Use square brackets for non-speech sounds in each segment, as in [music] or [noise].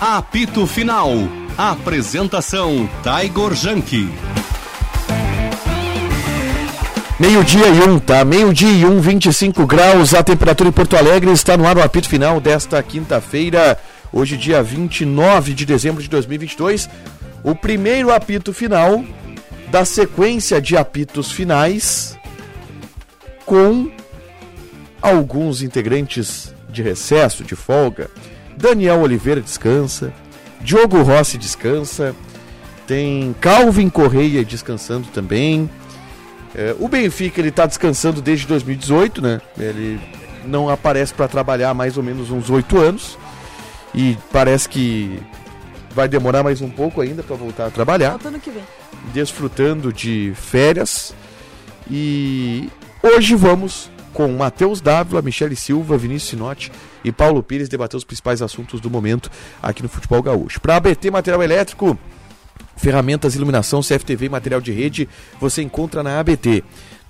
Apito Final. Apresentação Tiger Junk. Meio-dia e um, tá? Meio-dia e um, 25 graus, a temperatura em Porto Alegre está no ar o apito final desta quinta-feira, hoje, dia 29 de dezembro de 2022. O primeiro apito final da sequência de apitos finais com alguns integrantes de recesso, de folga. Daniel Oliveira descansa, Diogo Rossi descansa, tem Calvin Correia descansando também. É, o Benfica ele está descansando desde 2018, né? Ele não aparece para trabalhar há mais ou menos uns oito anos e parece que vai demorar mais um pouco ainda para voltar a trabalhar, Volta ano que vem. desfrutando de férias. E hoje vamos com Matheus Dávila, Michele Silva, Vinícius Sinotti e Paulo Pires debater os principais assuntos do momento aqui no Futebol Gaúcho. Para ABT Material Elétrico, ferramentas, iluminação, CFTV e material de rede, você encontra na ABT.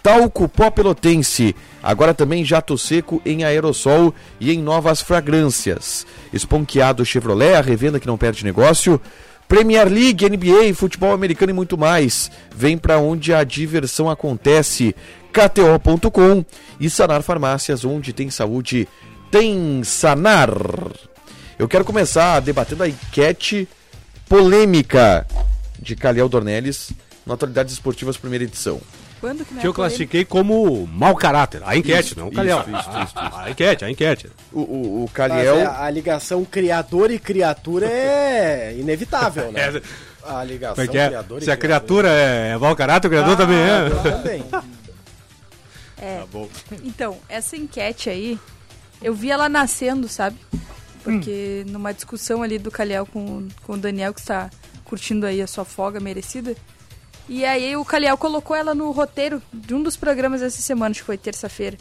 Talco Pó Pelotense, agora também jato seco em aerossol e em novas fragrâncias. Esponqueado Chevrolet, a revenda que não perde negócio. Premier League, NBA, futebol americano e muito mais. Vem para onde a diversão acontece. KTO.com e Sanar Farmácias, onde tem saúde, tem Sanar. Eu quero começar debatendo a enquete polêmica de Caliel Dornelles no Atualidades Esportivas, primeira edição. Quando que não é que eu com ele? classifiquei como mau caráter. A enquete, não o Calhau. isso, isso, A enquete, a enquete. O, o, o Mas Caliel. é, a ligação criador e criatura é inevitável, né? [laughs] É, A ligação Como é que é? criador e Ah, Se a criatura é, é mau caráter, o criador também é. [laughs] Também. É, Tá bom. Então, essa enquete aí, eu vi ela nascendo, sabe? Porque numa discussão ali do Calhau com, com o Daniel, que está curtindo aí a sua folga merecida. E aí o Calhau colocou ela no roteiro de um dos programas dessa semana, acho que foi terça-feira.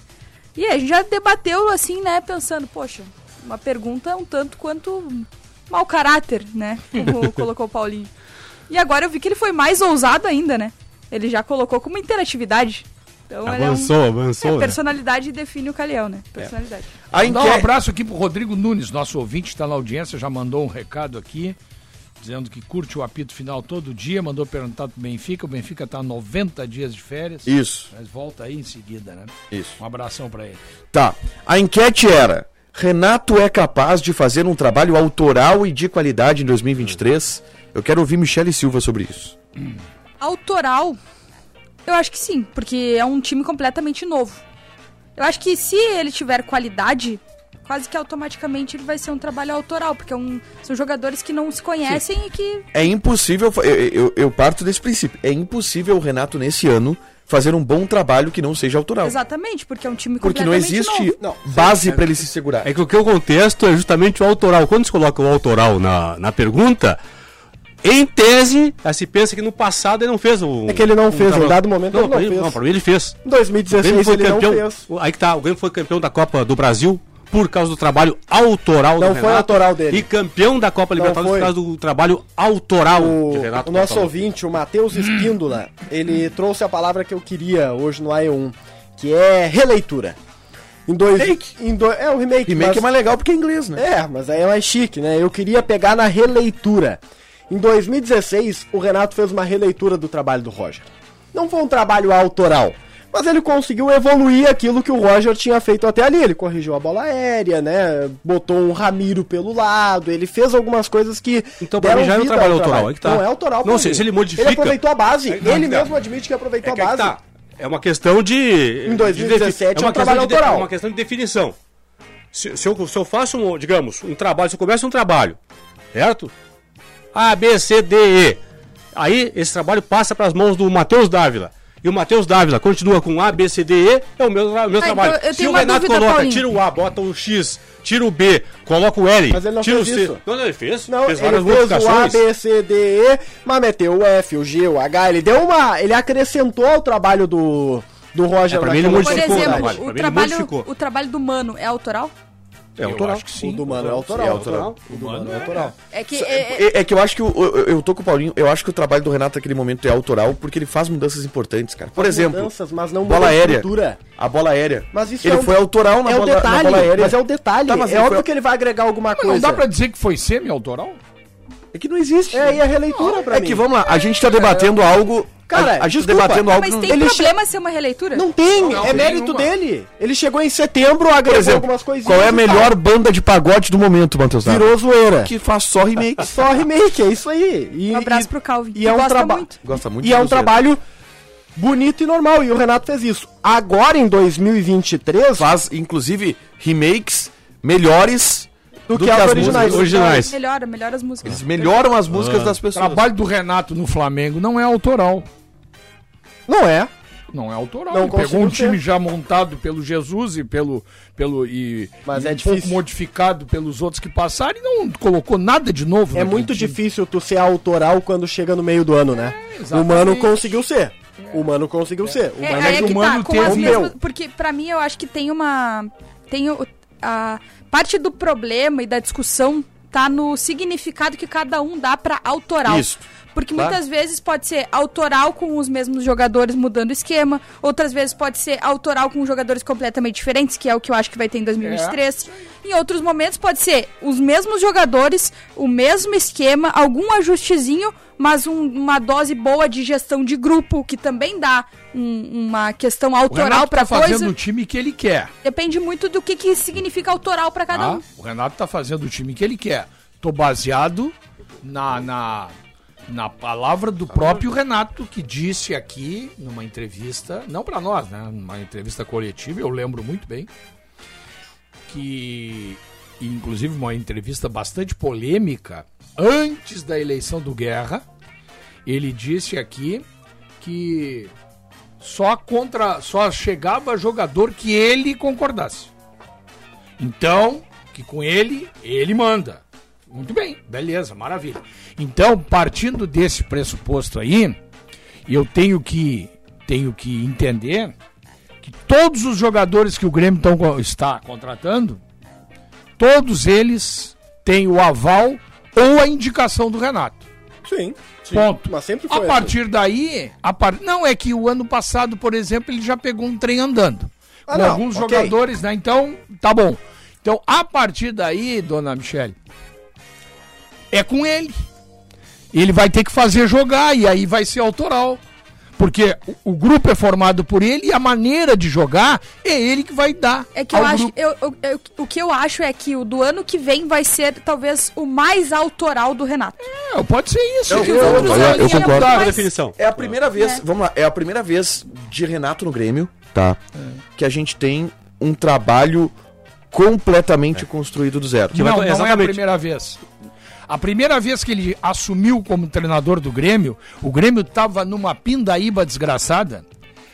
E aí a gente já debateu assim, né, pensando, poxa, uma pergunta um tanto quanto mau caráter, né? Como colocou o Paulinho. E agora eu vi que ele foi mais ousado ainda, né? Ele já colocou como interatividade. Então ele é um- Avançou, avançou. é, né? personalidade define o Caliel, né? Personalidade. É. Então, A Dá um enquete. abraço aqui pro Rodrigo Nunes, nosso ouvinte está na audiência, já mandou um recado aqui, dizendo que curte o apito final todo dia, mandou perguntar pro Benfica, o Benfica tá 90 dias de férias, Isso, mas volta aí em seguida, né? isso. Um abração pra ele. Tá. A enquete era: Renato é capaz de fazer um trabalho autoral e de qualidade em 2023? Eu quero ouvir Michele Silva sobre isso. Autoral, eu acho que sim, porque é um time completamente novo. Eu acho que se ele tiver qualidade, quase que automaticamente ele vai ser um trabalho autoral, porque é um- são jogadores que não se conhecem e que. É impossível, fa- eu, eu- eu parto desse princípio: é impossível o Renato, nesse ano, fazer um bom trabalho que não seja autoral. Exatamente, porque é um time Porque não completamente novo. existe novo. Não, base pra ele se segurar. É que o que eu contesto é justamente o autoral. Quando se coloca o autoral na, na pergunta, em tese, já se pensa que no passado ele não fez o. É que ele não fez, em trabalho- dado momento não, ele não pra mim- fez. Não, pra mim ele fez. Em O Grêmio 2016 foi ele campeão. não fez. Aí que tá, o Grêmio foi campeão da Copa do Brasil por causa do trabalho autoral Não do foi Renato, autoral dele. E campeão da Copa Libertadores por foi. causa do trabalho autoral de Renato O, o nosso Portaluppi. ouvinte, o Matheus Espíndola, ele trouxe a palavra que eu queria hoje no AE1, que é releitura. Em dois, em dois, é o remake. Remake mas- é mais legal porque é inglês, né? É, mas aí é mais chique, né? Eu queria pegar na releitura. Em 2016, o Renato fez uma releitura do trabalho do Roger. Não foi um trabalho autoral, mas ele conseguiu evoluir aquilo que o Roger tinha feito até ali. Ele corrigiu a bola aérea, né? Botou um Ramiro pelo lado, ele fez algumas coisas que. Então, pra mim, já é um vida ao trabalho autoral, aí que tá. Não é autoral, Não, pra se- mim. se ele modifica- Ele aproveitou a base. Aí que tá, ele que tá. mesmo admite que aproveitou É que a aí base. que tá. É uma questão de. Em 2017 de defi- é uma é um trabalho questão de, autoral. É uma questão de definição. Se, se eu, se eu faço, um, digamos, um trabalho, se eu começo um trabalho, certo? A, B, C, D, E. Aí esse trabalho passa para as mãos do Matheus Dávila. E o Matheus Dávila continua com A, B, C, D, E, é o meu, tra- o meu Ah, trabalho. então eu se tenho o uma Renato dúvida, coloca, Paulinho. tira o A, bota o X, tira o B, coloca o L, Mas ele não tira fez o C. isso. Não, não, ele fez. Não, fez várias ele fez o A, modificações. B, C, D, E, mas meteu o F, o G, o H, ele deu uma... Ele acrescentou ao trabalho do, do Roger. É, pra mim ele naquela Por modificou, oportunidade. exemplo, trabalho. Pra o mim, ele trabalho, modificou. o trabalho do Mano é autoral? É autoral. acho que sim. O do Mano é autoral. É autoral. O do Mano é autoral. É que. é- é- É, é que eu acho que o, eu, eu tô com o Paulinho, eu acho que o trabalho do Renato naquele momento é autoral porque ele faz mudanças importantes, cara. Por exemplo, Mudanças, mas não bola muda a aérea. estrutura. A bola aérea. Mas isso ele é um- foi autoral na, é o bola, na detalhe, bola aérea. mas é o detalhe. Tá, mas é ele foi- óbvio que ele vai agregar alguma Mas não coisa. dá pra dizer que foi semi-autoral? É que não existe. É, e a releitura pra É mim. que vamos lá, a gente tá debatendo algo. Cara, a, a gente tá desculpa, debatendo Ah, algo. mas não- tem Ele problema ser uma releitura? Não tem, não é tem mérito nenhuma. dele. Ele chegou em setembro, agregou Por exemplo, algumas coisinhas. qual é a e melhor banda de pagode do momento, Matheus tal. Dávila? Virou zoeira. que faz só remakes. Só remake, é isso aí. E- Um abraço e- pro Calvin. E que é um gosta trabalho. muito. Gosta Tá muito E de é um Cruzeiro. trabalho bonito e normal. E o Renato fez isso. Agora em 2023, Faz, inclusive, remakes melhores Do que as originais. é originais. É, Melhora, melhora as músicas. Eles melhoram as músicas das O pessoas. trabalho do Renato no Flamengo não é autoral. não é. Não é autoral. Não Ele pegou conseguiu um ter. time já montado pelo Jesus e pelo. pelo e, Mas e é um difícil. pouco modificado pelos outros que passaram e não colocou nada de novo. É naquele muito time. difícil tu ser autoral quando chega no meio do ano, né? o É, exatamente. É. Mano conseguiu ser. O Mano conseguiu ser. O É, Mano aí é o que tá, humano com tem- as o mesmas- meu. Porque pra mim eu acho que tem uma. Tem o- a parte do problema e da discussão tá no significado que cada um dá pra autoral. Isso. Porque Tá. muitas vezes pode ser autoral com os mesmos jogadores mudando o esquema, outras vezes pode ser autoral com jogadores completamente diferentes, que é o que eu acho que vai ter em 2023. É. Em outros momentos pode ser os mesmos jogadores, o mesmo esquema, algum ajustezinho, mas um- uma dose boa de gestão de grupo, que também dá um- uma questão O autoral Renato pra tá fazendo coisa. o time que ele quer. Depende muito do que, que significa autoral pra cada tá? um. O Renato tá fazendo o time que ele quer. Tô baseado na, na, na palavra do próprio Renato, que disse aqui numa entrevista, não pra nós, né? Numa entrevista coletiva, eu lembro muito bem, que, e inclusive, uma entrevista bastante polêmica, antes da eleição do Guerra, ele disse aqui que só contra só chegava jogador que ele concordasse. Então, que com ele, ele manda. Muito bem, beleza, maravilha. Então, partindo desse pressuposto aí, eu tenho que tenho que entender que todos os jogadores que o Grêmio tão co- está contratando, todos eles têm o aval ou a indicação do Renato. Sim, sim. Ponto. Mas sempre a foi. assim. partir daí, a par- não é que o ano passado, por exemplo, ele já pegou um trem andando. Ah, com não, alguns ok. jogadores, né? Então, tá bom. Então, a partir daí, dona Michele, é com ele. Ele vai ter que fazer jogar e aí vai ser autoral. Porque o, o grupo é formado por ele e a maneira de jogar é ele que vai dar. É que eu ao acho. grupo. eu- eu- eu- o que eu acho é que o do ano que vem vai ser talvez o mais autoral do Renato. É, pode ser isso. Porque os eu- outros eu- eu anos tinha concordo. mais- A definição. É a primeira vez, vamos lá, é a primeira vez de Renato no Grêmio, tá? É. Que a gente tem um trabalho completamente É. construído do zero. não, vai- não é a exatamente. primeira vez. A primeira vez que ele assumiu como treinador do Grêmio, o Grêmio estava numa pindaíba desgraçada,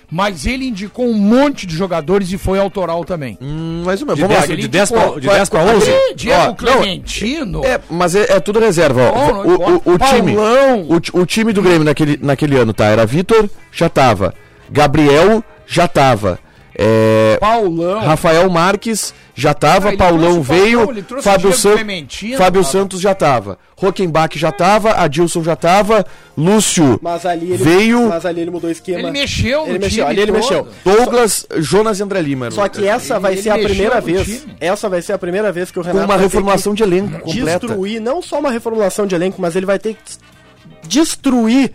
mas ele indicou um monte de jogadores e foi autoral também. Hum, mas uma, De vamos lá. 10, de 10 pra, de 10 pra 11? Ih, tipo, Diego Ó, Clementino. É, mas é, é tudo reserva, ó. Não, não o, o- importa. o time, Paulão. o, ti- o time do Grêmio naquele, naquele ano, tá? Era Vitor, já tava. Gabriel, já tava. É, Paulão. Rafael Marques já Ah, tava, ele Paulão trouxe o Paulão, veio, ele trouxe o Fábio, Diego San- Clementino, Fábio tava. Santos já tava, Rockenbach já tava, Adilson já tava, Lúcio Mas ali ele veio, Mas ali ele mudou o esquema. Ele mexeu Ele no mexeu, time ali ele todo. mexeu. Douglas, Jonas e André Lima. Só que essa Ele- vai ele ser a mexeu primeira no vez. time. Essa vai ser a primeira vez que o Renato uma vai ter que reformulação de elenco completa. destruir não só uma reformulação de elenco, mas ele vai ter que des- destruir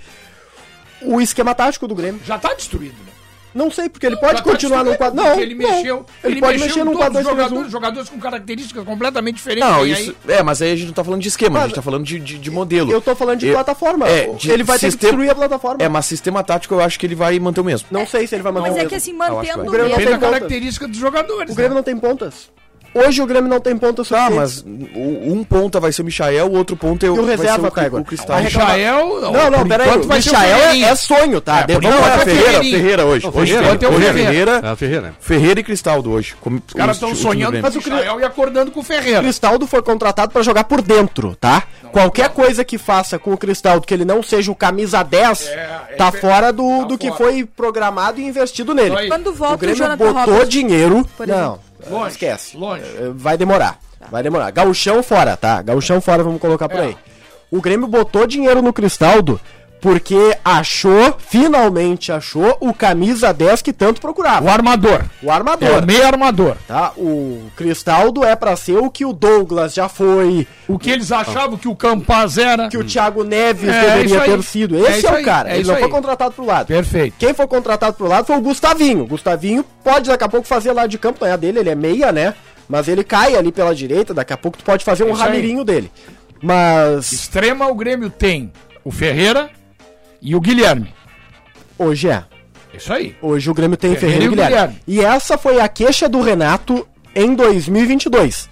o esquema tático do Grêmio. Já tá destruído, né? Não sei porque ele Não, pode já tá continuar num destruído, 4 porque não, ele não. mexeu, Ele, pode mexer num no 4 2 3 1. jogadores, jogadores com características completamente diferentes. Não, E isso. É, mas aí a gente não tá falando de esquema, a gente tá falando de, de, de modelo. Eu tô falando de Eu- plataforma. é, de ele vai ter que sistema- destruir a plataforma. É, mas sistema tático eu acho que ele vai manter o mesmo. Não sei se ele vai mandar Mas o é mesmo. que assim, Eu acho que mantendo vai. o O Grêmio mesmo- não Depende da tem ponta. característica dos jogadores. né? O Grêmio não tem pontas. Hoje o Grêmio não tem pontas Tá, suficientes. mas o- um ponta vai ser o Michael, o outro ponta é o, E o vai reserva, ser o, Cri- Caigo? o Cristal. A reclama- Michael, Não, não, por peraí. enquanto vai ser o é, Ferreirinha. é sonho, tá? por Deve- Não, enquanto era é Ferreira, Ferreirinha. Ferreira hoje. Não, Hoje Ferreira. tem- hoje é Ferreira, É, Ferreira. Ferreira e Cristal do hoje. Como, Os caras estão é sonhando com Mas o o Cri- Israel e acordando com o O Ferreira. Cristaldo foi contratado pra jogar por dentro, tá? Qualquer coisa que faça com o Cristaldo que ele não seja o camisa 10, É, é tá difer- fora do, tá do que fora. foi programado e investido nele. Só isso. Quando O volta o, Grêmio Jonathan botou Roberts. dinheiro. por não, exemplo. Longe, Esquece. longe. Eh, Vai demorar. Vai demorar. Gauchão fora, tá? Gauchão fora, vamos colocar por É. aí. O Grêmio botou dinheiro no Cristaldo porque achou, finalmente achou, o camisa 10 que tanto O procurava. armador. O É armador. o meio armador. Tá? O Cristaldo é pra ser o que o Douglas já foi, O que eles achavam que o Campaz era. que o Thiago Neves É, isso deveria aí. ter sido. É Esse isso é, o aí, cara. é Ele isso não aí. foi contratado pro lado. Perfeito. Quem foi contratado pro lado foi o Gustavinho. O Gustavinho pode daqui a pouco fazer lá de campo, não é a dele, ele é meia, né? Mas ele cai ali pela direita, daqui a pouco tu pode fazer um Isso aí. ramirinho dele. Mas Extrema o Grêmio tem o Ferreira e o Guilherme. hoje é. Isso aí. Hoje o Grêmio tem Ferreira Ferreira e e o Guilherme. E essa foi a queixa do Renato em 2022.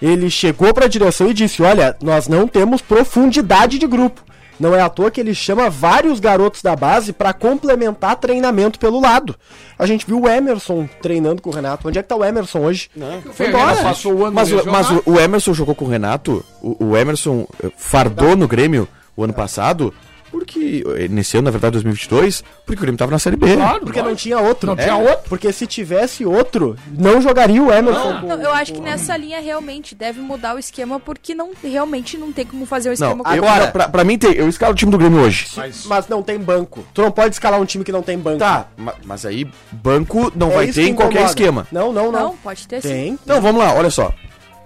Ele chegou para a direção e disse: Olha, nós não temos profundidade de grupo. Não é à toa que ele chama vários garotos da base para complementar treinamento pelo lado. A gente viu o Emerson treinando com o Renato. Onde é que tá o Emerson hoje? Foi embora. Passou o ano Mas, o, lesionado. mas o- o Emerson jogou com o Renato, o, o Emerson eh, fardou no Grêmio o ano passado, porque, eh, nesse ano, na verdade, 2022, porque o Grêmio tava na Série B. Claro, Porque não lógico. tinha outro. É. Não tinha outro. Porque se tivesse outro, não jogaria o Emerson. com- Não, eu acho que nessa linha realmente deve mudar o esquema, porque não, realmente não tem como fazer o esquema Não, com- agora, eu, pra, pra mim, tem- eu escalo o time do Grêmio hoje. Mas- Mas não tem banco. Tu não pode escalar um time que não tem banco. Tá, ma- mas aí banco não É vai isso ter que em qualquer incomoda. esquema. Não, não, não. Não, pode ter sim. Tem. Não, vamos lá, olha só.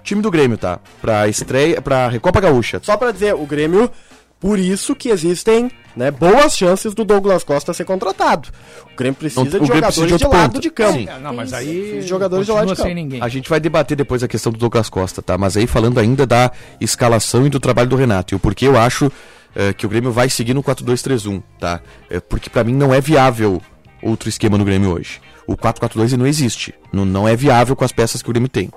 Time do Grêmio, tá? Pra estreia, pra Recopa Gaúcha. Só pra dizer, o Grêmio, por isso que existem né, boas chances do Douglas Costa ser contratado. O Grêmio precisa Não, de o Grêmio jogadores precisa de, de outro lado ponta. de campo. Sim. É, não, mas Isso. aí. Os jogadores de lá de continua sem campo. ninguém. A gente vai debater depois a questão do Douglas Costa, tá? Mas aí falando ainda da escalação e do trabalho do Renato, e o porquê eu acho eh, que o Grêmio vai seguir no 4-2-3-1, tá? É porque pra mim não é viável outro esquema no Grêmio hoje. O 4-4-2 ele não existe. Não, não é viável com as peças que o Grêmio tem.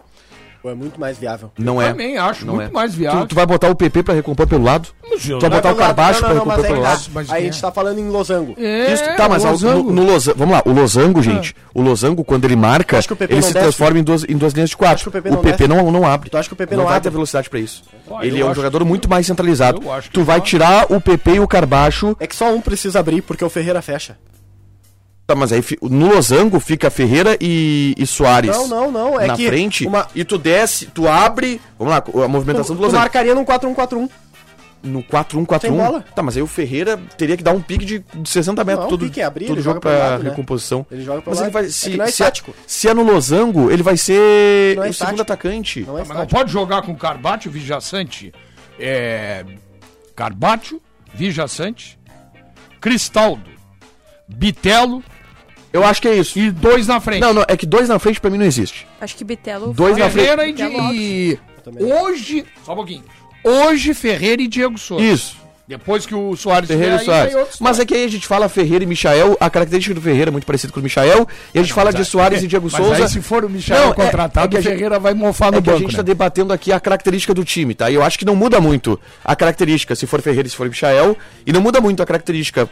Pô, É muito mais viável. Não é. Também acho Não muito é. mais Tu, viável. né? tu vai botar o PP pra recompor pelo lado? Tu vai botar o Carbaixo não, pra não, não, recompor mas aí, pelo tá. lado? Mas aí a quem gente tá falando em losango. É, Isso, tá, mas o ao- Losango. Ah. no, no losa- vamos lá, o losango, gente, o losango, quando ele marca, Acho que o PP ele não se desce. transforma em duas, em duas linhas de quatro. Acho O que o PP, PP não não, não abre. Tu acha que o PP não, não vai abre? ter velocidade pra isso. Pô, ele eu é um acho jogador muito mais centralizado. Eu acho que Tu vai não. tirar o PP e o Carbacho. É que só um precisa abrir, porque o Ferreira fecha. Tá, mas aí fi- no losango fica Ferreira e, e Soares. Não, não, não, é na que frente. uma- E tu desce, tu abre. Vamos lá, a Tu, movimentação tu do losango. marcaria num 4-1-4-1. No 4-1-4-1. Sem bola. Tá, mas aí o Ferreira teria que dar um pique de de 60 metros Não, todo, pique é abrir, todo ele jogo joga pro pra lado, né? recomposição. Ele joga pro mas ele lado. vai, É se, que não é se, estático. se é no losango, ele vai ser Não é o segundo estático. atacante. Não é Tá, Mas não estático. pode jogar com Carbátio, Vijaçante. É... Carbátio, Vijaçante, Cristaldo, Bitelo Eu acho que é isso. e dois na frente. Não, não, é que dois na frente pra mim não existe. Acho que Bitelo. Dois fora. na frente. Ferreira e, é Bitelo é alto. de... também Hoje, só um pouquinho. Hoje Ferreira e Diego Souza. Isso. Depois que o Soares Ferreira e vier, aí tem Soares. outros Mas é que aí a gente fala Ferreira e Michael, a característica do Ferreira é muito parecida com o do Michael, e a gente fala de Soares e Diego Ah, [laughs] Mas Souza. aí se for o Michel Não, é- é contratado, que a o gente- Ferreira vai mofar no é que banco. a gente está né? debatendo aqui a característica do time, tá? E eu acho que não muda muito a característica, se for Ferreira e se for Michael, e não muda muito a característica.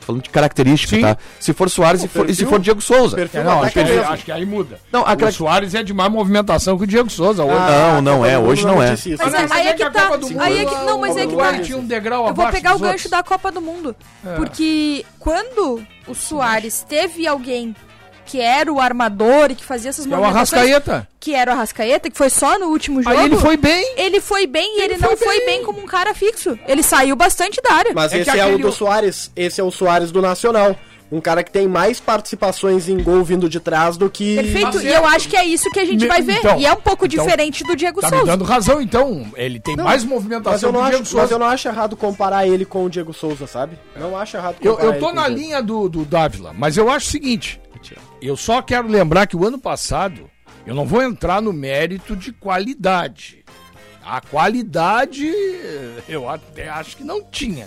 Tô falando de característica, Sim. tá? Se for Soares e, for- e se perfil- for Diego Souza. perfil É, não, do acho que, ataque é aí, mesmo. acho que aí muda. Não, a o craque- Soares é de mais movimentação que o Diego Souza. hoje. Não, não é, todo hoje mundo não é. disse isso. Mas Não, aí é que a tá- Copa do aí Mundo- é que- não, mas é que tá. Tinha um degrau Eu vou abaixo pegar o dos gancho outros. da Copa do Mundo. É. Porque quando o Soares teve alguém que era o armador e que fazia essas É o Arrascaeta. que era o Arrascaeta, que foi só no último jogo. Aí ele foi bem. Ele foi bem e ele, não foi foi bem. como um cara fixo. Ele saiu bastante da área. [laughs] Mas É que esse é o aquele- do Soares, esse é o Soares do Nacional. Um cara que tem mais participações em gol vindo de trás do que. Perfeito. Tá e eu acho que é isso que a gente Me- vai ver. então, e é um pouco então, diferente do Diego Tá me Souza. dando razão, então. Ele tem mais Mas eu, movimentação que não o Diego acho, mas Souza. eu não acho errado comparar ele com o Diego Souza, sabe? Não acho errado Eu, comparar eu ele tô com o na Diego. linha do, do Dávila, mas eu acho o seguinte: eu só quero lembrar que o ano passado, eu não vou entrar no mérito de qualidade. A qualidade eh, eu até acho que não tinha.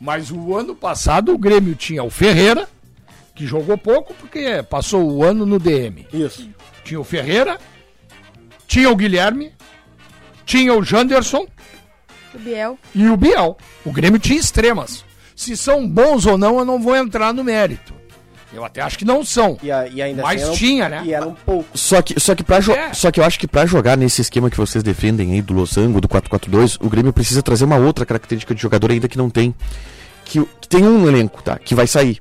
Mas o ano passado o Grêmio tinha o Ferreira, que jogou pouco porque passou o ano no DM. Isso. Tinha o Ferreira, tinha o Guilherme, tinha o Janderson O Biel. e o Biel. O Grêmio tinha extremas. Se são bons ou não, eu não vou entrar no mérito. Eu até acho que não são. E, a- e ainda Mas eram- tinha, né? E era um pouco. Só que, só, que pra jo- É. só que eu acho que pra jogar nesse esquema que vocês defendem aí do Losango, do 4-4-2, o Grêmio precisa trazer uma outra característica de jogador ainda que não tem. Que, o- que tem um no elenco, tá? Que vai sair.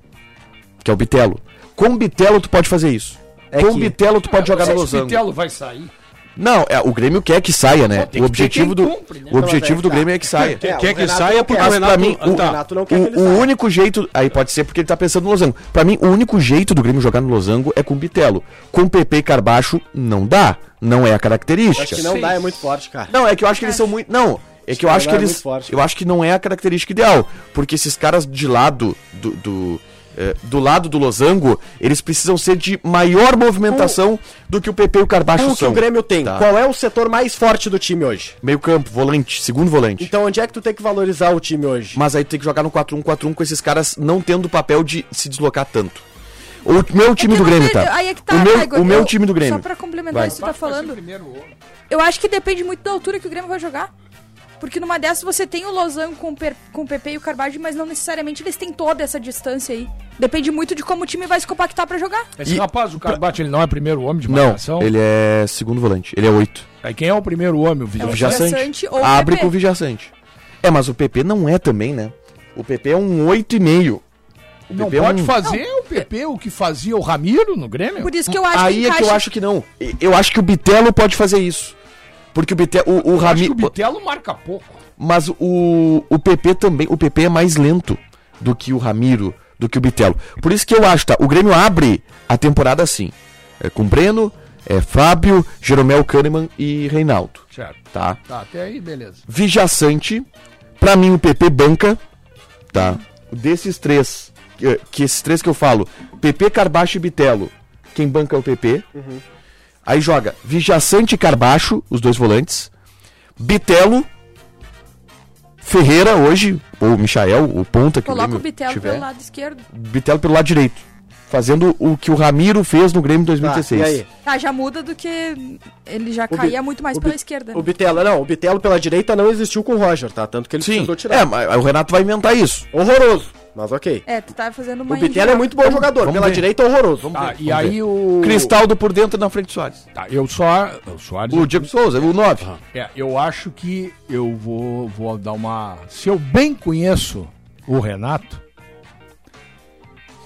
Que é o Bitelo. Com o Bitelo tu pode fazer isso. É com que- Bitelo tu pode jogar no Mas é esse losango. Pitelo vai sair. Não, é, o Grêmio quer que saia, né? Pô, tem o que objetivo ter do, quem cumpre, né? o objetivo mas do aí Grêmio tá. é que saia. É, quer o que Renato saia não porque quer. o Mas Renato. pra mim, Ah, o, tá. Renato não quer o- que ele o saia. único jeito. Aí pode ser porque ele tá pensando no losango. Pra mim, o único jeito do Grêmio jogar no losango é com o Bitelo. Com PP e Carbacho, não dá. Não é a característica. Acho que não dá, é muito forte, cara. Não, é que eu acho que eles são muito. Não, é que eu acho que Esse cara é eles. muito forte. Eu acho que não é a característica ideal. Porque esses caras de lado do. do eh, do lado do losango, eles precisam ser de maior movimentação do que o PP e o Carbacho É O que o Grêmio tem? Tá. Qual é o setor mais forte do time hoje? Meio campo, volante, segundo volante. Então onde é que tu tem que valorizar o time hoje? Mas aí tu tem que jogar no 4-1-4-1 com esses caras não tendo o papel de se deslocar tanto. O meu time É que do não Grêmio, tem- tá? Aí é que tá, o meu, Tiger, o meu eu- time do Grêmio. Só pra complementar Vai. isso que tu tá falando, é Primeiro homem. eu acho que depende muito da altura que o Grêmio vai jogar. Porque numa dessas você tem o Losango com, o Per- com o PP e o Carvalho, mas não necessariamente eles têm toda essa distância aí. Depende muito de como o time vai se compactar pra jogar. Esse rapaz, o Carbate, ele não é primeiro homem de Não, marcação? ele é segundo volante. Ele é 8. Aí quem é o primeiro homem? O Vitor É o Sá? Jair. Vijaçante. Vijaçante ou Abre PP. com o Vijaçante. É, mas o PP não é também, né? O PP é um 8,5. O Não PP é pode um- fazer o PP o que fazia o Ramiro no Grêmio? Por isso que eu acho Aí é que eu encaixa- acho que não. Eu acho que o Bitelo pode fazer isso. Porque o Bitelo. O, o Eu acho que o Ramiro. Bitelo marca pouco. Mas o, o PP também. O PP é mais lento do que o Ramiro, do que o Bitelo. Por isso que eu acho, tá? O Grêmio abre a temporada assim. É, com Breno, é, Fábio, Jeromel Kahneman e Reinaldo. Certo. Tá? Tá, até aí, beleza. Vijaçante. Pra mim, o PP banca. Tá? Desses três. Que, que esses três que eu falo. PP, Carbacho e Bitelo. Quem banca é o PP. Aí joga Vijaçante e Carbacho, os dois volantes. Bitelo. Ferreira hoje, ou Michael, o ponta que Coloca o Grêmio Bitelo tiver. pelo lado esquerdo. Bitelo pelo lado direito. Fazendo o que o Ramiro fez no Grêmio em Tá, 2016. e aí? Tá, já muda do que ele já O Bi- caía muito mais o pela Bi- esquerda. O né? Bitelo, não, o Bitelo pela direita não existiu com o Roger, tá? Tanto que ele Sim, precisou tirar. é, mas o Renato vai inventar isso. Horroroso, mas ok. É, tu tá fazendo uma O Bitelo é muito bom jogador, vamos pela ver. direita horroroso. Tá, e vamos aí ver. o. é Cristaldo por dentro na frente do Soares. Tá, eu só. O Soares. O Diego Souza, o 9. É, eu acho que eu vou, vou dar uma. Se eu bem conheço o Renato,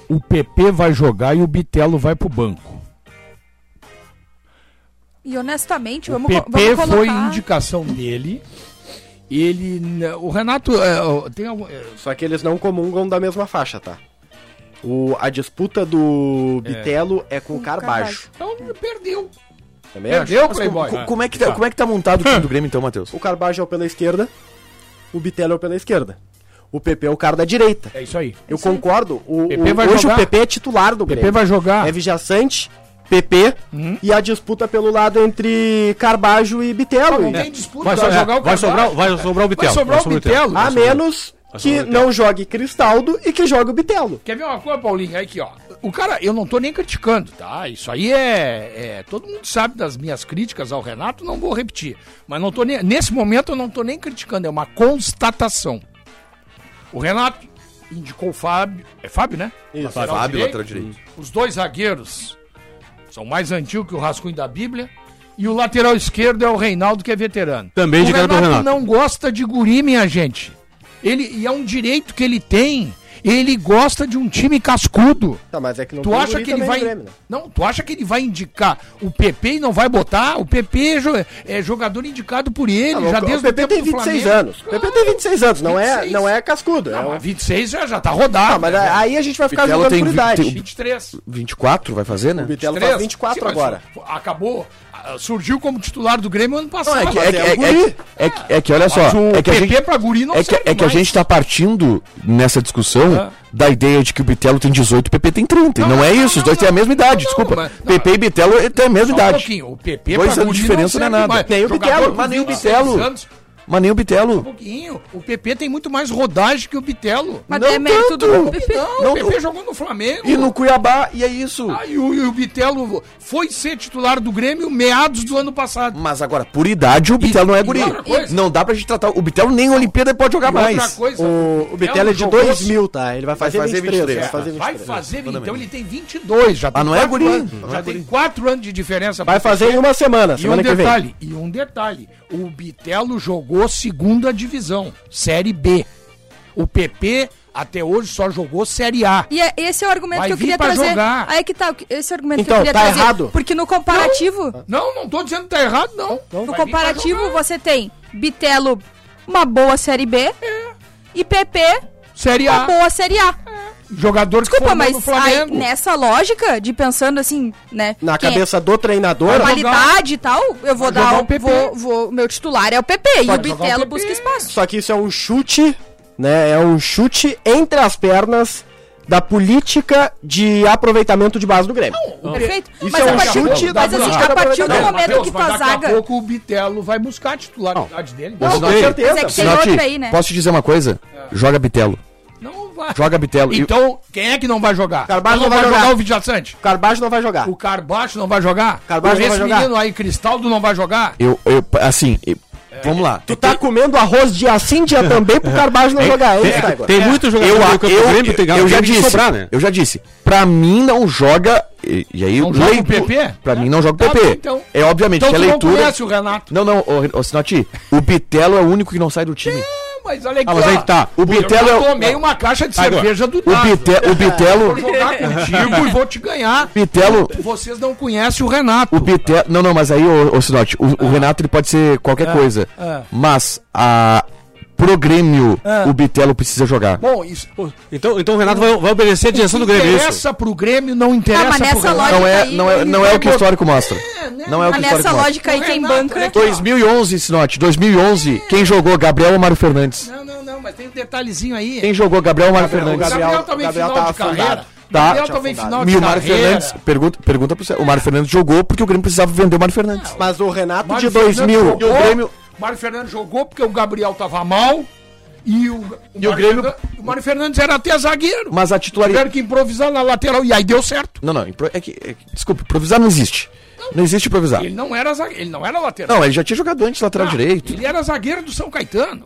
o PP vai jogar e o Bitelo vai pro banco. E honestamente, O vamos, co- PP vamos foi colocar... indicação dele. Ele. n- O Renato. é, ó, tem algum- é, Só que eles não comungam da mesma faixa, tá? O, a disputa do Bitelo é, com o Com o Carbajo. então perdeu. Também acho. Perdeu, Playboy. Ah. Co- como, é que tá, como é que tá montado o time [laughs] do Grêmio então, Matheus? O Carbajo é o pela esquerda, o Bitelo é o pela esquerda. O PP é o cara da direita. É isso aí. Eu concordo. O, PP o- vai hoje jogar. o PP é titular do Grêmio. PP vai jogar. Uhum. É Vijaçante, PP e a disputa pelo lado entre Carbajo e Bitelo. E- disputa. É. Vai, Vai, sobrar- jogar o vai, Carvalho. sobrar, vai sobrar o Bitelo. sobrar o Bitelo. A menos que não jogue Cristaldo e que jogue o Bitelo. Quer ver uma coisa, Paulinho? Aí Aqui, ó. O cara, eu não tô nem criticando, tá? Isso aí é, é- Todo mundo sabe das minhas críticas ao Renato, não vou repetir. Mas não tô nem. Nesse momento eu não tô nem criticando, é uma constatação. O Renato indicou o Fábio. É Fábio, né? Isso. Lateral direito. Os dois zagueiros são mais antigos que o Rascunho da Bíblia. E o lateral esquerdo é o Reinaldo, que é veterano. Também o indicado pelo Renato Renato. não gosta de guri, minha gente. Ele, e é um direito que ele tem. Ele gosta de um time cascudo. Tá, mas é que não Tu tem acha guri que ele também vai. no Grêmio, né? Não, tu acha que ele vai indicar o PP e não vai botar? O PP é jo- é jogador indicado por ele, Tá já louco, desde o PP tem 26 anos. Ah, O PP tem 26 anos, não é, 26. não é cascudo. é Não, um- mas 26 já, já tá rodado. Ah, mas né? aí a gente vai ficar Bitelo jogando tem por vi- idade. tem- 23. 24 vai fazer, né? O Bitelo Três. faz 24 Sim, mas agora. Acabou, ah, surgiu como titular do Grêmio ano passado. É que, é, Mas que- é é, guri. que- é que- é que olha só, Mas o é que a PP gente, pra guri não é que, serve é que a mais. gente tá partindo nessa discussão Ah. da ideia de que o Bitelo tem 18 e o PP tem 30. Não, Não, não é não, isso, os não, dois têm a não. mesma idade, Não, desculpa. mas- não. PP e Bitelo ele tem a mesma Só um idade. pouquinho, o PP Dois pra anos de guri diferença não é serve nada. mais. Nem o Jogador Bitelo, com mas nem o 26 Bitelo. anos, um Mas nem o Bitelo. pouquinho. O PP tem muito mais rodagem que o Bitelo. Mas Não é mérito tanto. do PP. Não, Não, o PP o- jogou no Flamengo. E no Cuiabá, e é isso. Ah, e o, e o Bitelo foi ser titular do Grêmio meados do ano passado. Mas agora, por idade, o Bitelo não é guri. outra coisa- Não dá pra gente tratar. O Bitelo nem Olimpíada pode jogar E outra mais. coisa, O, o Bitelo é de jogou- 2000, tá? Ele vai fazer, fazer 23. 23, Vai fazer vai 23. fazer, então ele tem 22, é. já tem Ah, não é quatro guri, anos, não é já guri. tem 4 anos de diferença. Vai fazer em uma semana, E um semana que vem. detalhe, e um detalhe, o Bitelo jogou segunda divisão, Série B. O PP Até hoje só jogou Série A. E é- esse é o argumento Vai que eu vir queria pra trazer. jogar. Aí que tá, esse é o argumento Então, que eu queria tá trazer. errado. Então, Porque no comparativo, Não, não tô dizendo que tá errado, não. no Vai vir pra comparativo jogar. você tem Bitelo, uma boa Série B, e PP, É. Série uma A. É. boa Série A. Jogador Desculpa, formou mas no aí, Flamengo. nessa lógica de pensando assim, né? Na quem é cabeça do treinador, qualidade e tal, eu vou Vai jogar dar o PP. Vou, vou- meu titular é o PP e o Pode jogar o PP. Bitelo busca espaço. só que isso é um chute, né? É um chute entre as pernas da política de aproveitamento de base do Grêmio. Perfeito? Isso mas é a um partir, chute mas da assim, zaga. a partir do Não, momento Matheus, que mas tua daqui a zaga. pouco o Bitelo vai buscar a titularidade dele. Não, Não, com certeza. Mas é que tem Sinote, outra aí, né? Posso te dizer uma coisa? Joga Bitelo. É. não vai. Joga Bitelo. E- Então, quem é que não vai jogar? Carvalho Então não vai jogar. o Vidia Sante? O Carbajo não vai jogar. O Carbacho não vai jogar? Carbacho O- não vai Esse jogar. menino aí, Cristaldo, não vai jogar? Eu, eu, assim, eu- É. vamos lá. Tu tá comendo arroz dia sim, assim É. dia também pro Carbajo não jogar. É isso, Taigor. Tem muito jogador eu, no a- campo eu- do Grêmio, tem eu já tem que disse, sobrar, né? eu já disse, pra mim não joga, e, e aí Não joga o PP? pra mim não joga o Tá PP, bem, então. é obviamente Então que a tu leitura, não conhece o Renato. não, não, ô, ô, Sinotti, o Bitelo é o único que não sai do time, É, mas olha aqui, Ah, mas aí ó. que tá. o Bitelo é eu o, Tá, já tomei uma caixa de Agora, cerveja do o, Nasa. Bite- o Vou Bitelo, jogar contigo e vou te ganhar. Bitelo, Vocês não conhecem o Renato. o Bitelo, não, não, mas aí, ô, ô Sinotti, o, o Renato ele pode ser qualquer coisa, ah. mas a, pro Grêmio, Ah. o Bitelo precisa jogar. Bom, isso. Então, então o Renato vai, vai obedecer a direção do Grêmio, é isso? interessa pro Grêmio, não interessa Ah, mas pro nessa Renato. lógica Não é, aí, não é, ele não é vai o que o botar- histórico mostra, né? não é o que Mas o nessa histórico mostra. lógica aí, quem Renato, né? banca. olha É aqui, ó. 2011, Sinote. 2011, quem jogou? Gabriel Amaro Fernandes. Não, não, não, mas tem um detalhezinho aí. Quem jogou? Gabriel Amaro Fernandes. Gabriel- também Gabriel final tá de carreira. afundado. Gabriel Tá. também Tinha final E de o Mário carreira. Fernandes, pergunta, pergunta pro Sérgio. O Mário Fernandes jogou porque o Grêmio precisava vender o Mário Fernandes. Mas o Renato Mário de 2000 Fernandes e o jogou, Grêmio- Mário Fernandes jogou porque o Gabriel tava mal e o, E o Mário Grêmio- Fernan- o Mário Fernandes era até zagueiro. Mas a titularidade. Tiveram que improvisar na lateral e aí deu certo. Não, não. impro- É que, é que- desculpa, improvisar não existe. Não existe improvisar. Ele não era zagueiro, ele não era lateral. Não, ele já tinha jogado antes lateral Ah, direito. Ele era zagueiro do São Caetano.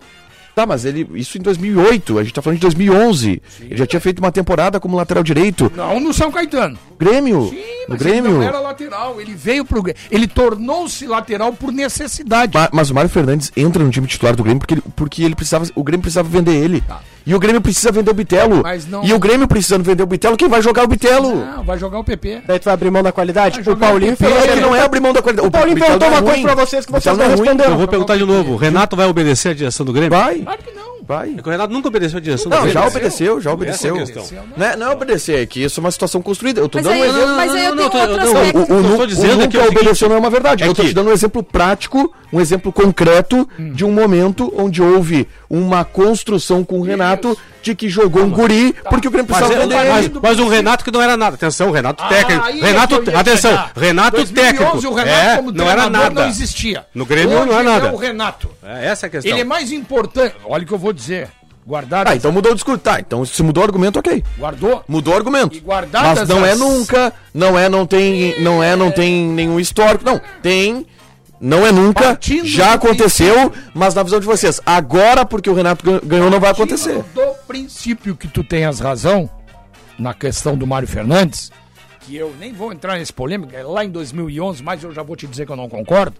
Tá, mas ele isso em 2008. A gente tá falando de 2011. Ele já tinha feito uma temporada como lateral direito. Não no São Caetano. No Grêmio. Sim, no mas ele Grêmio. não era lateral, ele veio pro Grêmio. Ele tornou-se lateral por necessidade. Ma- Mas o Mário Fernandes entra no time titular do Grêmio porque ele, porque ele precisava. O Grêmio precisava vender ele. E o Grêmio precisa vender o Bitelo. Tá. Mas não- E o Grêmio precisando vender o Bitelo, quem vai jogar é o Bitelo? Não, vai jogar o PP. Daí tu vai abrir mão da qualidade? Vai O jogar Paulinho o PP, fez- É que não é abrir mão da qualidade. O Paulinho Bitelo perguntou não é uma coisa ruim. pra vocês que O Bitelo vocês não é ruim. responderam. Eu vou perguntar de novo. O Renato vai obedecer a direção do Grêmio? Vai, Claro que não. vai. É que o Renato nunca obedeceu a direção do Não, Grêmio. já obedeceu, já obedeceu. Essa é a questão. Não é, não é obedecer, é que isso é uma situação construída. Eu tô Mas dando um aí, exemplo. mas aí eu tenho outro Não, aspecto. o, o, Eu nu- tô o dizendo nunca é que é o seguinte, obedeceu não é uma verdade. é eu tô que- te dando um exemplo prático, um exemplo concreto Hum. de um momento onde houve uma construção com o Renato de que jogou um guri Tá. porque o Grêmio Mas, precisava é- vender mas- ele. mas um Renato que não era nada. Atenção, Renato técnico. aí é Renato, que eu ia atenção, chegar. Renato 2011, técnico. O Renato é, como não era treinador nada. não existia. No Grêmio não é Hoje nada. o Renato. É, essa é a questão. Ele é mais importante. Olha o que eu vou dizer. Guardado, Ah, então mudou o discurso. Tá, então se mudou o argumento, ok. guardou. Mudou o argumento. E guardadas Mas não é as- nunca, não é, não tem, não é, não tem nenhum histórico. Não, tem. Não é nunca, Partindo já do aconteceu, mas na visão de vocês, agora porque o Renato gan- ganhou não vai acontecer. Do princípio que tu tenhas razão na questão do Mário Fernandes, que eu nem vou entrar nesse polêmica, é lá em 2011, mas eu já vou te dizer que eu não concordo.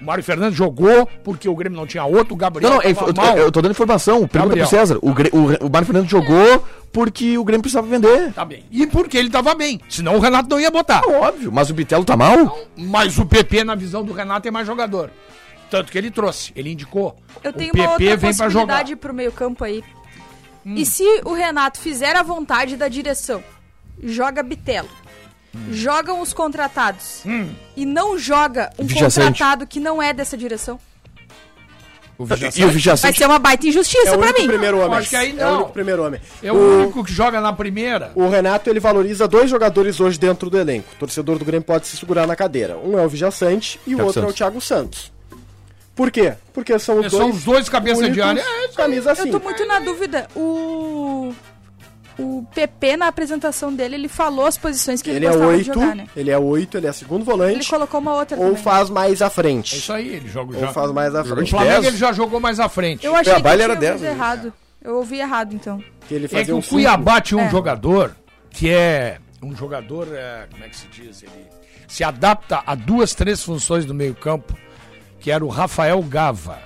O Mário Fernandes jogou porque o Grêmio não tinha outro, o Gabriel Não, não, é tava inf- eu, mal. eu tô dando informação, pergunta Gabriel. pro César. O, Gre- o, o Mário Fernandes jogou porque o Grêmio precisava vender. Tá bem. E porque ele tava bem, senão o Renato não ia botar. Ah, Óbvio, mas o Bitelo tá mal? Mas o PP, na visão do Renato, é mais jogador. Tanto que ele trouxe, ele indicou. Eu tenho o PP uma outra vem pra jogar. Hum. possibilidade pro meio campo aí. E se o Renato fizer a vontade da direção, joga Bitelo, Hum. jogam os contratados e não joga um Vidia Sante. contratado que não é dessa direção, O Vidia E o vai Vijaçante ser uma baita injustiça É o pra único mim. primeiro homem. Acho que aí É o não. único primeiro homem. É o único que joga na primeira. O Renato ele valoriza dois jogadores hoje dentro do elenco. O torcedor do Grêmio pode se segurar na cadeira. Um é o Vigia Sante e o Thiago outro é o Santos. Thiago Santos. Por quê? Porque são os São dois. os dois cabeça de únicos área. É, isso aí. camisa assim. Eu tô muito na dúvida. O o PP na apresentação dele, ele falou as posições que ele, Ele é gostava de oito, jogar, né? ele é oito, ele é segundo Ele volante. colocou uma outra Ou também. faz mais à É frente. isso aí, ele joga Ou já. faz mais à O frente. Flamengo Dez. ele já jogou mais à frente. Eu Ah, achei que eu Cuiabá, ele tinha era dez, ouvido né? errado. Eu ouvi errado, então. Que ele É que fazia o um Cuiabá tinha um É. jogador que é um jogador, é, como é que se diz? Ele se adapta a duas, três funções do meio-campo, que era o Rafael Gava.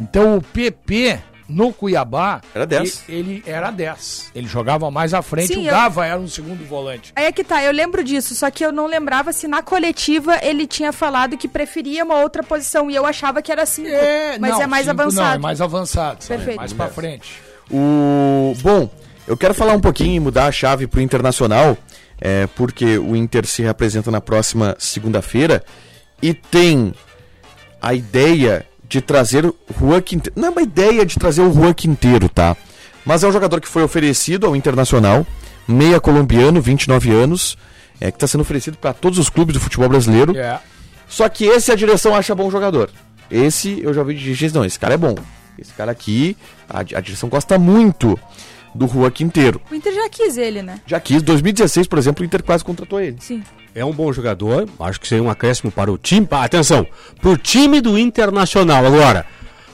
Então o PP no Cuiabá, Era 10. e- ele era 10. Ele jogava mais à frente, o Sim, eu- Gava era um segundo volante. Aí é que tá, eu lembro disso, só que eu não lembrava se na coletiva ele tinha falado que preferia uma outra posição e eu achava que era assim. mas não, é mais cinco Não, é avançado. mais avançado, sabe? Perfeito. mais pra frente. O bom, eu quero falar um pouquinho e mudar a chave pro Internacional, é, porque o Inter se representa na próxima segunda-feira e tem a ideia de trazer o Juan Quinteiro. Não é uma ideia de trazer o Juan Quinteiro, tá? Mas é um jogador que foi oferecido ao Internacional, meia colombiano, 29 anos, é, que está sendo oferecido para todos os clubes do futebol brasileiro. É. Só que esse a direção acha bom jogador. Esse eu já vi dirigentes, não, esse cara é bom. Esse cara aqui, a, a direção gosta muito do Juan Quinteiro. O Inter já quis ele, né? Já quis, 2016, por exemplo, o Inter quase contratou ele. Sim. É um bom jogador, acho que seria um acréscimo para o time. pa- Atenção, para o time do Internacional. Agora,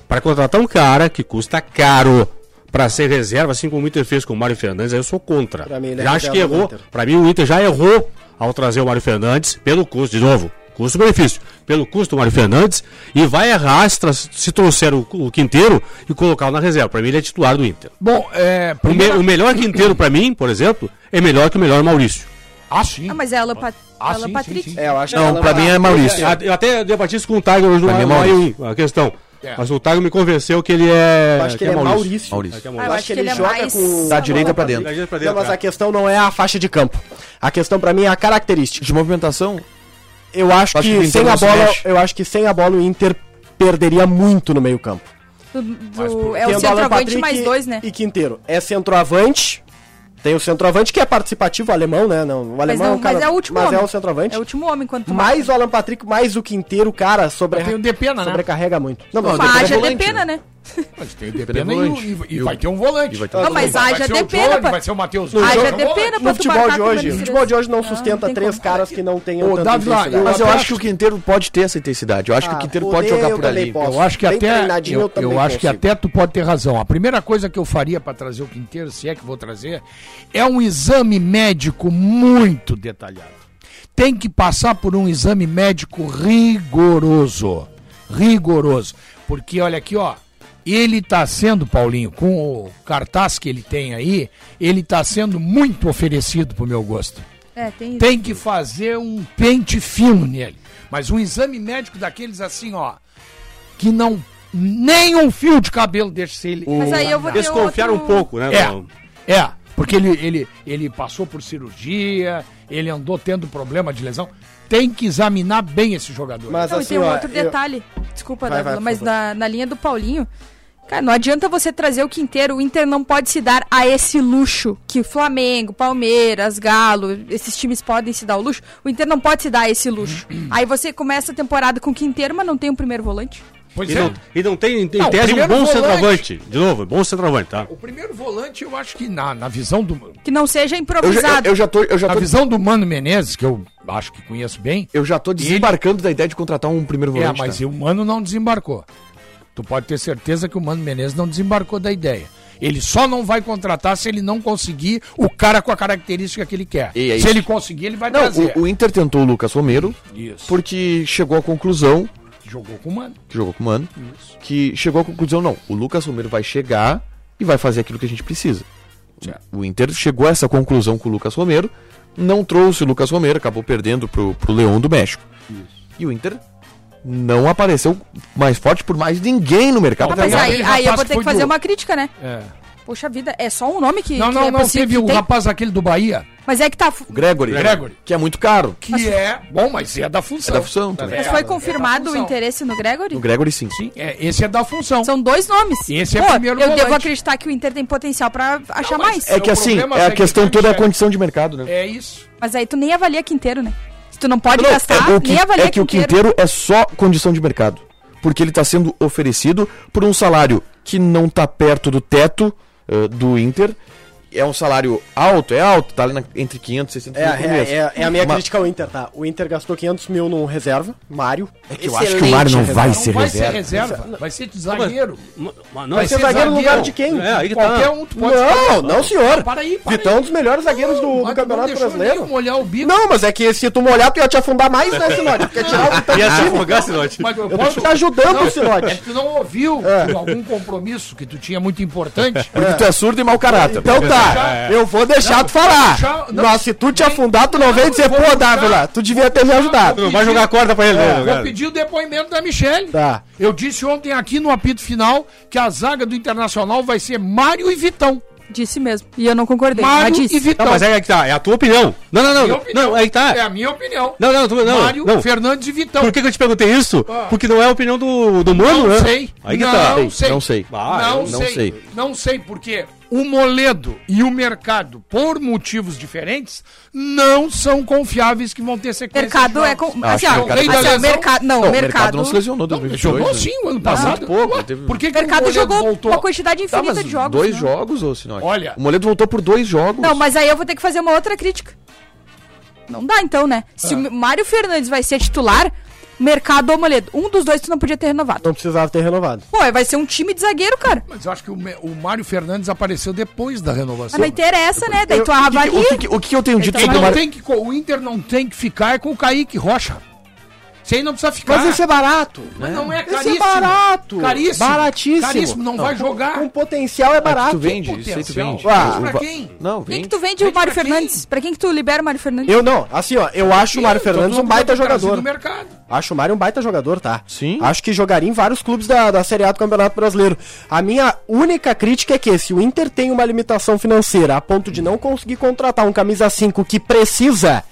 para contratar um cara que custa caro para ser reserva, assim como o Inter fez com o Mário Fernandes, aí eu sou contra. Pra mim, ele é já acho que reserva do errou. Inter. Para mim, o Inter já errou ao trazer o Mário Fernandes pelo custo, de novo, custo-benefício, pelo custo do Mário Fernandes, e vai errar se, tra- se trouxer o, o Quinteiro e colocá-lo na reserva. Para mim, ele é titular do Inter. Bom, é. O, me- Primeiro... o melhor Quinteiro, para mim, por exemplo, é melhor que o melhor Maurício. Ah, sim. Ah, mas é Alan, Pat... Ah, Alan sim, Patrick. sim, sim. É, eu acho Não, ela- pra mim é Maurício. Eu- Eu até debati isso com o Tiger hoje no, Pra mim é no Maurício. AIU, a questão. É. Mas o Tiger me convenceu que ele é. Eu acho que ele é Maurício. Maurício. Ah, eu acho que ele é joga mais... com- Da direita pra dentro. Não, mas a questão não é a faixa de campo. A questão pra mim é a característica. De movimentação, Eu Acho acho que o que Inter sem não a se bola, mexe. eu acho que sem a bola o Inter perderia muito no meio-campo. Do, do- é Tem o Alan centroavante Patrick mais dois, né? E Quinteiro. É centroavante. Tem o centroavante que é participativo, o alemão, né? Não, o alemão não, é um cara, mas é o último Mas homem. é o centroavante. É o último homem quanto Mais o Alan Patrick, mais o Quinteiro, cara, sobre... Tem o Depena, né? sobrecarrega muito. Não, Não, mas Depena é Haja de volante, pena, né? Mas tem o Depena é e, volante. o- e- e vai ter um volante. E vai ter Então, um Vai Não, mas ser haja o de pena, Johnny, pá. Vai ser o Matheus Haja Lucas, de é um volante. pena, no pra tu futebol marcar de com hoje, menos no três. futebol de hoje não Não, sustenta não tem três como. caras que não tenham Ô, tanta Davi, lá, intensidade. Mas eu até acho que o Quinteiro pode ter essa intensidade. Eu acho que o Quinteiro pode Ah, poder jogar eu por também ali. posso. Eu acho que Bem até. treinadinho Eu, eu também eu acho que consigo. até tu pode ter razão. A primeira coisa que eu faria para trazer o Quinteiro, se é que vou trazer, é um exame médico muito detalhado. Tem que passar por um exame médico rigoroso. Rigoroso. Porque olha aqui, ó. Ele tá sendo, Paulinho, com o cartaz que ele tem aí, ele tá sendo muito oferecido pro meu gosto É, tem isso. tem que fazer um pente fino nele. Mas um exame médico daqueles assim, ó, que não nem um fio de cabelo deixa ele. Mas aí eu vou ter Desconfiar um outro- pouco, né? É, Dom? é, porque ele, ele, ele passou por cirurgia, ele andou tendo problema de lesão. Tem que examinar bem esse jogador. Mas Não, e assim, tem um ó, outro eu- detalhe. Desculpa, Vai, Dávila, vai, por mas favor. na, na linha do Paulinho, cara, não adianta você trazer o Quinteiro. O Inter não pode se dar a esse luxo que o Flamengo, Palmeiras, Galo, esses times podem se dar o luxo. O Inter não pode se dar a esse luxo. Aí você começa a temporada com o Quinteiro, mas não tem um primeiro volante. Ah, pois é. E não, e não tem, em Não, tese, um primeiro bom volante. centroavante. De novo, bom centroavante, tá? O primeiro volante, eu acho que na, na visão do Que não seja Eu já, eu, improvisado. Ah, eu já tô, eu já na tô, visão do Mano Menezes, que eu acho que conheço bem, eu já tô desembarcando da ideia de contratar um primeiro É, volante. mas tá? o Mano não desembarcou. Tu pode ter certeza que o Mano Menezes não desembarcou da ideia. Ele só não vai contratar se ele não conseguir o cara com a característica que ele quer. E é isso. se ele conseguir, ele vai Não, trazer. o, o Inter tentou o Lucas Romero Isso. porque chegou à conclusão Jogou com o Mano. que jogou com o Mano, que chegou à conclusão, não, o Lucas Romero vai chegar e vai fazer aquilo que a gente precisa. É. Certo. O Inter chegou a essa conclusão com o Lucas Romero, não trouxe o Lucas Romero, acabou perdendo pro, pro Leão do México. E o Inter não apareceu mais forte por mais ninguém no mercado. Ah, mas Não, aí, aquele aí eu rapaz vou que ter foi que fazer do- uma crítica, né? Poxa vida, é só um nome que. Não, que não, é não. possível Teve que o tem. rapaz aquele do Bahia, Mas é que tá. O Gregory, Gregory. que é muito caro. que é. Bom, mas é da função. É da função também. Mas É, foi da confirmado o função. interesse no Gregory? O Gregory sim. Sim, é, esse é da função. São dois nomes. Esse é primeiro Eu volante. devo acreditar que o Inter tem potencial pra achar mas mais. É que O assim, problema é a segue questão grande, toda é a cara. condição de mercado, né? É isso. Mas aí tu nem avalia Quinteiro, né? Se tu não pode Não, gastar, é, o que, nem avalia é que o Quinteiro é só condição de mercado. Porque ele está sendo tá oferecido por um salário que não está perto do teto eh, do Inter é um salário alto, é alto, tá ali na- entre 500 e 600 É, mil por mês. é, é- é a minha Ma- crítica ao Inter, tá? O Inter gastou 500 mil num reserva, Mário. É que eu acho que o Mário não vai Não ser vai reserva. ser reserva, vai ser de zagueiro. Mas- mas não, Vai vai ser zagueiro no lugar de quem? É, aí que Qualquer tá. um tu pode Não, não, senhor. Para aí, para Vitão é um dos melhores zagueiros do, do Mas tu não Campeonato deixou Brasileiro. nem molhar o bico. Não, mas é que se tu molhar, tu ia te afundar mais, [laughs] né, Sinote? [laughs] Porque tirar o Vitão do Ia se time. afogar, Sinote. Mas eu Eu tô posso te ajudando, É Sinote. que tu não ouviu por algum compromisso que tu tinha muito [laughs] importante. Porque tu é surdo e mau caráter. Então tá, eu vou deixar tu falar. já- É. não. mas se tu te afundar, tu não vem dizer, vou pô, buscar- Dávila, tu devia ter me Tu ajudado. não vai jogar a corda pra ele, né? É, Vou cara? pedir o depoimento da Michelle. Tá. Eu disse ontem aqui no apito final que a zaga do Internacional vai ser Mário e Vitão. Disse mesmo. E eu não concordei. Mário mas e disse. Vitão. Não, mas aí que tá. É a tua opinião. Não, não, Minha não. opinião. Não, aí que tá. É a minha opinião. Não, não, tu, não. Mário, não. Fernandes e Vitão. Por que, que eu te perguntei isso? Ah. Porque não é a opinião do, do Mano, Não né? sei. Aí que não, tá. sei. Não sei. Ah, não, eu não sei. sei. Não sei porque o Moledo e o mercado, por motivos diferentes, não são confiáveis que vão ter sequência. Mercado de é. jogos. Com... Ah, Assim, acho ó, que o mercado assim, tá ó, lesão. mercado. Não, Não, o mercado. mercado não se lesionou em Não, 2022. jogou né? sim o ano passado. pouco, Ué, teve- Por que, O que mercado Moledo jogou voltou? uma quantidade Tá, infinita mas de jogos. dois né? jogos, ô Sinote. Olha. O Moledo voltou por dois jogos. Não, mas aí eu vou ter que fazer uma outra crítica. Não dá então, né? Se Ah. o Mário Fernandes vai ser titular, mercado ou Moledo, um dos dois tu não podia ter renovado. Não precisava ter renovado. Pô, vai ser um time de zagueiro, cara. Mas eu acho que o, Me- o Mário Fernandes apareceu depois da Mas renovação. não interessa, né? Daí Eu- tu o, que, avalia. o, que, o que eu tenho dito Então, Ele sobre o mas não Mar... tem que, co- o Inter não tem que ficar é com o Kaique Rocha. Isso aí não precisa ficar. Mas esse é barato. Mas não é Esse é caríssimo. barato. Caríssimo. Baratíssimo. Caríssimo, não, vai jogar. Com potencial é Mas barato. tu vende, isso aí tu Potencial. vende. Ah, O- o pra va- quem? Não, Quem que vende. tu vende o Vende Mário pra quem? Fernandes? Pra quem que tu libera o Mário Fernandes? Eu não, assim ó, eu acho o Mário Ih, todo é Fernandes um mundo baita vai trazer jogador. do mercado. Acho o Mário um baita jogador, tá? Sim. Acho que jogaria em vários clubes da, da Série A do Campeonato Brasileiro. A minha única crítica é que se o Inter tem uma limitação financeira a ponto de não conseguir contratar um camisa 5 que precisa,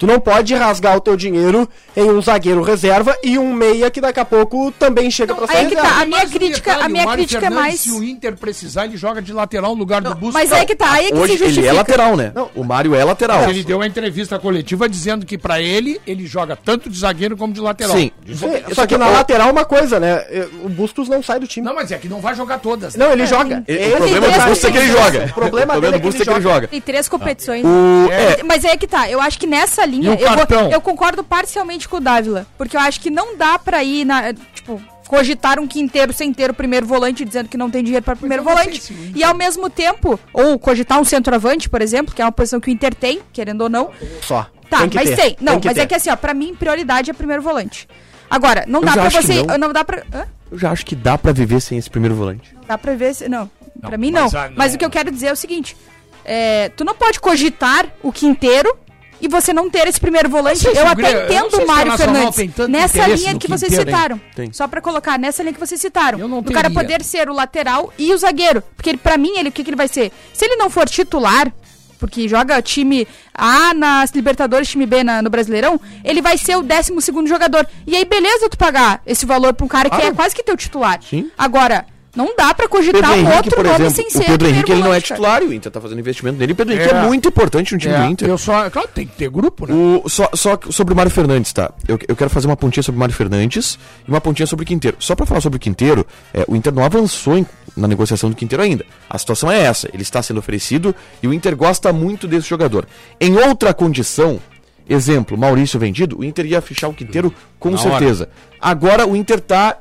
tu não pode rasgar o teu dinheiro em um zagueiro reserva e um meia que daqui a pouco também chega Não, pra aí ser que reserva. tá. A Tem minha mais um crítica- detalhe, a minha o Mário crítica é Fernandes, mais- Se o Inter precisar, ele joga de lateral no lugar do Busca. Mas aí que tá, aí é que se Hoje ele justifica. é lateral, né? O Mário é lateral. Ele deu uma entrevista coletiva dizendo que pra ele, ele joga tanto de zagueiro como de lateral. Sim. Sim, Só que na lateral é uma coisa, né? O Bustos não sai do time. Não, mas é que não vai jogar todas. né? Não, ele joga. Ele- Esse o problema do cara- Busto é que ele joga. [laughs] O problema O dele problema do é que Busto ele é que ele joga. joga. Tem três competições. O- é. Mas aí que tá. Eu acho que nessa linha. E o eu, vou- cartão? eu concordo parcialmente com o Dávila. Porque eu acho que não dá pra ir na. Tipo, cogitar um quinteiro sem ter o primeiro volante, dizendo que não tem dinheiro para primeiro eu não sei volante. se o Inter- E ao mesmo tempo, ou cogitar um centroavante, por exemplo, que é uma posição que o Inter tem, querendo ou não. Só. Tá, Tem que mas ter, tem. Não, que mas é ter. que assim, ó, pra mim, prioridade é primeiro volante. Agora, não dá já pra acho que você. não. Não. dá pra. Hã? Eu já acho que dá pra viver sem esse primeiro volante. Dá pra ver se. Não, pra mim não. mas, Mas, ah, não. o que eu quero dizer é o seguinte: é, tu não pode cogitar o quinteiro e você não ter esse primeiro volante. sei Eu, se o Grêmio- até eu não sei se entendo o o Mário Nacional tem Fernandes. tanto Nessa interesse linha no que vocês quinteiro, hein? citaram. Tem. Só pra colocar, nessa linha que vocês citaram. Eu não do cara teria. poder ser o lateral e o zagueiro. Porque ele, pra mim, ele, o que, que ele vai ser? Se ele não for titular. Porque joga time A nas Libertadores, time B na- no Brasileirão, ele vai ser o 12 segundo jogador. E aí, beleza tu pagar esse valor pra um cara que Claro. é quase que teu titular. Sim. Agora, não dá pra cogitar Pedro tá um Henrique, outro por nome exemplo, sem ser o Pedro Henrique ele primeiro não é volante, cara. titular e o Inter tá fazendo investimento nele. O Pedro Henrique É. é, muito importante no time do É, Inter. eu só. Claro, tem que ter grupo, né? O, só, só sobre o Mário Fernandes, tá? Eu, eu quero fazer uma pontinha sobre o Mário Fernandes e uma pontinha sobre o Quinteiro. Só pra falar sobre o Quinteiro, é, o Inter não avançou em- na negociação do Quinteiro ainda. A situação é essa. Ele está sendo oferecido e o Inter gosta muito desse jogador. Em outra condição, exemplo, Maurício vendido, o Inter ia fechar o Quinteiro com Na certeza. Agora o Inter tá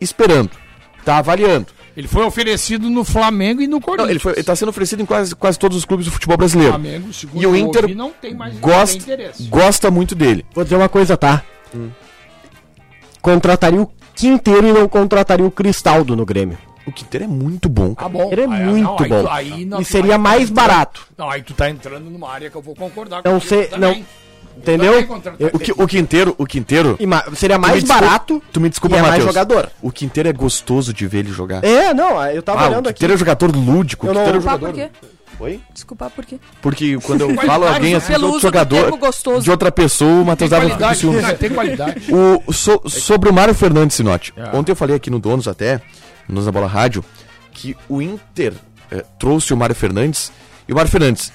esperando, tá avaliando. Ele foi oferecido no Flamengo e no Não, Corinthians. ele, foi, ele tá sendo oferecido em quase, quase todos os clubes do futebol brasileiro. Flamengo, segundo E o eu Inter ouvi, não tem mais gosta, não tem interesse. gosta muito dele. Hum. Vou dizer uma coisa, tá? Contrataria o Quinteiro e não contrataria o Cristaldo no Grêmio. O Quinteiro é muito bom. cara. Tá bom. Ele é Ah, muito não, aí bom. tu- aí não- e seria aí tu- mais barato. Não, aí tu tá entrando numa área que eu vou concordar Não contigo sei, não. também. Entendeu? também contrataria. O, Eu- que, o Quinteiro, o Quinteiro. e ma- seria tu me mais desculpa- barato. Tu me desculpa, e é mais Matheus. jogador. O Quinteiro é gostoso de ver ele jogar. É, não, eu tava Ah, o olhando aqui. Quinteiro é jogador lúdico. O Eu não- Quinteiro é Desculpar jogador. por quê? Oi? Desculpar por quê? Porque quando [laughs] eu falo Qualidade, alguém né? assim, de Pelo outro uso do jogador, termo gostoso. de outra pessoa, o Tem Matheus Dávila fica com qualidade, ciúmes. cara, tem qualidade. É. O, so- sobre o Mário Fernandes Sinote. Ontem eu falei aqui no Donos até, no Donos da Bola Rádio, que o Inter eh, trouxe o Mário Fernandes. E o Mário Fernandes,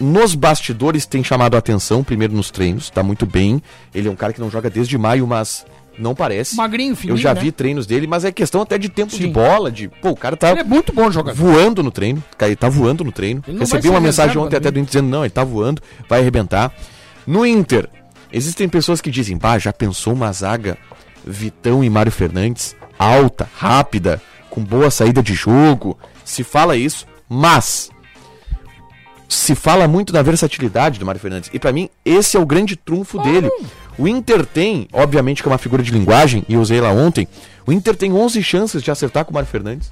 nos bastidores, tem chamado a atenção, primeiro nos treinos, tá muito bem. Ele é um cara que não joga desde maio, mas Não parece. Magrinho, fininho, Eu já né? vi treinos dele, mas é questão até de tempo de Sim. bola, de. Pô, o cara tá Ele é muito bom jogador. voando no treino. Cara, ele tá voando no treino. Ele não vai Recebi ser uma mensagem reserva ontem até também. do Inter dizendo, não, ele tá voando, vai arrebentar. No Inter, existem pessoas que dizem, bah, já pensou uma zaga Vitão e Mário Fernandes? Alta, rápida, com boa saída de jogo. Se fala isso, mas se fala muito da versatilidade do Mário Fernandes. E pra mim, esse é o grande trunfo dele. O Inter tem, obviamente que é uma figura de linguagem, e eu usei lá ontem, o Inter tem 11 chances de acertar com o Mário Fernandes.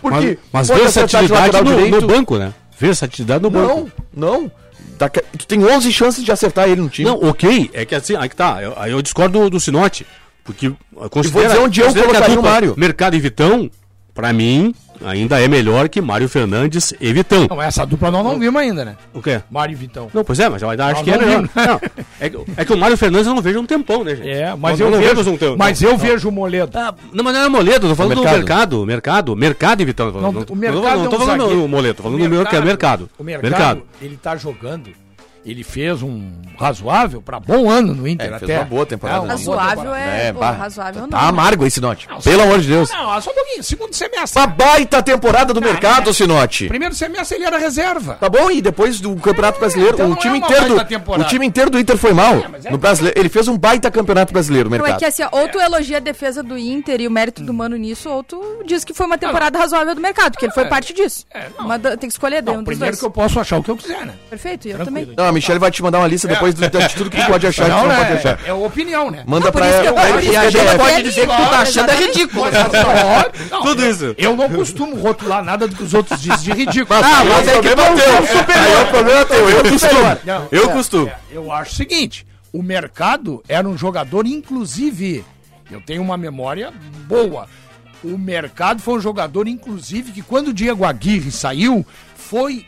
Porque Mas, mas pode acertar de versatilidade lateral no, direito. no banco, né? Versatilidade no banco. Não, não. Daqui- tu tem 11 chances de acertar ele no time. Não, ok, é que assim, aí que tá, eu, aí eu discordo do, do Sinote, porque ah, eu considero dizer onde eu colocaria o Mário. Mercado e Vitão, pra mim, ainda é melhor que Mário Fernandes e Vitão. Não, essa dupla nós não vimos ainda, né? O quê? Mário e Vitão. Não, pois é, mas eu ainda acho Nós que é não melhor. vimos. Não, é, que- é que o Mário Fernandes eu não vejo há um tempão, né, gente? É, mas Nós eu, não vemos vejo, um tempão. mas eu vejo o Moledo. Ah, não, mas não é moleto, eu tô falando mercado. do mercado, mercado, mercado e Vitão. eu tô Não, falando. o mercado não, é um tô falando zagueiro. o moleto, tô falando do meu, que é mercado. O mercado, ele tá jogando. Ele fez um razoável pra bom ano no Inter É, ele até. fez uma boa temporada, É, uma né? boa Razoável temporada. É, é. pô, bah, razoável Tá não. né? amargo esse note. Pelo amor de Deus. Não, só um pouquinho. Segundo semestre. Uma baita temporada do mercado, né? Sinote. Primeiro semestre ele era reserva. Tá bom, e depois do Campeonato Brasileiro, então o não é time uma inteiro baita do, temporada. o time inteiro do Inter foi mal. mas é no brasileiro, ele fez um baita Campeonato Brasileiro, o Não mercado. é Hum. que assim, ó, ou tu elogia a defesa do Inter e o mérito do Mano nisso, ou tu diz que foi uma temporada razoável do mercado, que ele foi é. parte disso. É, não. Mas da- tem que escolher, daí Não, um dos primeiro dois. que eu posso achar o que eu quiser, né? Perfeito, e eu Tranquilo. também. Não, a Michelle vai te mandar uma lista depois do- de Então, é tudo que tu pode achar e que tu não é, pode achar. é opinião, né? Manda Ah, por pra isso que eu ela. tava aí dizendo tem a que eu PDF. quero dizer que tu tá achando é ridículo. Não, Tudo eu- isso. Eu não costumo rotular nada do que os outros dizem de ridículo. Ah, mas é que tu um é superior. o problema é teu, eu costumo. Não, Eu é, costumo. é, eu acho o seguinte: o mercado era um jogador, inclusive. Eu tenho uma memória boa. O mercado foi um jogador, inclusive, que quando o Diego Aguirre saiu, foi.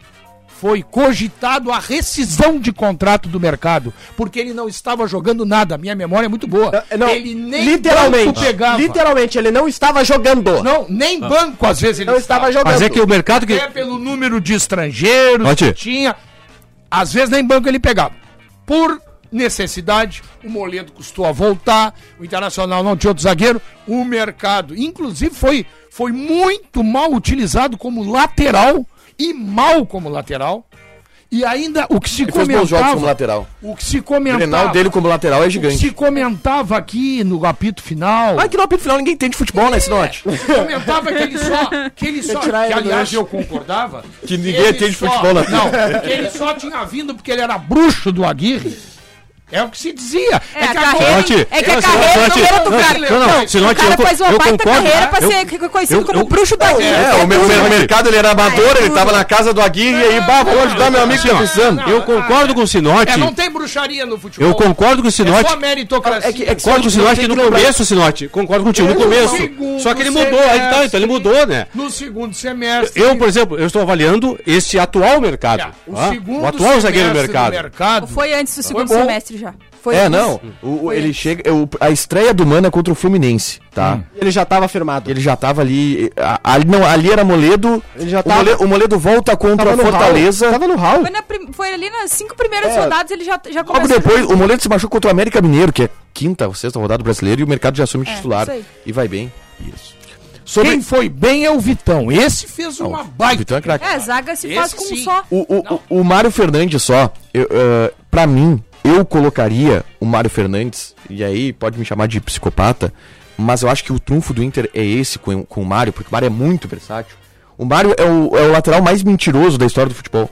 Foi cogitado a rescisão de contrato do mercado, porque ele não estava jogando nada. Minha memória é muito boa. Não, Não, ele nem Então, literalmente, banco pegava. literalmente, ele não estava jogando. Não, nem banco às vezes ele Não estava jogando. Ah. Mas é que o mercado que... até pelo número de estrangeiros Mati. que tinha. Às vezes nem banco ele pegava. Por necessidade, o Moledo custou a voltar, o Internacional não tinha outro zagueiro, o mercado, inclusive, foi, foi muito mal utilizado como lateral e mal como lateral. E ainda o que se Ele fez bons jogos como comentava, lateral. o que se O comentava, Grenal dele como lateral é o que gigante. se comentava aqui no apito final, É, Ah, que no apito final ninguém entende futebol, né, Sinote? comentava que ele só. Que ele só. Que, tirar ele do aliás, eixo. eu concordava. Que ninguém ele entende só- futebol né? né? lá. Não, que ele só tinha vindo porque ele era bruxo do Aguirre. É o que se dizia. É, a agora- carreira, Sinote, é que a eu- carreira Sinote, não era do não, cara. não, não, o Sinote, cara eu co- faz uma eu baita concordo, carreira tá? pra Eu- ser conhecido eu- como eu- bruxo da É, o meu o mercado ele era amador, É ele tava na casa do Aguirre e aí, bah, vou ajudar meu amigo que tá precisando. Assim, Eu concordo com o Sinote, É, não tem bruxaria no futebol. eu concordo com o É Sinote, só meritocracia. É que- é que- Concordo com o Sinote Tem que no que lembrar. começo, Sinote. Concordo contigo, no No começo. é um segundo Só que ele mudou, aí que tá, então ele mudou, né? No segundo semestre. Eu, por exemplo, eu estou avaliando esse atual mercado. É, o tá? segundo o atual zagueiro do semestre mercado. mercado Foi antes do segundo bom. semestre já. Foi É, antes. não. O- o- ele chega. é o- a estreia do Mano é contra o Fluminense, tá? Hum. Ele já estava afirmado. Ele já tava ali. a- Ali, não, ali era Moledo. Ele já o, tava- Moledo o Moledo volta contra a Fortaleza. Tava no hall. Foi, na prim- foi ali nas cinco primeiras É. rodadas ele já, já Logo começou. depois, o Moledo se machuca contra o América Mineiro, que é quinta ou sexta rodada do brasileiro, e o mercado já assume É, titular. isso aí. E vai bem. Isso. Sobre. Quem foi bem é o Vitão. Esse fez Não, uma o baita. Vitão é craque. É, zaga se faz Esse com um sim. só. O, o, o, o Mário Fernandes só, eu, eh, pra mim, eu colocaria o Mário Fernandes, e aí pode me chamar de psicopata, mas eu acho que o trunfo do Inter é esse com, com o Mário, porque o Mário é muito versátil. O Mário é o, é o lateral mais mentiroso da história do futebol.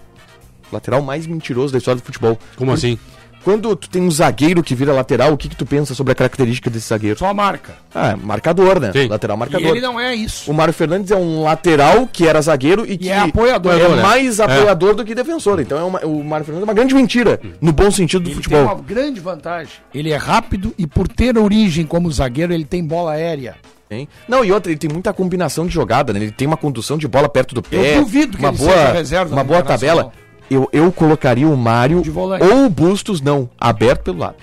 Lateral mais mentiroso da história do futebol. Como assim? Quando tu tem um zagueiro que vira lateral, o que, que tu pensa sobre a característica desse zagueiro? Só marca. Ah, é marcador, né? Sim. Lateral E marcador. ele não é isso. O Mário Fernandes é um lateral que era zagueiro e que é apoiador, é né? mais apoiador do que defensor. Então é uma- o Mário Fernandes é uma grande mentira no bom sentido do Ele futebol. tem uma grande vantagem. Ele é rápido e por ter origem como zagueiro, ele tem bola aérea. Hein? Não, e outra, ele tem muita combinação de jogada, né? Ele tem uma condução de bola perto do Eu pé. duvido que uma ele boa, seja reserva uma do boa Internacional. tabela. Eu, eu colocaria o Mário De volante. ou o Bustos não, aberto pelo lado.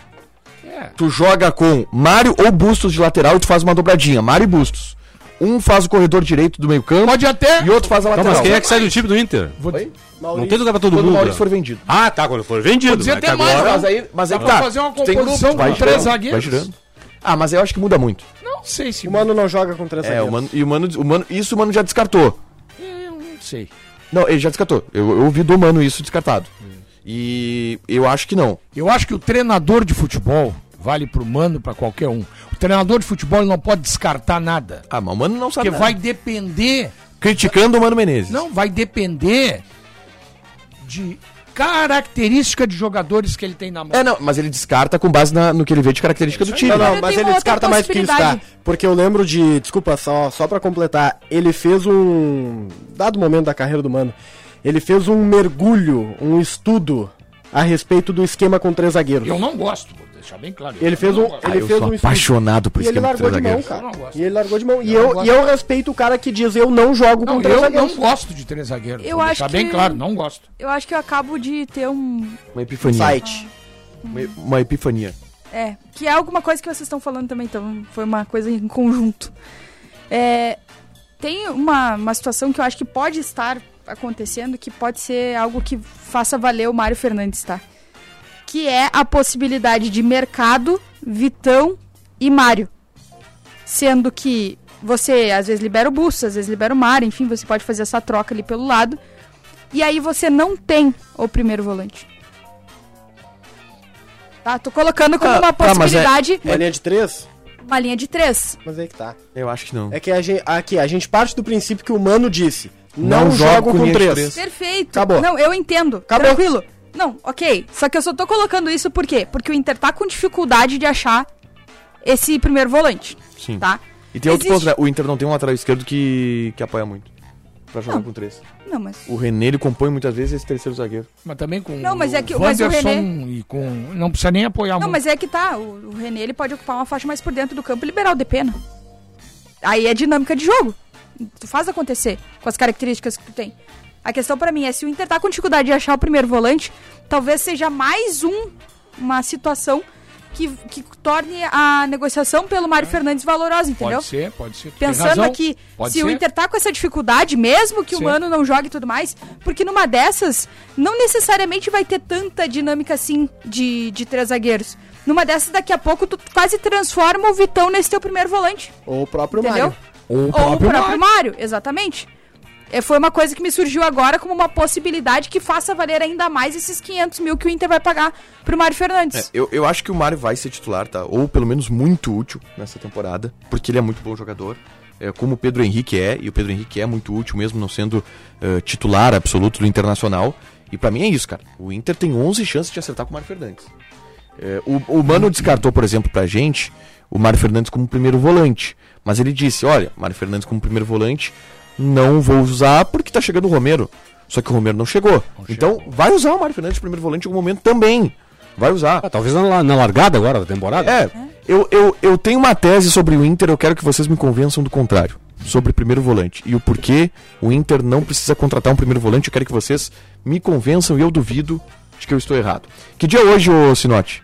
É. Tu joga com Mário ou Bustos de lateral e tu faz uma dobradinha, Mário e Bustos. Um faz o corredor direito do meio-campo Pode até. e outro faz a Tá, lateral. mas quem é que sai do time do Inter? Vou dizer- Não tem lugar pra todo Quando o mundo. Maurício né? for vendido. Ah, tá, quando for vendido. dizer né, que até mais, agora- mas aí, mas aí Dá que pra tá. fazer uma Tu tem composição grupo, tu vai com três girando, zagueiros. Vai girando. Ah, mas eu acho que muda muito. Não sei se. O Mano não joga com três É, o zagueiros. mano, e o mano, o mano, isso o mano já descartou. Eu não sei. Não, ele já descartou. Eu, eu ouvi do mano isso descartado. E eu acho que não. Eu acho que o treinador de futebol vale pro mano, pra qualquer um. O treinador de futebol ele não pode descartar nada. Ah, mas o mano não sabe. Porque nada. vai depender. criticando o Mano Menezes. Não, vai depender de característica de jogadores que ele tem na mão. É, não, mas ele descarta com base na- no que ele vê de característica do time. Não, Agora não, tem mas uma ele outra descarta mais do que tá? ele está. possibilidade. Porque eu lembro de. Desculpa, só, só pra completar. Ele fez um. Dado momento da carreira do mano, ele fez um mergulho, um estudo a respeito do esquema com três zagueiros. Eu não gosto, vou deixar bem claro. Ele Eu fez não um- gosto. Ah, ele eu fez sou um estudo. apaixonado por E ele esquema de largou três de mão, zagueiros. cara. Eu não gosto. E ele largou de mão. E Eu não eu, gosto. e eu respeito o cara que diz eu não jogo Não, com três eu não zagueiros. gosto de três zagueiros. Eu vou acho deixar bem que- claro, não gosto. Eu acho que eu acabo de ter um. Uma epifania. Site. Uma, uma epifania. É, que é alguma coisa que vocês estão falando também, então foi uma coisa em conjunto. É, tem uma, uma situação que eu acho que pode estar acontecendo, que pode ser algo que faça valer o Mário Fernandes, tá? Que é a possibilidade de mercado, Vitão e Mário. Sendo que você às vezes libera o Busto, às vezes libera o Mário, enfim, você pode fazer essa troca ali pelo lado. E aí você não tem o primeiro volante. Tá, tô colocando como Ah, uma tá, mas é- possibilidade Uma linha de três? uma linha de três. Mas aí que tá. Eu acho que não. É que a gente, aqui, a gente parte do princípio que o Mano disse. Não, Não jogo jogo com com linha de três. três. Perfeito. Acabou. Não, eu entendo. Acabou. Tranquilo. Não, ok. Só que eu só tô colocando isso por quê? Porque o Inter tá com dificuldade de achar esse primeiro volante, Sim. tá? E tem outro Existe- ponto, né? O Inter não tem um lateral esquerdo que, que apoia muito. Pra jogar com três. Não, mas... O René, ele compõe muitas vezes esse terceiro zagueiro. Mas também com Não, mas é que- o mas o Wanderson René- e com... Não precisa nem apoiar Não, muito. mas é que tá. O, o René, ele pode ocupar uma faixa mais por dentro do campo e liberar o Depena. Aí é dinâmica de jogo. Tu faz acontecer com as características que tu tem. A questão pra mim é se o Inter tá com dificuldade de achar o primeiro volante, talvez seja mais um uma situação que, que torne a negociação pelo Mário Fernandes valorosa, entendeu? Pode ser, pode ser. tu tem Pensando razão. aqui, Pode se o ser. Inter tá com essa dificuldade, mesmo que Sim. o Mano não jogue e tudo mais, porque numa dessas, não necessariamente vai ter tanta dinâmica assim de, de três zagueiros. Numa dessas, daqui a pouco, tu quase transforma o Vitão nesse teu primeiro volante, Ou o próprio entendeu? Mário. Ou o Ou o próprio próprio Mário, exatamente. É, foi uma coisa que me surgiu agora como uma possibilidade que faça valer ainda mais esses 500 mil que o Inter vai pagar pro Mário Fernandes. É, eu, eu acho que o Mário vai ser titular, tá? Ou pelo menos muito útil nessa temporada, porque ele é muito bom jogador. É, como o Pedro Henrique é, e o Pedro Henrique é muito útil mesmo não sendo eh, titular absoluto do Internacional. E pra mim é isso, cara. O Inter tem 11 chances de acertar com o Mário Fernandes. É, o, o Mano descartou, por exemplo, pra gente o Mário Fernandes como primeiro volante. Mas ele disse: olha, Mário Fernandes como primeiro volante, não vou usar porque tá chegando o Romero. Só que o Romero não chegou. então vai usar o Mário Fernandes de primeiro volante em algum momento também. Vai usar. Ah, talvez na, la- na largada agora da temporada. É, eu, eu, eu tenho uma tese sobre o Inter, eu quero que vocês me convençam do contrário. Sobre primeiro volante. E o porquê o Inter não precisa contratar um primeiro volante, eu quero que vocês me convençam e eu duvido de que eu estou errado. Que dia é hoje, ô Sinote?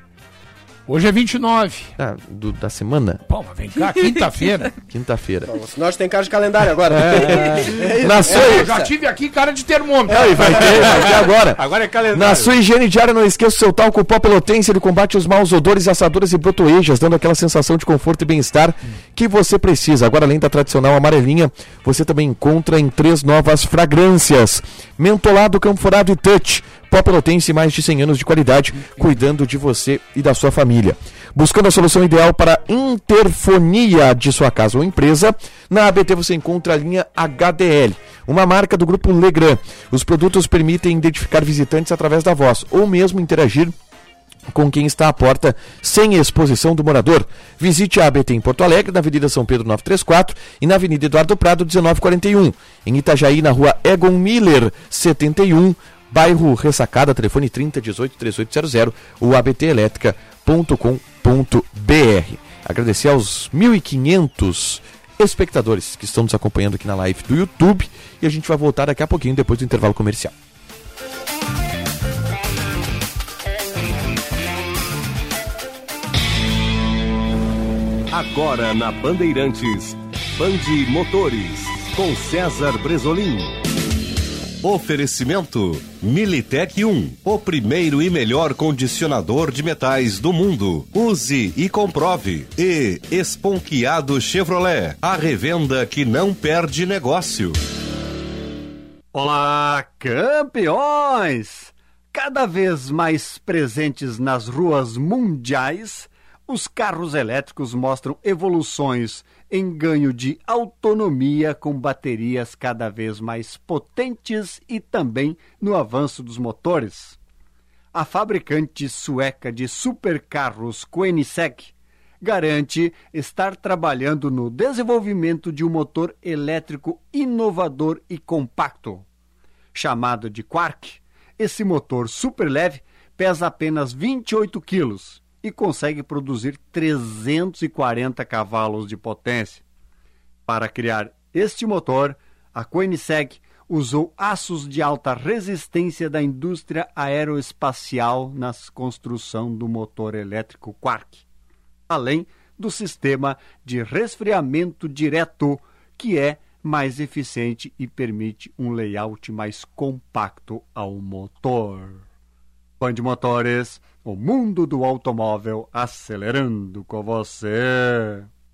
Hoje é 29. Ah, do- da semana? Pô, mas vem cá, [laughs] quinta-feira. [laughs] Quinta-feira. Se nós tem cara de calendário agora. É. [laughs] É Na sua. Eu já tive aqui cara de termômetro. Não, É, e vai ter, vai ter agora. Agora é calendário. Na sua higiene diária, não esqueça o seu talco pó pelotense. Ele combate os maus odores, assaduras e brotoejas, dando aquela sensação de conforto e bem-estar que você precisa. Agora, além da tradicional amarelinha, você também encontra em três novas fragrâncias: mentolado, camforado e touch. Pó Pelotense, mais de 100 anos de qualidade, cuidando de você e da sua família. Buscando a solução ideal para a interfonia de sua casa ou empresa, na ABT você encontra a linha HDL, uma marca do grupo Legrand. Os produtos permitem identificar visitantes através da voz ou mesmo interagir com quem está à porta sem exposição do morador. Visite a ABT em Porto Alegre, na Avenida São Pedro 934 e na Avenida Eduardo Prado 1941. Em Itajaí, na rua Egon Miller 71, bairro Ressacada, telefone um 30 18 3800 ou abtelétrica.com.br. Agradecer aos 1.500 espectadores que estão nos acompanhando aqui na live do YouTube e a gente vai voltar daqui a pouquinho depois do intervalo comercial. Agora na Bandeirantes, Bande Motores, com César Bresolim. Oferecimento Militec 1, o primeiro e melhor condicionador de metais do mundo. Use e comprove. E Esponquiado Chevrolet, a revenda que não perde negócio. Olá, campeões! Cada vez mais presentes nas ruas mundiais, os carros elétricos mostram evoluções em ganho de autonomia com baterias cada vez mais potentes e também no avanço dos motores. A fabricante sueca de supercarros Koenigsegg garante estar trabalhando no desenvolvimento de um motor elétrico inovador e compacto. Chamado de Quark, esse motor super leve pesa apenas 28 quilos e consegue produzir 340 cavalos de potência. Para criar este motor, a Koenigsegg usou aços de alta resistência da indústria aeroespacial na construção do motor elétrico Quark além do sistema de resfriamento direto, que é mais eficiente e permite um layout mais compacto ao motor. Band Motores, o mundo do automóvel acelerando com você.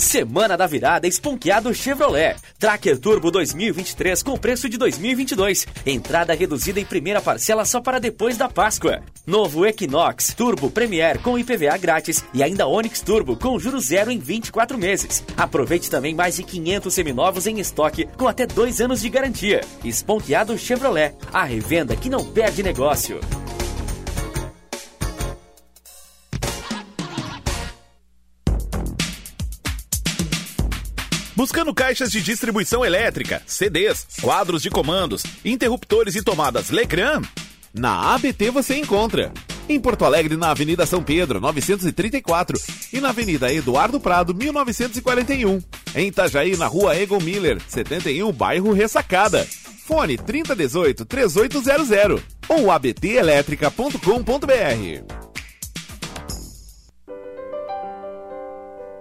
Semana da virada esponqueado Chevrolet. Tracker Turbo 2023 com preço de 2022. Entrada reduzida em primeira parcela só para depois da Páscoa. Novo Equinox Turbo Premier com IPVA grátis e ainda Onix Turbo com juros zero em 24 meses. Aproveite também mais de 500 seminovos em estoque com até dois anos de garantia. Esponqueado Chevrolet. A revenda que não perde negócio. Buscando caixas de distribuição elétrica, CDs, quadros de comandos, interruptores e tomadas Legrand? Na ABT você encontra. Em Porto Alegre, na Avenida São Pedro, 934, e na Avenida Eduardo Prado, 1941. Em Itajaí, na Rua Egon Miller, 71, bairro Ressacada. Fone 3018-3800 ou abtelétrica.com.br.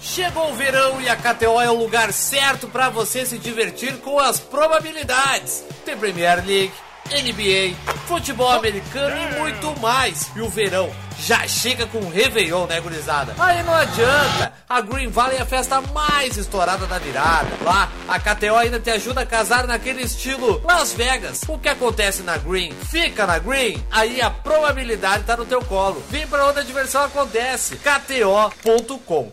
Chegou o verão e a KTO é o lugar certo para você se divertir com as probabilidades. Tem Premier League, NBA, futebol americano e muito mais. E o verão já chega com o Réveillon, né, gurizada? Aí não adianta! A Green Valley é a festa mais estourada da virada. Lá, a KTO ainda te ajuda a casar naquele estilo Las Vegas. O que acontece na Green fica na Green, aí a probabilidade tá no teu colo. Vem pra onde a diversão acontece. KTO.com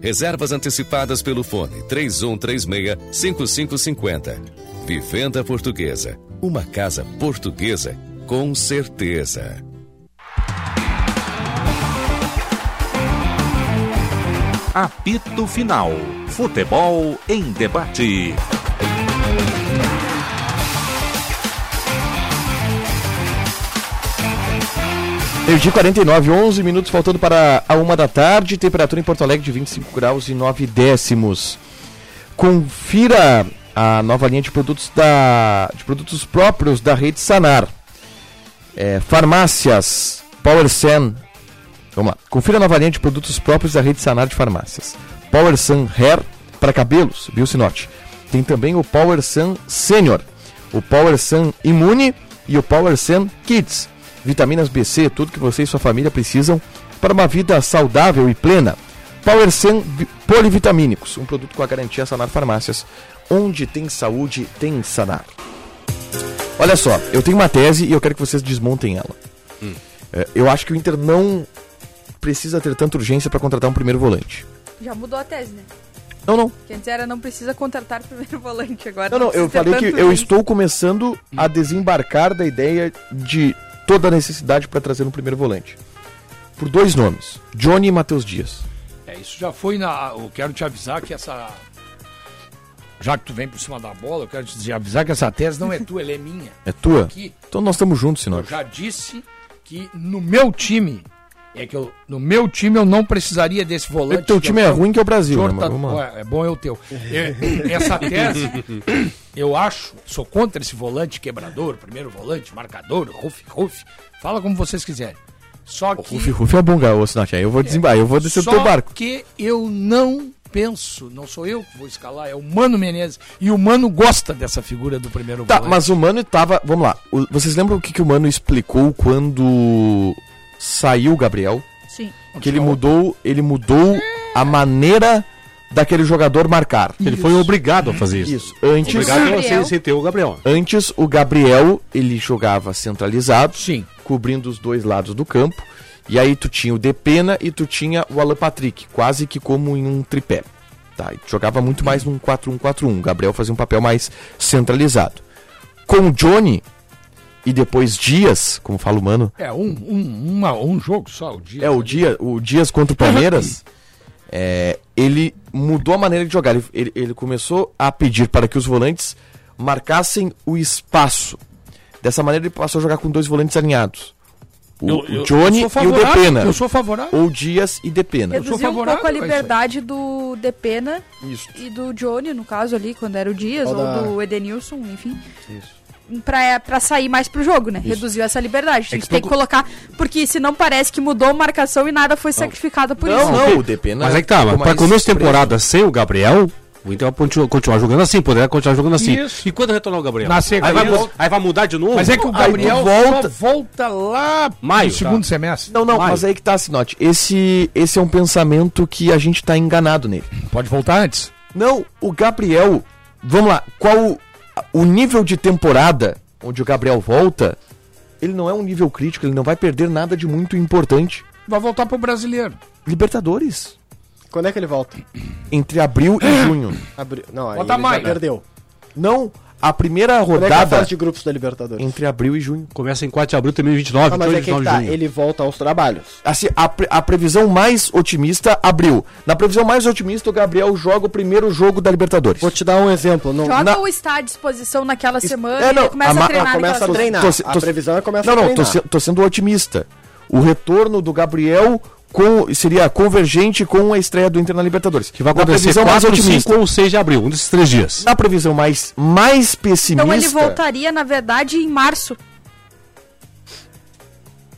Reservas antecipadas pelo fone 3136-5550. Vivenda Portuguesa. Uma casa portuguesa com certeza. Apito final. Futebol em debate. Energia 49, 11 minutos faltando para a uma da tarde, temperatura em Porto Alegre de 25 graus e 9 décimos. Confira a nova linha de produtos da de produtos próprios da rede Sanar. É, farmácias Power Sen. Vamos lá. Confira a nova linha de produtos próprios da rede Sanar de farmácias. Power Sun Hair para cabelos, viu, Sinote? Tem também o Power Sun Senior, o Power Sun Imune e o Power Sun Kids. Vitaminas BC, tudo que você e sua família precisam para uma vida saudável e plena. Power Sun Vi- Polivitamínicos, um produto com a garantia Sanar Farmácias. Onde tem saúde, tem Sanar. Olha só, eu tenho uma tese e eu quero que vocês desmontem ela. É, eu acho que o Inter não precisa ter tanta urgência para contratar um primeiro volante. Já mudou a tese, né? Não, não. Quem antes era não precisa contratar [laughs] primeiro volante agora. Não, não, eu precisa ter falei que tanto eu gente. estou começando a desembarcar da ideia de toda a necessidade para trazer um primeiro volante. Por dois nomes, Johnny e Matheus Dias. É, isso já foi na. Eu quero te avisar que essa. Já que tu vem por cima da bola, eu quero te dizer- avisar que essa tese não é tua, ela é minha. [laughs] É tua? Aqui. Então nós estamos juntos, senhor. Eu já disse que no meu time. É que eu, no meu time eu não precisaria desse É volante. que teu time é eu- ruim que é o Brasil, né, Jordan- mano? Vamos lá. Ué, é bom é o teu. É, [laughs] essa tese, eu acho, sou contra esse volante quebrador, primeiro volante, marcador, ruf, ruf. Fala como vocês quiserem. Só que. Rufi, Rufi é bom gaúcho, Sinote. Aí eu vou desembarcar, eu vou descer do Só teu barco. que eu não penso, não sou eu que vou escalar, é o Mano Menezes. E o Mano gosta dessa figura do primeiro Tá, volante. mas o Mano tava. Vamos lá. O- vocês lembram o que, que o Mano explicou quando saiu o Gabriel? Sim. Que ele mudou, ele mudou a maneira daquele jogador marcar. Ele foi obrigado a fazer isso. Isso. Antes, Obrigado a Gabriel. você, você ter o Gabriel. antes o Gabriel, ele jogava centralizado, Sim. cobrindo os dois lados do campo. E aí tu tinha o Depena e tu tinha o Alan Patrick, quase que como em um tripé. Tá, e tu jogava muito mais num 4-1-4-1. O Gabriel fazia um papel mais centralizado. Com o Johnny e depois Dias, como fala o Mano, É, um, um, uma- um jogo só, o dia. é, o, dia, o Dias contra o Palmeiras, Uhum. é, ele mudou a maneira de jogar. Ele, ele- ele começou a pedir para que os volantes marcassem o espaço. Dessa maneira, ele passou a jogar com dois volantes alinhados: o, Eu- o eu- Johnny eu sou e o favorável, Depena. Eu sou favorável. Ou Dias e Depena. sou Reduziu um favorável pouco a a isso aí. liberdade do Depena Isso. e do Johnny, no caso ali, quando era o Dias, Ou ou, da- do Edenilson, enfim. Pra, pra sair mais pro jogo, né? Reduziu essa liberdade. A gente tem que colocar. Porque senão parece que mudou a marcação e nada foi sacrificado por isso. não, o Depena. Mas é que tá, mas ficou pra mais começo de temporada sem o Gabriel, o Inter vai continu- continuar jogando assim, poderia continuar jogando assim. Isso. E quando retornar o Gabriel? Na aí, vai, sequência- mu- aí vai mudar de novo? Mas é que o Aí tu Gabriel volta- só volta lá Maio, no segundo tá. semestre. Não, não, Vai. mas aí que tá, Sinote. Esse, esse é um pensamento que a gente tá enganado nele. Pode voltar antes. Não, o Gabriel. Vamos lá, qual o- o nível de temporada onde o Gabriel volta? Ele não é um nível crítico, ele não vai perder nada de muito importante. Vai voltar pro brasileiro. Libertadores, Quando é que ele volta? entre abril e [coughs] junho. Abri- Não, aí Bota ele mais, já né? perdeu. Não, a primeira Quando é que é a Tá rodada fase de grupos da Libertadores? entre abril e junho. Começa em 4 de abril, termina em 29, Ah, então mas é 28, que, é 29 que de tá, junho. ele volta aos trabalhos. Assim, a, pre- a previsão mais otimista, abril. Na previsão mais otimista, o Gabriel joga o primeiro jogo da Libertadores. Vou te dar um exemplo. Não, Joga na- ou está à disposição naquela semana É, e não, ele começa a a, ma- treinar então. ah, começa naquela a semana. treinar. A previsão é começa não, a não, Tô, treinar. se- tô sendo otimista. O retorno do Gabriel com- seria convergente com a estreia do Inter na Libertadores. Que vai Na acontecer previsão mais 4, otimista. 5 ou 6 de abril, um desses três dias. Na previsão mais, mais pessimista. Então ele voltaria, na verdade, em março.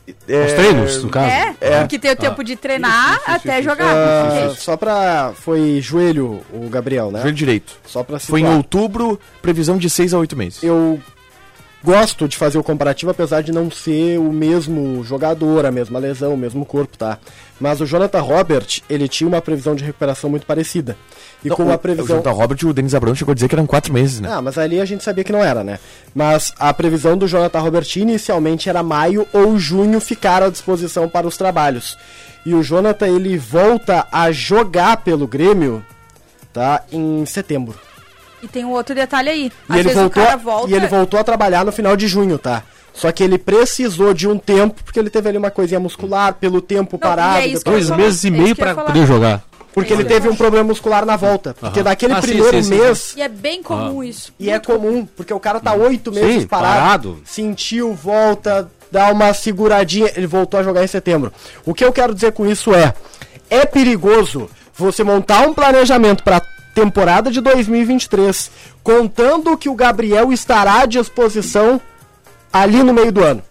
Os treinos, no caso. É, porque tem o tempo de treinar até jogar. Ah, Gente, só pra. Foi joelho o Gabriel, né? Joelho direito. Só pra Foi em situar. outubro, previsão de 6 a 8 meses. Eu gosto de fazer o comparativo, apesar de não ser o mesmo jogador, a mesma lesão, o mesmo corpo, tá? Mas o Jonathan Robert, ele tinha uma previsão de recuperação muito parecida. E com o, a previsão. O Jonathan Robert e o Denis Abrão chegou a dizer que eram 4 meses, né? Ah, mas ali a gente sabia que não era, né? Mas a previsão do Jonathan Roberti inicialmente era maio ou junho ficar à disposição para os trabalhos. E o Jonathan, ele volta a jogar pelo Grêmio, tá? Em setembro. E tem um outro detalhe aí. E Às ele, vezes voltou, o cara volta. e ele voltou a trabalhar no final de junho, tá? Só que ele precisou de um tempo, porque ele teve ali uma coisinha muscular, pelo tempo Não, parado. e é isso que eu ia Dois depois- falar, meses e é isso meio que eu ia pra falar. É. poder jogar. porque ele teve um problema muscular na volta. Porque daquele Ah, sim, primeiro sim, sim, Ah. mês, E é bem comum isso. E é comum, porque o cara tá oito Sim, meses parado, parado. sentiu, volta, dá uma seguradinha, ele voltou a jogar em setembro. O que eu quero dizer com isso é, é perigoso você montar um planejamento pra temporada de 2023, contando que o Gabriel estará à disposição ali no meio do ano.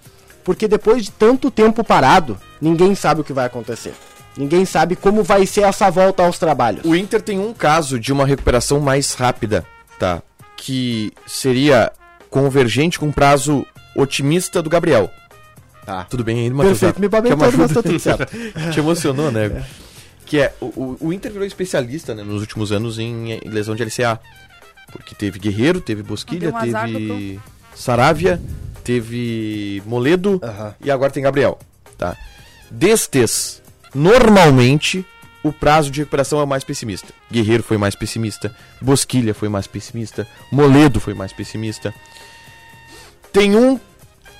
Porque depois de tanto tempo parado, ninguém sabe o que vai acontecer. Ninguém sabe como vai ser essa volta tá aos trabalhos. O Inter tem um caso de uma recuperação mais rápida, tá? Que seria convergente com o prazo otimista do Gabriel. Tá. Tudo bem ainda, Matheus? Perfeito, me Que é babei uma todo, mas ajuda- tá tudo certo. [laughs] Te emocionou, né? Que é, o- o, o Inter virou especialista né, nos últimos anos em, eh, lesão de LCA. Porque teve Guerreiro, teve Bosquilha, Não, deu um azar teve Saravia, teve Moledo Aham. e agora tem Gabriel. Tá? Destes, normalmente, o prazo de recuperação é o mais pessimista. Guerreiro foi mais pessimista, Bosquilha foi mais pessimista, Moledo foi mais pessimista. Tem um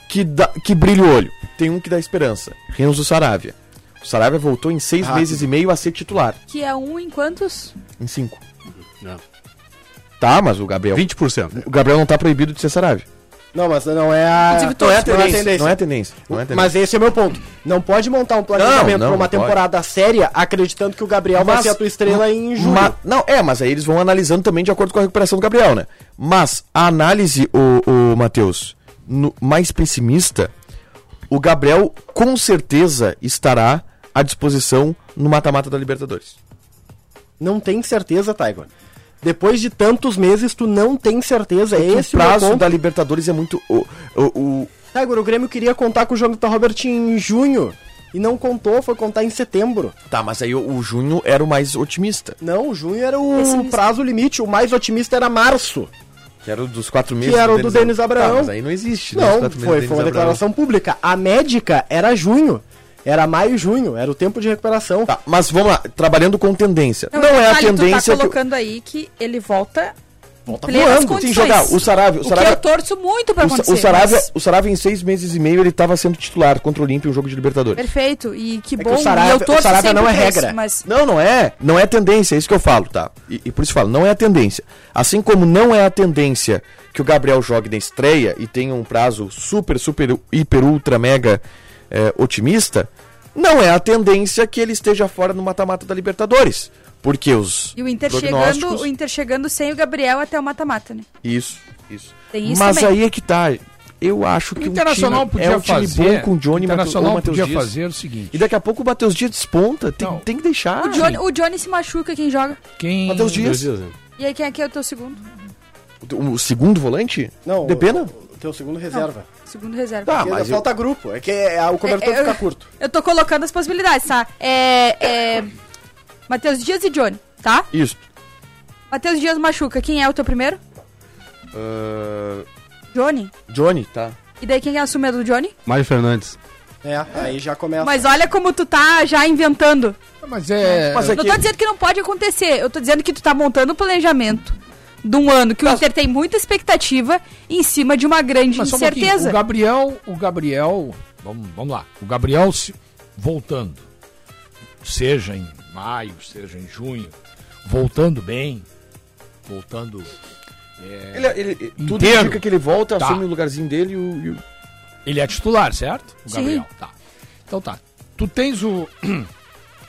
que, dá, que brilha o olho. Tem um que dá esperança. Renzo Saravia. O Saravia voltou em seis Rápido. meses e meio a ser titular. Que é um em quantos? Em cinco. Não. Tá, mas o Gabriel. 20%. O Gabriel não tá proibido de ser Saravia. Não, mas não é a. Inclusive, tô- Não é a Não é tendência. Não é tendência. Mas esse é meu ponto. Não pode montar um Não, não, planejamento pra uma não pode. temporada séria acreditando que o Gabriel vai ser a tua estrela em julho. Ma- não, é, mas aí eles vão analisando também de acordo com a recuperação do Gabriel, né? Mas a análise, o, o Matheus, no- mais pessimista, o Gabriel com certeza estará à disposição no mata-mata da Libertadores. Não tem certeza, Tiger. Depois de tantos meses, tu não tem certeza. É esse o prazo meu ponto. da Libertadores é muito. O, o- o- Tiger, o Grêmio queria contar com o Jonathan Robert em junho. E não contou, foi contar em setembro. Tá, mas aí o, o Junho era o mais otimista. Não, junho era o Pessimista. prazo limite. O mais otimista era março. Que era o dos quatro meses. meses era o do Denis Abraão. Tá, mas aí não existe, Os Não, quatro meses do foi, Denis foi uma Abraão. declaração pública. A médica era junho. Era maio e junho. Era o tempo de recuperação. Tá, mas vamos lá, trabalhando com tendência. Não, é a detalhe, Então, Tu tendência tá que. Tá colocando aí que ele volta, Volta em plenas voando. Tem que condições. jogar. O Saravia. O O que Saravia eu torço muito pra O, Sa- acontecer. o, Saravia, mas- o Saravia, em seis meses e meio, ele estava sendo titular contra o Olímpio, um jogo de Libertadores. Perfeito, e É que que bom. o Saravia- e o Saravia não é sempre pra isso, regra. mas Não, não é. Não é tendência, é isso que eu falo, tá? E, e por isso eu falo, não é a tendência. Assim como não é a tendência que o Gabriel jogue na estreia e tenha um prazo super, super, hiper, ultra, mega eh, otimista, não é a tendência que ele esteja fora no mata-mata da Libertadores. Porque os. e o Inter, prognósticos- chegando, o Inter chegando sem o Gabriel até o mata-mata, né? Isso, isso. Tem isso Mas também. aí é que tá. Eu acho que O Internacional time- podia é um time fazer. bom com o Johnny o Internacional Mate- ou podia Matheus Dias. fazer o seguinte. E daqui a pouco o Matheus Dias desponta. Tem, Não. tem que deixar. O Johnny, o Johnny se machuca quem joga. Quem... Matheus Dias. E aí quem é que é o teu segundo? é. O, o segundo volante? Não, De pena? O teu segundo reserva. Segundo reserva. Tá, Porque mas eu- falta grupo. É que é, o cobertor É, é, fica eu- curto. Eu tô colocando as possibilidades, tá? É. é Matheus Dias e Johnny, tá? Isso. Matheus Dias machuca. Quem é o teu primeiro? Ah, Johnny. Johnny, tá. E daí quem assume é do Johnny? Mário Fernandes. É, aí já começa. Mas olha como tu tá já inventando. Mas é... Mas é Não que- tô dizendo que não pode acontecer. Eu tô dizendo que tu tá montando um planejamento de um ano que o Inter tem muita expectativa em cima de uma grande Mas só um pouquinho. incerteza. o Gabriel, o Gabriel, vamos, vamos lá. O Gabriel se- voltando, seja em maio, seja em junho, voltando bem, voltando. é, Ele, é, ele- tudo Inteiro. indica que ele volta, Tá. assume o lugarzinho dele e o. e o- Ele é titular, certo? O Sim. Gabriel, tá. Então tá. Tu tens o [clears throat]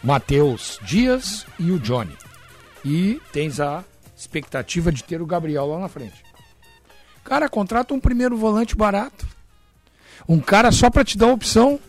Matheus Dias e o Johnny. E tens a expectativa de ter o Gabriel lá na frente. Cara, contrata um primeiro volante barato. Um cara só pra te dar opção.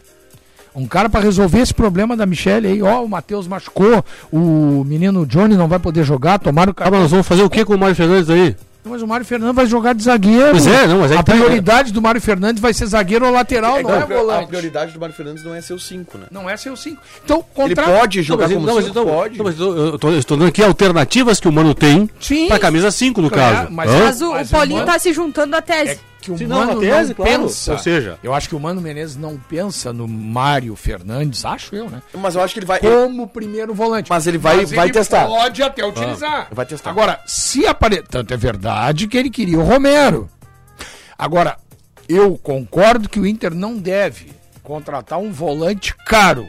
Um cara pra resolver esse problema da Michelle aí. Ó, o Matheus machucou, o menino Johnny não vai poder jogar, tomaram o Ah, mas cara. nós vamos fazer o que com o Mário Fernandes aí? Mas o Mário Fernandes vai jogar de zagueiro. Pois é, não, mas aí A tá- prioridade do Mário Fernandes vai ser zagueiro ou lateral, não é a, priori- a volante. prioridade do Mário Fernandes não é ser o 5, né? Não é seu 5. Então, Ele contrata. pode jogar mas ele- como mas 5? então- pode. não, mas eu, eu tô, eu estou dando aqui alternativas que o Mano tem Sim. pra camisa 5, no Claro, caso. mas- Hã? Mas o, Mas o Paulinho o Mano- tá se juntando à tese. É que o Sim, não, Mano na tese, não claro. pensa. Ou seja- eu acho que o Mano Menezes não pensa no Mário Fernandes, acho eu, né? Mas eu acho que ele vai. Como primeiro volante. Mas ele vai- vai testar. Ah. Pode até utilizar. Vai testar. Agora, se aparecer. Tanto é verdade que ele queria o Romero. Agora, eu concordo que o Inter não deve contratar um volante caro.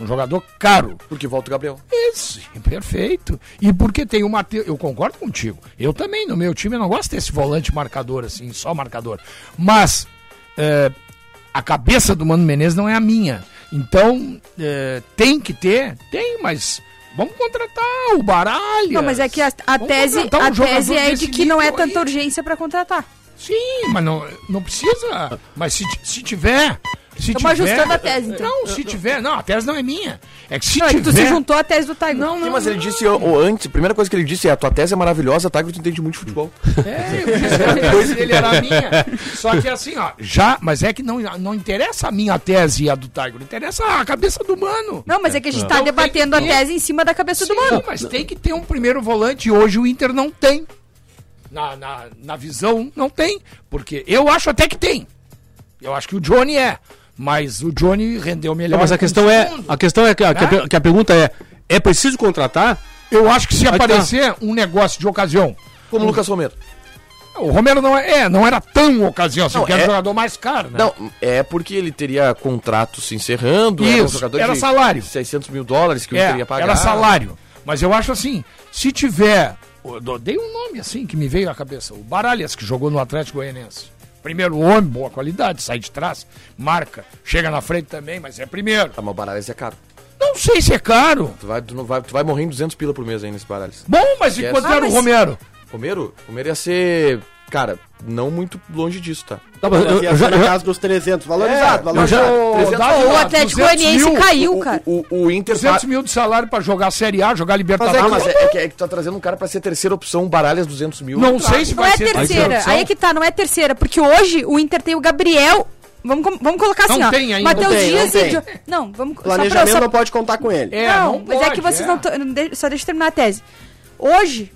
Um jogador caro. Porque volta o Gabriel. Esse, perfeito. E porque tem o Matheus. Eu concordo contigo. Eu também, no meu time, eu não gosto desse volante marcador, assim, só marcador. Mas é, a cabeça do Mano Menezes não é a minha. Então, é, tem que ter? Tem, mas vamos contratar o baralho. Não, mas é que a, a tese, um a tese é de que não é tanta urgência pra contratar. Sim, mas não, não precisa. Mas se, se tiver, Se Tamo ajustando a tese, então. Não, se tiver. Não, a tese não é minha. É que se Não, é tiver. que tu se juntou à tese do Tiger. Não, não. Mas ele disse ó, ó, antes, a primeira coisa que ele disse é: a tua tese é maravilhosa, tá? Que tu entende muito de [laughs] futebol. É, eu disse que a tese dele era minha. Só que assim, ó, já, mas é que não, não interessa a minha tese e a do Tiger, interessa a cabeça do mano. Não, mas é que a gente tá Não, tem debatendo que a ter. tese em cima da cabeça Sim, do mano. mas tem que ter um primeiro volante. Hoje o Inter não tem. Na, na, na visão, não tem. Porque eu acho até que tem. Eu acho que o Johnny é. Mas o Johnny rendeu melhor. Não, mas a que o questão é, segundo. a questão é que a, que a per- que a pergunta é, é preciso contratar? Né? Eu acho que se tá. aparecer um negócio de ocasião. Um- Como o Lucas Romero. O Romero não é, é, não era tão ocasião assim, Não, porque era é- o jogador mais caro, né? Não, é porque ele teria contrato se encerrando, era um Isso, era de salário. 600 mil dólares que o É, Inter ia pagar. Era salário. Mas eu acho assim, se tiver. eu dou- dei um nome assim que me veio à cabeça. O Baralhas, que jogou no Atlético Goianense. Primeiro homem, boa qualidade, sai de trás, marca, chega na frente também, mas é primeiro. Ah, mas o Baralhas é caro. Não sei se é caro. Tu vai, tu não vai, tu vai morrer em 200 pila por mês aí nesse Baralhas. Bom, mas Yes. enquanto Ah, era o mas- Romero. assim, Romero, Romero ia ser, cara, não muito longe disso, tá? Tá, mas eu, eu já- na casa dos 300, É, valorizado, valorizado. O Atlético Goianiense caiu, cara. O, o, o Inter... tá- 200 mil de salário pra jogar Série A, jogar Mas, Libertadores. é, mas é, é que, é que tu tá trazendo um cara pra ser terceira opção, Baralhas 200 mil. Tá. Não sei se Não vai é ser terceira. Aí é que tá, não é terceira. Porque hoje o Inter tem o Gabriel. Vamos, com- vamos colocar assim, Não ó. tem ainda. Matheus Não tem, Dias não e. tem. Jo- Não, vamos. só pra- Planejamento só- não pode contar com ele. É, não, mas é pode, que vocês é. não tão- não de- Só deixa eu terminar a tese. Hoje,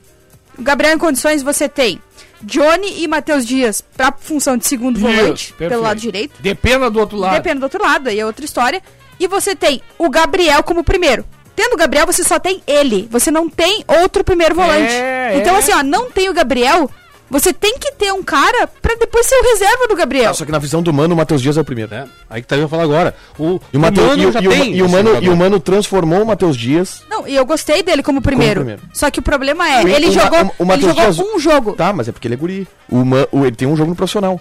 o Gabriel em condições você tem Johnny e Matheus Dias pra função de segundo Isso, volante, perfeito. pelo lado direito. Dependa do outro lado. Depende do outro lado, aí é outra história. E você tem o Gabriel como primeiro. Tendo o Gabriel, você só tem ele. Você não tem outro primeiro volante. É, então, é. assim, ó, não tem o Gabriel. Você tem que ter um cara pra depois ser o reserva do Gabriel. Ah, só que na visão do Mano, o Matheus Dias é o primeiro. É, aí que tá eu ia falar agora. O, E o, Matheus- Mano e o- já e o- tem e o esse Mano, e jogador. o Mano transformou o Matheus Dias. Não, e eu gostei dele como primeiro. primeiro. Só que o problema é, O- ele o- jogou, o- o ele Matheus jogou Dias- um jogo. Tá, mas é porque ele é guri. O Ma- o- ele tem um jogo no profissional.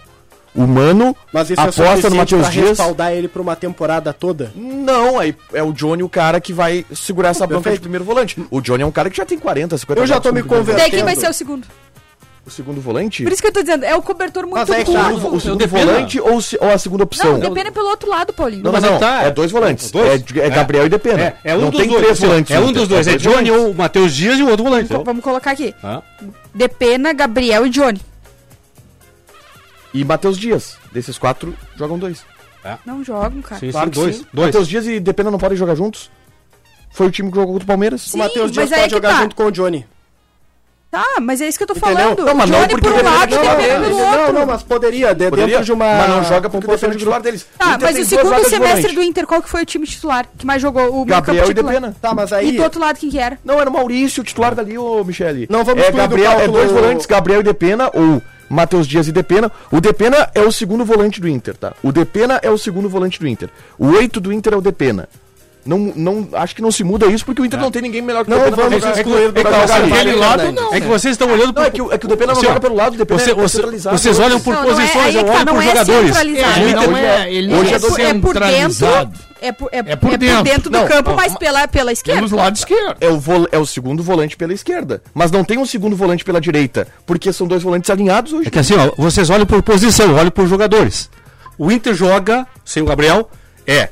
O Mano Mas isso é aposta suficiente no Matheus pra Dias. respaldar ele pra uma temporada toda? Hum, Não, aí é o Johnny o cara que vai segurar essa banca de Perfeito. primeiro volante. O Johnny é um cara que já tem 40, 50 Eu já jogos tô como né? me primeiro convertendo. Daí quem vai ser o segundo? volante. O segundo volante? Por isso que eu tô dizendo, é o cobertor muito Mas é que tá. curto. O, o segundo dependo. volante ou, se- ou a segunda opção? Não, depende pelo outro lado, Paulinho. Não, não, Mas não, é tá. é dois volantes. Dois? É, é Gabriel e Depena. É, é um não dos tem dois. três volantes. é no um Inter, dos dois. É dois Johnny ou o Matheus Dias e o outro volante. Então, Co- Tá. Então, Vamos colocar aqui. Hã? Depena, Gabriel e Johnny. E Matheus Dias. Desses quatro, jogam dois. É. Não jogam, Tá. cara. Sim, Claro sim, que dois. sim. Dois. Matheus Dias e Depena não podem jogar juntos? Foi o time que jogou contra o Palmeiras? O Sim, Matheus Dias mas aí é pode que jogar tá. junto com o Johnny. Tá, mas é isso que eu tô Entendeu? falando. Não, mas não Johnny porque por um ele é lado e jogador, Depena ele pelo não- outro. não, mas poderia, de- dentro de uma. Mas não joga porque composição depende do titular deles. Tá, Inter mas tem o dois segundo lados de semestre volante. do Inter, qual que foi o time titular que mais jogou o Gabriel e titular? Depena. Tá, mas E aí. do outro lado, quem que era? Não, era o Maurício, o titular dali, ô Michele. Não, vamos é, excluir do Gabriel, É cálculo- dois volantes, Gabriel e Depena, ou Matheus Dias e Depena. O Depena é o segundo volante do Inter, tá? O Depena é o segundo volante do Inter. O oito do Inter é o Depena. Não, não, acho que não se muda isso porque o Inter não tem ninguém melhor que Não o Depena. pra vamos jogar. excluir do é que cálculo. o Gabriel- Aquele Fernandes. lado não. É que vocês estão olhando Não, é que, o- é que o Depena não Assim, ó, joga pelo lado, o Depena Você- é você- centralizado. vocês olham por Não, não é- posições, aí eu que tá, olho não por é jogadores. centralizado. Ele Ele não é, ele não hoje é é do- por, é por dentro. centralizado. É por, é, É por é dentro. do Não, campo, ó, mas pela, pela esquerda. Pelos lados esquerdo. é o, vol- é o segundo volante pela esquerda. Mas não tem um segundo volante pela direita, porque são dois volantes alinhados hoje. É que assim, ó, vocês olham por posição, olham por jogadores. O Inter joga sem o Gabriel, é,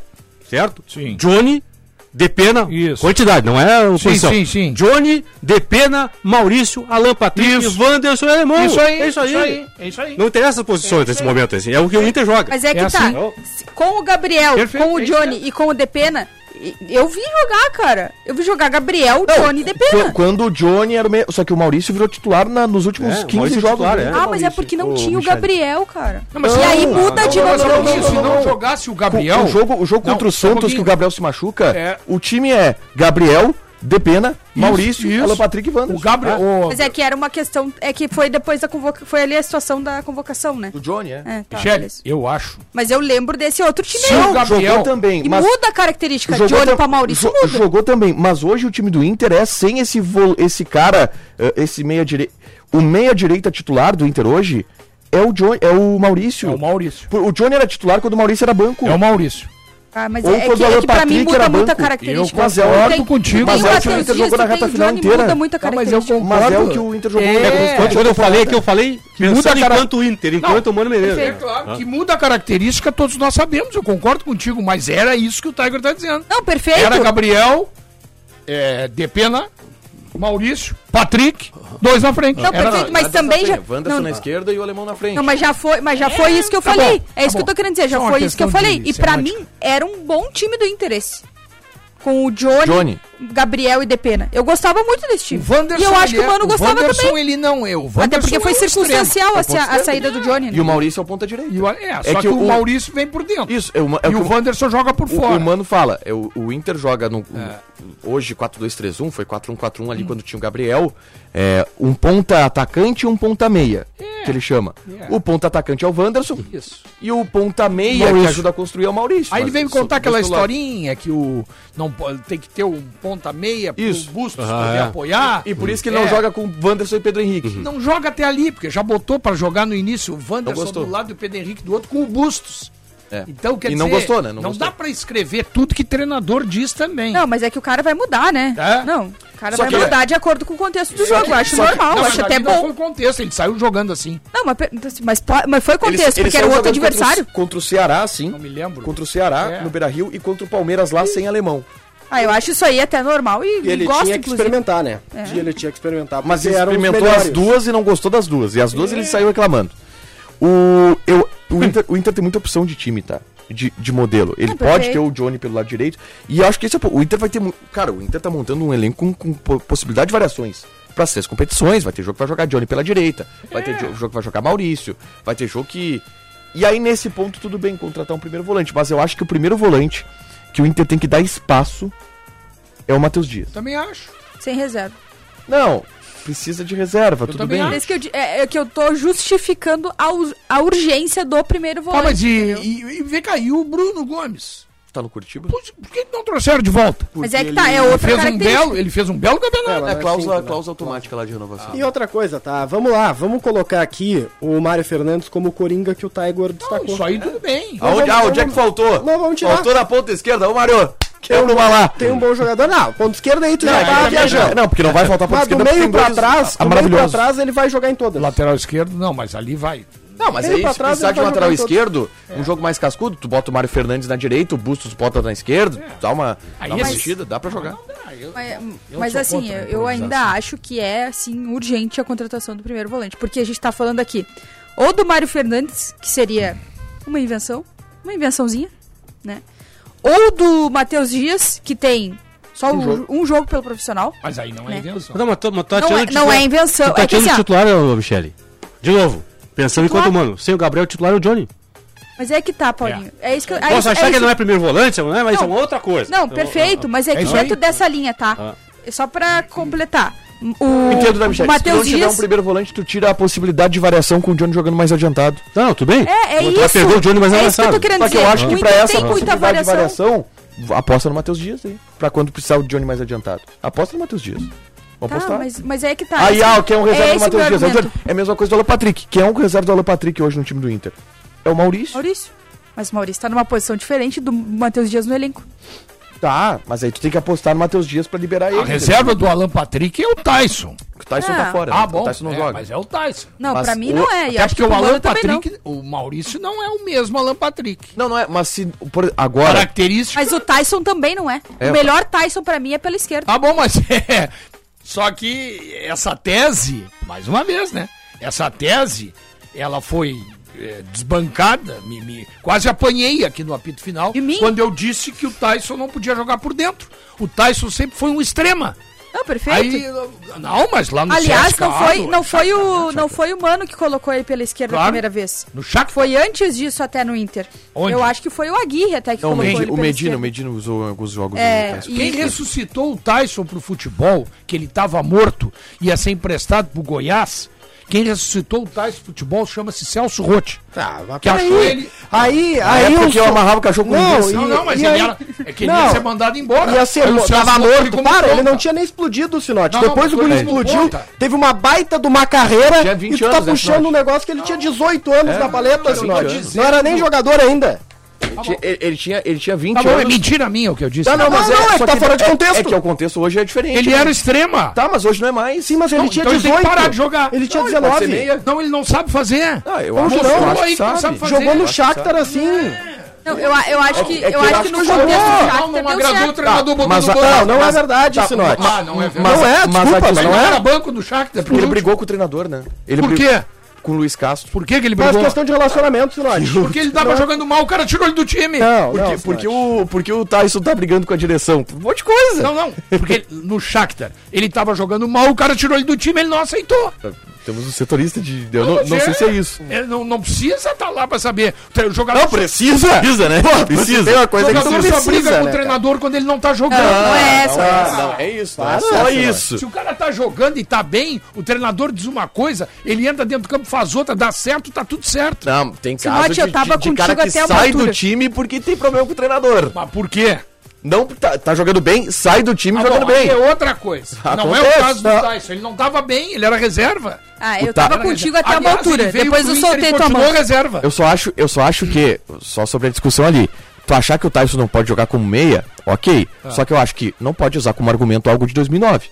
certo? Sim. Johnny, Depena, Isso. quantidade, não é uma Sim, sim, sim. Johnny, Depena, Maurício, Alan Patrick, Isso. Wanderson e Alemão. Isso aí, é isso aí. isso aí, é isso aí. Não interessa as posições nesse momento, assim, é o que o Inter joga. Mas é que É tá. assim. Se- Com o Gabriel, Perfeito, com é o isso Johnny e com o Depena, e- eu vi jogar, cara. Eu vi jogar Gabriel, Johnny e Depena. Qu- Quando o Johnny era o meio... Só que o Maurício virou titular na- nos últimos É, o 15 Maurício jogos. titular, do é. Inter. Ah, mas é porque não tinha o Michele. Gabriel, cara. Não, mas e aí não, muda de não, novo. não, não, é Se não, não não. jogasse o Com- Gabriel. O jogo, o jogo Não, contra o só um Santos, que pouquinho. o Gabriel se machuca, É. o time é Gabriel, Depena, Maurício, isso. Alan Patrick e Ah. Wander. O Gabriel. o- Mas é que era uma questão. É que foi depois da convocação. Foi ali a situação da convocação, né? O Johnny, é. É, tá, Michele, beleza. eu acho. Mas eu lembro desse outro time Se aí. o Gabriel. Jogou também, E mas... muda a característica de Jogou, olho tam- pra Maurício, jo- muda. jogou também, mas hoje o time do Inter é sem esse, vol- esse cara, eh, esse meia-direita. O meia-direita titular do Inter hoje é o, Johnny, é o Maurício. É o Maurício. Por- O Johnny era titular quando o Maurício era banco. É o Maurício. Ah, mas Ou é, é quando que, o é que pra Patrick mim muda era muita banco. característica. Mas é Tem- óbvio contigo, Tem mas é o o que o Matheus Inter Dias, jogou na tu reta tem final Johnny, inteira. Tá muda muita Não, mas característica. eu um concordo. Mas é o que o Inter jogou É, na reta Quando eu falei aqui, eu falei muda a pensando cara- enquanto Inter, enquanto o Mano Menezes. Ah. É claro que muda a característica, todos nós sabemos, eu concordo contigo, mas era isso que o Tiger tá dizendo. Não, perfeito. Era Gabriel, é, Depena, Maurício, Patrick, dois na frente. Não, perfeito, mas também já. Wanderson não, na esquerda e o alemão na frente. Não, mas já foi, mas já foi isso que eu tá falei. bom, é isso tá que eu tô bom. querendo dizer, já Só uma foi isso que eu questão falei. de E pra semântica. mim era um bom time do interesse. Com o Johnny, Johnny. Gabriel e Depena. Eu gostava muito desse time. Wanderson, e eu acho que ele o é- Mano gostava Wanderson, também. ele não é. O Até Wanderson porque foi é um extremo. circunstancial assim, É um ponto a, sa- a esquerdo. saída do Johnny. né? E o Maurício é o ponta direita. E o- é, só que que, o- o Maurício vem por dentro. Isso, é, uma, é e o o que o, Wanderson joga por O, fora. É. o Mano fala, é, o, o Inter joga no, hoje 4-2-3-1, foi 4-1-4-1 Hum. ali quando tinha o Gabriel. É, um ponta atacante e um ponta meia, que ele chama. É. O ponta atacante é o Wanderson Isso. e o ponta meia que Maurício. ajuda a construir é o Maurício. Aí ele Mas vem me são contar aquela dois do lado. historinha que o não po- tem que ter um ponta meia pro Isso. Bustos poder é. apoiar. E por isso que ele não É. Uhum. joga com o Wanderson e Pedro Henrique. Não joga até ali, porque já botou pra jogar no início o Wanderson gostou. do lado e o Pedro Henrique do outro com o Bustos. É. Então, quer E dizer, não gostou, né? Não, Não gostou. dá pra escrever tudo que treinador diz também. Não, mas é que o cara vai mudar, né? Tá. Não, o cara Só vai que- mudar de acordo com o contexto do jogo. Eu acho Só que- normal, não, eu mas acho ali até não bom. foi contexto, ele saiu jogando assim. Não, mas, per- mas, po- mas foi Eles- contexto, eles porque era saíram jogando o outro contra o- adversário. Contra o, Ceará, sim. Não me lembro. Contra o Ceará, É. no Beira-Rio, e contra o Palmeiras lá, sem alemão. Ah, eu acho isso aí até normal e, E ele gosto, tinha que inclusive. experimentar, né? E ele tinha que experimentar. Mas porque ele eram os experimentou as melhores. duas e não gostou das duas. E as duas ele saiu reclamando. O, eu, o, Inter, o Inter tem muita opção de time, tá? De, de modelo. Ele Ah, pode perfeito. ter o Johnny pelo lado direito. E eu acho que esse é, o o Inter vai ter. mu- Cara, o Inter tá montando um elenco com, com po- possibilidade de variações. Pra seis competições, vai ter jogo que vai jogar Johnny pela direita, vai ter jo- jogo que vai jogar Maurício, vai ter jogo que. E aí, nesse ponto, tudo bem contratar um primeiro volante. Mas eu acho que o primeiro volante que o Inter tem que dar espaço é o Matheus Dias. Também acho. Sem reserva. Não, precisa de reserva, tudo também bem. acho. Por isso que eu, di- é, é que eu tô justificando a, us- a urgência do primeiro Tá, volante. mas e, entendeu? e, e vem cá, e o Bruno Gomes? Tá no Curitiba? Putz, Por que não trouxeram de volta? Mas é que tá, é outra Fez um característica. belo, ele fez um belo campeonato. É, É, mas cláusula, cinco, né? cláusula automática lá de renovação. E outra coisa, tá? Vamos lá, vamos colocar aqui o Mário Fernandes como o coringa que o Tiger Não, destacou. isso aí tudo bem. Aonde, vamos- ah, onde é que vamos- faltou? Não, vamos tirar. Faltou na ponta esquerda. Ô, Mário, Tem um, quebra uma lá. é tem um bom jogador. Não, ponto esquerdo aí tu já tá viajando. Não, porque não vai faltar Mas Ah, do porque meio tem pra dois- trás, Ah, do meio pra maravilhoso. trás ele vai jogar em todas. Lateral esquerdo, não, mas ali vai. Não, mas Meio aí pra se trás, precisar ele de um vai lateral jogar em esquerdo, um jogo mais cascudo, tu bota o Mário Fernandes na direita, o Bustos bota na esquerda, dá uma, Aí dá uma é- mexida, dá pra jogar. Mas, eu mas sou assim, contra a eu, eu ainda acho que é assim urgente a contratação do primeiro volante, porque a gente tá falando aqui ou do Mário Fernandes, que seria uma invenção, uma invençãozinha, né? Ou do Matheus Dias, que tem só um, um jogo. pelo profissional. Mas aí não é, Né? invenção. Não, mas tô, mas tô Não é, atirando não é invenção. Tá É que tirando assim, o ó, titular, ô, Michele. De novo. Pensando Titular? enquanto, mano, sem o Gabriel, o titular é o Johnny. mas é que tá, Paulinho. É, isso que eu- é Posso isso- achar que ele isso- não é primeiro volante, não é? Mas isso é Não. uma outra coisa. Não, perfeito, mas é que isso dentro aí. dessa linha, tá? É Só pra completar. O, Ah. Entendo, né, o Michel? Se tu não Matheus tiver um Dias. primeiro volante, tu tira a possibilidade de variação com o Johnny jogando mais adiantado. Não, tudo bem. É, é Ela isso. perdeu o Johnny, mas é ela isso que eu tô sabe. querendo Só que dizer. eu acho O que Inter pra essa tem muita possibilidade de variação. variação, aposta no Matheus Dias aí, pra quando precisar o Johnny mais adiantado. Aposta no Matheus Dias. Vamos Tá, apostar. mas, mas é que tá. Aí, esse- ah, quem é um reserva é do esse o Matheus meu Dias? argumento. É a mesma coisa do Alan Patrick. Quem é um reserva do Alan Patrick hoje no time do Inter? É o Maurício. Maurício. Mas o Maurício tá numa posição diferente do Matheus Dias no elenco. Tá, mas aí tu tem que apostar no Matheus Dias pra liberar ele. A reserva do Alan Patrick é o Tyson. O Tyson Ah. tá fora. né? Ah, bom. O Tyson não é, joga. Mas é o Tyson. Não, Mas pra mim o- não é. E Até acho porque que o Alan Mano também não. Patrick, o Maurício não é o mesmo Alan Patrick. Não, não é. Mas se. por- agora. Característica. Mas o Tyson também não é. É, o melhor Tyson pra mim é pela esquerda. Tá bom, mas [laughs] é. Só que essa tese, mais uma vez, né? Essa tese, ela foi é, desbancada, me, me- quase apanhei aqui no apito final, De mim? quando eu disse que o Tyson não podia jogar por dentro. O Tyson sempre foi um extrema. Não, perfeito. Aí, não, mas lá no Aliás, CSKA, não foi, no- não foi o não foi o Mano que colocou ele pela esquerda Claro. a primeira vez. No Chaco foi. Foi antes disso até no Inter. Onde? Eu acho que foi o Aguirre até que Não, o, colocou Medi- ele o pela Medina. esquerda. O Medina usou alguns jogos. tá? do É, Tyson. Quem e, ressuscitou o Tyson pro futebol, que ele tava morto, ia ser emprestado pro Goiás, quem ressuscitou o Tyson pro futebol chama-se Celso Rotti. Tá, mas Que achou ele. Aí, Na aí época que eu sou- amarrava o cachorro com Não, linguiça. e- Não, não, mas e ele aí- era. É que ele Não. ia ser mandado embora. Ia ser Aí o mo- Celso tava colocou ele morto. como Para, ele ponta. não tinha nem explodido o Sinote. Não, não, Depois o botou guri ele como explodiu, ponta. teve uma baita de uma carreira Tinha e 20 tu tá anos, né, puxando Sinote? É, um negócio que ele tinha 18 anos na paleta, eu tô Sinote. dizendo. Não era nem jogador ainda. Ele, tinha, ele- ele tinha, ele tinha 20 Tá bom, é anos. mentira minha o que eu disse. Tá, não, mas é, só tá fora de é- contexto. É que o contexto hoje é diferente. Ele né? era extrema. Tá, mas hoje não é mais. Sim, mas ele Não, tinha então ele tem 18. que parar de jogar. Ele tinha Não, ele pode ser 19. meia. Não, ele não sabe fazer. Ah, eu Como acho, jogou um eu acho aí que que não sabe sabe. fazer. Jogou Eu no acho que Shakhtar assim. Não, eu, eu acho que, é que eu acho que no contexto um jogou. do Shakhtar Não, não deu agradou o certo. treinador botando tá, mas- o gol. não, Não, não é verdade, Tá, Sinote. Ah, não é Mas, verdade. é, mas desculpa, a mas Ele questão não é- era banco do Shakhtar. Ele por último. brigou com o treinador, né? Ele Por brigou quê? com o Luiz Castro. Por que que ele Mas brigou? questão de relacionamento, Sinote. Porque ele tava jogando mal, o cara tirou ele do time. Não, é. Porque, não, porque, Sinote. o, porque o Tyson tá brigando com a direção. Um monte de coisa. Não, não. Porque ele- no Shakhtar, ele tava jogando mal, o cara tirou ele do time, ele não aceitou. Temos um setorista de. Eu não, não mas sei é. se é isso. Ele não, não precisa estar tá lá pra saber. O jogador, precisa! Precisa, né? precisa. Tem uma o coisa que jogador precisa. só briga né, com o cara? treinador quando ele não tá jogando. Não é essa. Não, é isso. Não é só isso. Se o cara tá jogando e tá bem, o treinador diz uma coisa, ele entra dentro do campo, faz outra, dá certo, tá tudo certo. Não, tem Sinote, caso de, eu de- tava de cara contigo que até a sai do abertura. time porque tem problema com o treinador. Mas por quê? Não, tá, tá jogando bem, sai do time Ah, Tá jogando bom, aí bem. É outra coisa. não é Acontece, o caso tá. do Tyson. Ele não tava bem, ele era reserva. Ah, eu Tá. tava contigo até uma altura. Depois eu soltei tua mão. mão. reserva. Eu só acho, eu só acho que, só sobre a discussão ali, tu achar que o Tyson não pode jogar como meia, ok. Só que eu acho que não pode usar como argumento algo de 2009.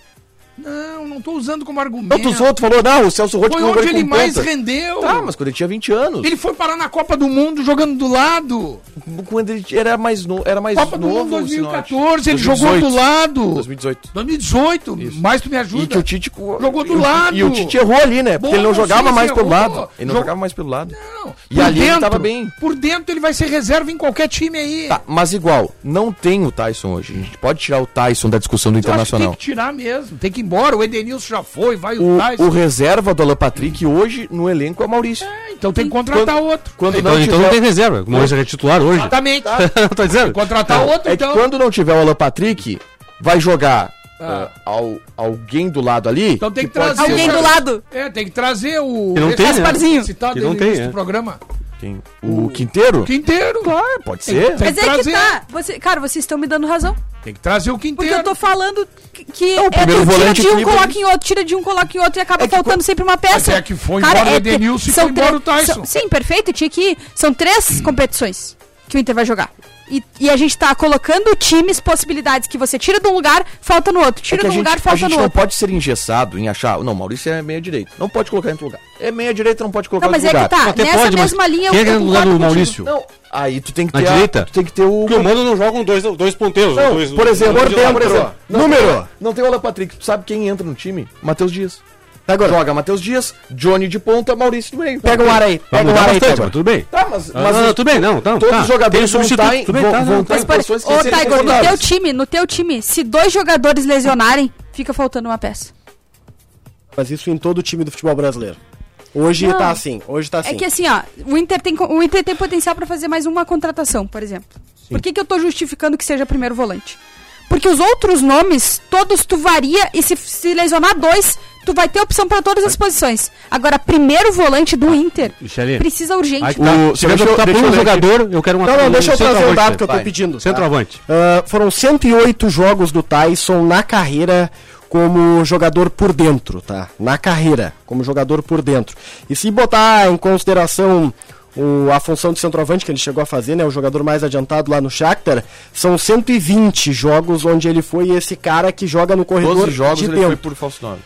Não, não tô usando como argumento. Não, tu usou, tu falou, não, o Celso Roth Foi jogou onde com ele mais ponta. rendeu. Tá, mas quando ele tinha 20 anos, Ele foi parar na Copa do Mundo jogando do lado. quando ele era mais, no, era mais Copa do novo, Mundo Sinote. 2014, ele 2018. jogou do lado. 2018. 2018, mais tu me ajuda. E que o Tite co- Jogou do e o- lado. E o Tite errou ali, né? Porque Bom, ele não jogava sim, mais pelo errou. lado. Ele não Jog- jogava mais pelo lado. Não, E por ali ele tava bem. Por dentro ele vai ser reserva em qualquer time aí. Tá, mas igual, não tem o Tyson hoje. A gente pode tirar o Tyson da discussão do Eu acho que tem Internacional. que tirar mesmo, tem que ir embora. O Edenilson já foi, vai tá, o, O, Tyson. o reserva do Alan Patrick hoje no elenco é o Maurício. É, então tem que contratar outro. Quando Então, não então tiver... não tem reserva. O Maurício é titular hoje. Exatamente. [laughs] tá dizendo? Contratar outro, é que então. quando não tiver o Alan Patrick, vai jogar eh, ao, alguém do lado ali. Ah. Então tem que, pode trazer. ser- Alguém o- do lado. É, tem que trazer o. Que não tem, né? Gasparzinho. Citado Que não no tem, início é. do programa. Quem? O Quinteiro? Quinteiro. Claro, Pode ser. Tem Mas que é que trazer. tá. Você, cara, vocês estão me dando razão. Tem que trazer o Porque Quinteiro. eu tô falando que- que o primeiro tu tira volante de um, equilibra coloca em outro, tira de um, coloca em outro e acaba faltando sempre uma peça. Mas é que foi embora o tre- Edenilson e são foi embora o tre- Tyson. são- sim, perfeito. Tinha que. São três competições que o Inter vai jogar. E, e a gente tá colocando times, possibilidades que você tira de um lugar, falta no outro. É que Tira de a um gente, lugar, a falta gente no não outro. pode ser engessado em achar. Não, Maurício é meia direita. Não pode colocar em outro lugar. É meia direita, não pode colocar Não, em mas outro é lugar. que tá. Até Nessa pode, mas mesma linha quem é que é no lugar concordo do contigo. Maurício? Não, aí tu tem que Na ter. a- direita? tu tem que ter o. Porque o Mano não joga com dois, dois ponteiros. Não, dois, por exemplo, dois de lado. por exemplo não, Número. Não tem o Alan Patrick. Tu sabe quem entra no time? Matheus Dias. Tá Joga Matheus Dias, Johnny de ponta, Maurício no meio. Pega um ar aí. Vai Pega um mudar ar aí, bastante, mas Tébora. tudo bem. Tá, mas, mas Ah, não, os- não, tudo bem, não. não todos tá. os jogadores Tem vão substituto, estar em, tudo bem, vão, tá, vão não, tá Mas, em por posições que Ô, é serem Tiger, no teu desconfortáveis. time, no teu time, se dois jogadores lesionarem, fica faltando uma peça. Mas isso em todo o time do futebol brasileiro. Hoje Não. tá assim, hoje tá assim. É que assim, ó, o Inter tem, co- o Inter tem potencial pra fazer mais uma contratação, por exemplo. Por que, que eu tô justificando que seja primeiro volante? Porque os outros nomes, todos tu varia e se, se lesionar dois, tu vai ter opção pra todas as posições. Agora, primeiro volante do Inter Micheline. precisa urgente. Aí que O- tá. Se deixa eu eu- optar por deixa eu um ler aqui. jogador, eu quero um Não, não, deixa eu trazer um centroavante, dado que eu tô vai. pedindo. tá? Centroavante. Ah, foram 108 jogos do Tyson na carreira como jogador por dentro, tá? Na carreira, como jogador por dentro. E se botar em consideração o- a função de centroavante que ele chegou a fazer, né? O jogador mais adiantado lá no Shakhtar, são 120 jogos onde ele foi esse cara que joga no corredor 12 jogos de ele dentro. foi por falso nome.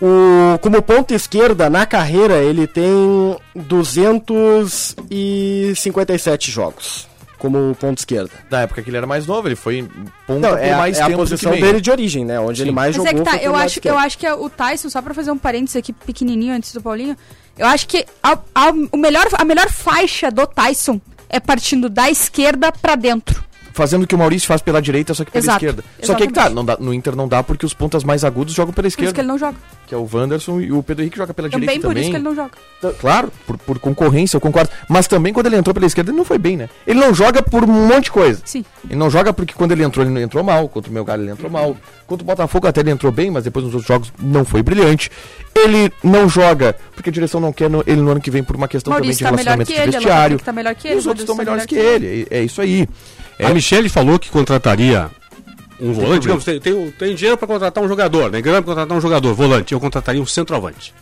O, como ponta esquerda, na carreira, ele tem 257 jogos como ponta esquerda. Da época que ele era mais novo, ele foi ponta Não, é, por a- mais é a tempo do que posição meia. dele de origem, né? Onde ele mais Mas jogou. é que tá, foi pelo eu lado acho, esquerdo. eu acho que o Tyson, só pra fazer um parênteses aqui pequenininho antes do Paulinho, eu acho que a, a- o melhor, a melhor faixa do Tyson é partindo da esquerda pra dentro. Fazendo o que o Maurício faz pela direita, só que pela Exato, esquerda. Só que aí que tá, exatamente. não dá, no Inter não dá porque os pontas mais agudos jogam pela Por isso que esquerda. ele não joga. Que é o Wanderson e o Pedro Henrique joga pela Também direita por isso também. que ele não joga. Claro, por, por concorrência, eu concordo. Mas também quando ele entrou pela esquerda, ele não foi bem, né? Ele não joga por um monte de coisa. Sim. Ele não joga porque quando ele entrou, ele não entrou mal. Contra o Melgar, ele entrou mal. Contra o Botafogo, até ele entrou bem, mas depois nos outros jogos não foi brilhante. Ele não joga porque a direção não quer no- ele no ano que vem por uma questão Maurício tá também de melhor que relacionamento de ele, Alan vestiário. Patrick tá melhor que e ele, os outros estão Wanderson tá melhores melhor que que ele. ele. É é isso aí. É, A Michele falou que contrataria um volante. Digamos, tem, tem, tem dinheiro para contratar um jogador, né? Grana para contratar um jogador, volante. Eu contrataria um centroavante.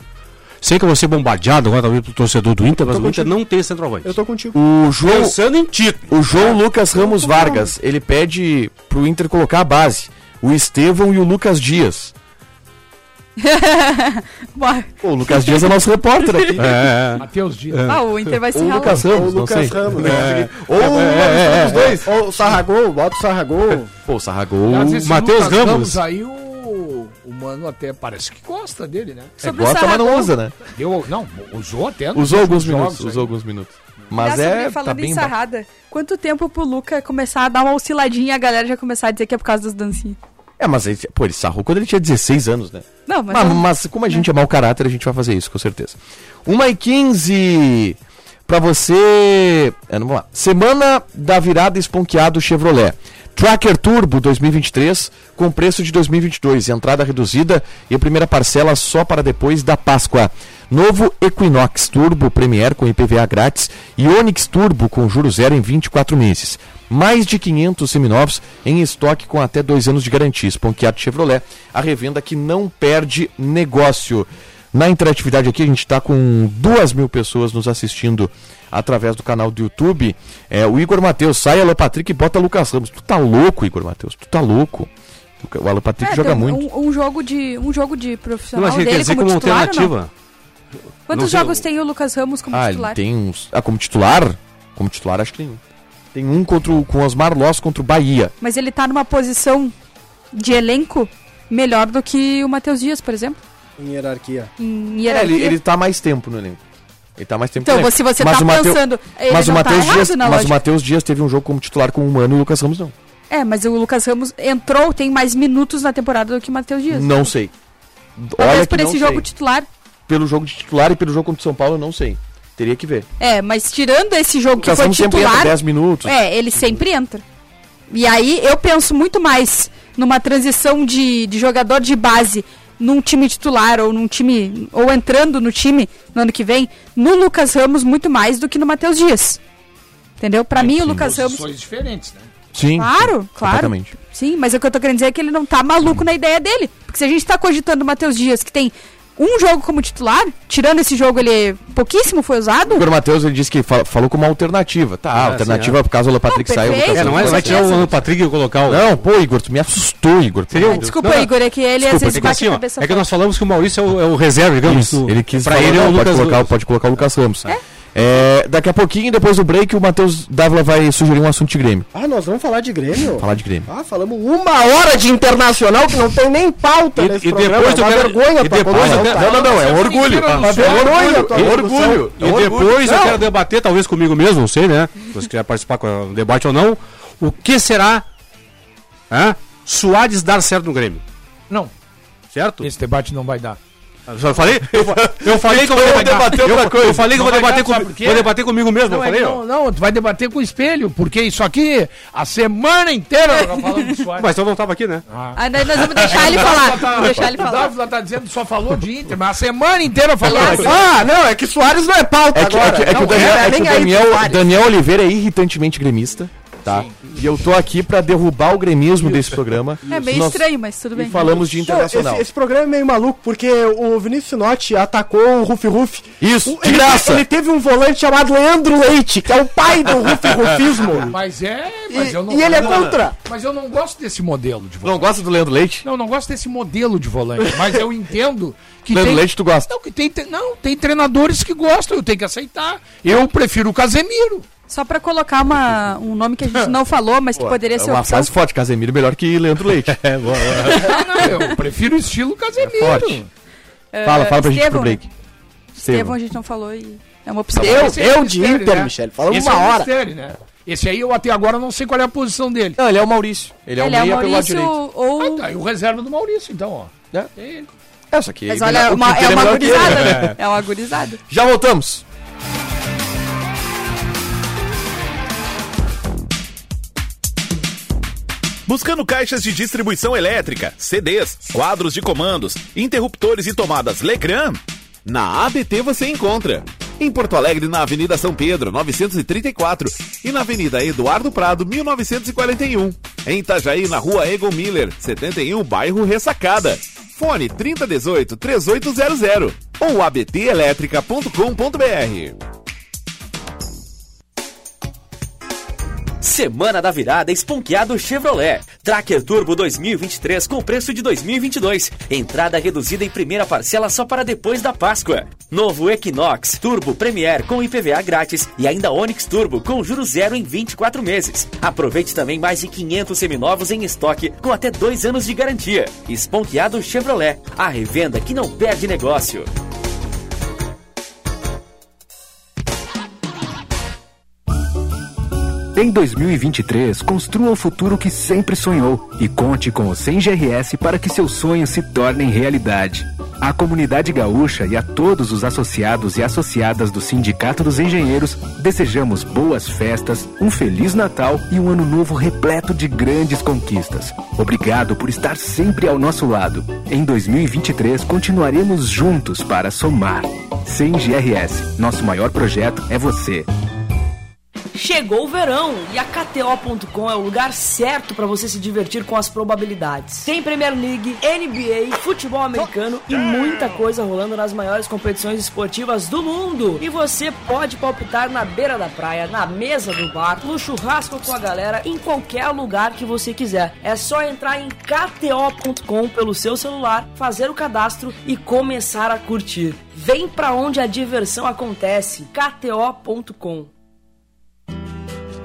Sei que eu vou ser bombardeado agora, talvez, pro torcedor do Inter, mas o Inter contigo. não tem centroavante. Eu tô contigo. O João, Pensando em título. o João Lucas Ramos Vargas, ele pede pro Inter colocar a base. O Estevão e o Lucas Dias. [laughs] Bora. Pô, o Lucas Dias é nosso repórter [laughs] aqui. É, Matheus Dias. Ah, o Inter vai se Ou o ralar. Lucas Ramos, Ou o não sei. Lucas Ramos. né? É. Ou um dos dois. Ou o Sarragol, bota o Sarragol. Pô, Sarragol. Aliás, esse Matheus Lucas Ramos. Aí o, o mano até parece que gosta dele, né? É, Sobre o gosta, mas não Sarragol, usa, né? Deu, não, usou até. nos Usou alguns últimos minutos, jogos usou aí. alguns minutos. Aliás, Mas sobre- é, tá né? falando em bem... ba- sarrada, quanto tempo pro Luca começar a dar uma osciladinha e a galera já começar a dizer que é por causa das dancinhas? É, mas ele, pô, ele sarrou quando ele tinha 16 anos, né? Não, mas. um- Mas, mas como a gente é mau caráter, a gente vai fazer isso, com certeza. 1 e 15 pra você. É, vamos lá. Semana da virada esponqueado Chevrolet. Tracker Turbo 2023 com preço de 2022, entrada reduzida e a primeira parcela só para depois da Páscoa. Novo Equinox Turbo Premier com IPVA grátis e Onix Turbo com juro zero em 24 meses. Mais de 500 seminovos em estoque com até dois anos de garantia. Esponquiado Chevrolet, a revenda que não perde negócio. Na interatividade aqui, a gente está com duas mil pessoas nos assistindo através do canal do YouTube. É, o Igor Matheus, sai Alô Patrick e bota Lucas Ramos. Tu tá louco, Igor Matheus, tu tá louco. O Alô Patrick É, joga tem um- muito. Um, jogo de, um jogo de Não, profissional mas ele dele quer dizer como, como titular ou não? alternativa. Quantos Não sei, jogos eu- tem o Lucas Ramos como Ah, ele titular? tem uns. Ah, como titular? Como titular, acho que nenhum. Tem um contra o, com Osmar Loss contra o Bahia. Mas ele tá numa posição de elenco melhor do que o Matheus Dias, por exemplo, Em hierarquia. em É, hierarquia. ele, ele tá mais tempo no elenco. Ele tá mais tempo Então, no elenco. se você Mas tá o Mateu- pensando, ele mas o não tá Matheus errado Dias, na mas o lógica. Matheus Dias teve um jogo como titular com o Mano e o Lucas Ramos não. É, mas o Lucas Ramos entrou, tem mais minutos na temporada do que o Matheus Dias. Não sei. Talvez Olha por que não esse sei. jogo titular. Pelo jogo de titular e pelo jogo contra o São Paulo, eu não sei. Teria que ver. É, mas tirando esse jogo que Lucas foi Ramos sempre entra titular, 10 minutos. é, ele sempre entra. E aí eu penso muito mais numa transição de, de jogador de base num time titular ou num time ou entrando no time no ano que vem no Lucas Ramos muito mais do que no Matheus Dias. Entendeu? Pra mim o Lucas Ramos Posições diferentes, né? Sim. Claro, claro. completamente. Sim, mas o que eu tô querendo dizer é que ele não tá maluco na ideia dele. Porque se a gente tá cogitando o Matheus Dias, que tem um jogo como titular, tirando esse jogo, ele é pouquíssimo foi O usado. Igor Matheus ele disse que fala- falou como alternativa. Tá, a alternativa por causa do Patrick Não, sair. o Lucas perfeito. Ah, É, não é, Ramos não vai entra. tirar o Alan Patrick e colocar o. Não, pô, Igor, tu me assustou, Igor. Seria um- Desculpa, Não, não. Igor, é que ele às Desculpa, vezes é que, bate assim, a ó, cabeça. é que fora. nós falamos que o Maurício é o, é o reserva, digamos. Isso, do- ele quis pra falar, ele é o não, Lucas pode, colocar, Lucas. pode colocar o Lucas Ramos. tá? É, daqui a pouquinho, depois do break, o Matheus Dávila vai sugerir um assunto de Grêmio. Ah, nós vamos falar de Grêmio? Falar de Grêmio. Ah, falamos uma hora de internacional que não tem nem pauta E- nesse e programa. depois é do uma cara- vergonha e pra depois colocar do o cara- cara. não, não, é um orgulho. Ah, Uma vergonha, É um orgulho. E depois eu quero debater, talvez comigo mesmo, não sei, né? Se você quiser participar com o debate ou não, o que será hã? Soares dar certo no Grêmio, Não, certo? esse debate não vai dar. Eu só falei, eu, fa- eu falei que eu vou Eu vou debater. debater outra Eu coisa. falei que eu vou Não vai debater, dar, sabe com- por quê? vou debater comigo mesmo, Não, eu é que falei, ó. não, não, tu vai debater com o espelho, porque isso aqui, a semana inteira, nós falamos do Suárez. Mas eu não tava aqui, né? Tá, Ah, nós, nós vamos deixar ele [laughs] falar. Vamos deixar ele O falar. tá, um Dávila tá dizendo que só falou de Inter, mas a semana inteira falou. Aliás, Ah, não, é que Soares não é pauta É que, é agora. que- é que o Não, Daniel, era é que o nem aí pro Daniel- Soares. Daniel Oliveira é irritantemente gremista, tá? E eu tô aqui pra derrubar o gremismo desse programa. É meio Nós- estranho, mas E tudo bem. falamos de Não, esse, internacional. esse programa é meio maluco, porque o Vinícius Sinotti atacou o Rufi Rufi. Isso, de ele, graça. ele teve um volante chamado Leandro Leite, que é o pai do Rufi [laughs] Rufismo. Mas é, mas eu não E, e ele é contra. Mas eu não gosto desse modelo de Não volante. gosta do Leandro Leite? Não, não gosto desse modelo de volante, mas eu entendo que Leandro tem... Leite tu gosta. Não, que tem, tre- não, tem treinadores que gostam, eu tenho que aceitar. Eu prefiro o Casemiro. Só pra colocar uma, um nome que a gente não falou, mas que poderia ser É uma opção. frase forte, Casemiro melhor que Leandro Leite. [laughs] É, Ah, não, eu prefiro o estilo Casemiro. forte. Fala, fala pra gente pro Estevão, né? break. Estevão a gente não falou e é uma opção. Eu, Esse é eu um de mistério, Inter, né? Michele, fala Esse uma é um hora. mistério, né? Esse aí eu até agora não sei qual é a posição dele. Não, ele é o Maurício. Ele é o Ele é o meia pelo lado Maurício direito. Ah, ou... tá, e o reserva do Maurício, então, ó. É. É, só que. Mas ele- olha, é o uma, Quintino é uma melhor que ele. gurizada, né? É uma gurizada. Já voltamos. Buscando caixas de distribuição elétrica, CDs, quadros de comandos, interruptores e tomadas Legrand? Na ABT você encontra. Em Porto Alegre, na Avenida São Pedro, 934, e na Avenida Eduardo Prado, 1941. Em Itajaí, na Rua Egon um, Miller, 71, bairro Ressacada. Fone 3018-3800 ou abtelétrica.com.br. Semana da virada esponqueado Chevrolet. Tracker Turbo 2023 com preço de 2022. Entrada reduzida e primeira parcela só para depois da Páscoa. Novo Equinox Turbo Premier com IPVA grátis e ainda Onix Turbo com juros zero em 24 meses. Aproveite também mais de 500 seminovos em estoque com até dois anos de garantia. Esponqueado Chevrolet. A revenda que não perde negócio. Em 2023, construa o futuro que sempre sonhou e conte com o CEMGRS para que seus sonhos se tornem realidade. À comunidade gaúcha e a todos os associados e associadas do Sindicato dos Engenheiros, desejamos boas festas, um feliz Natal e um ano novo repleto de grandes conquistas. Obrigado por estar sempre ao nosso lado. Em 2023, continuaremos juntos para somar. CEMGRS, nosso maior projeto é você. Chegou o verão e a KTO.com é o lugar certo para você se divertir com as probabilidades. Tem Premier League, NBA, futebol americano e muita coisa rolando nas maiores competições esportivas do mundo. E você pode palpitar na beira da praia, na mesa do bar, no churrasco com a galera, em qualquer lugar que você quiser. É só entrar em KTO.com pelo seu celular, fazer o cadastro e começar a curtir. Vem pra onde a diversão acontece. KTO.com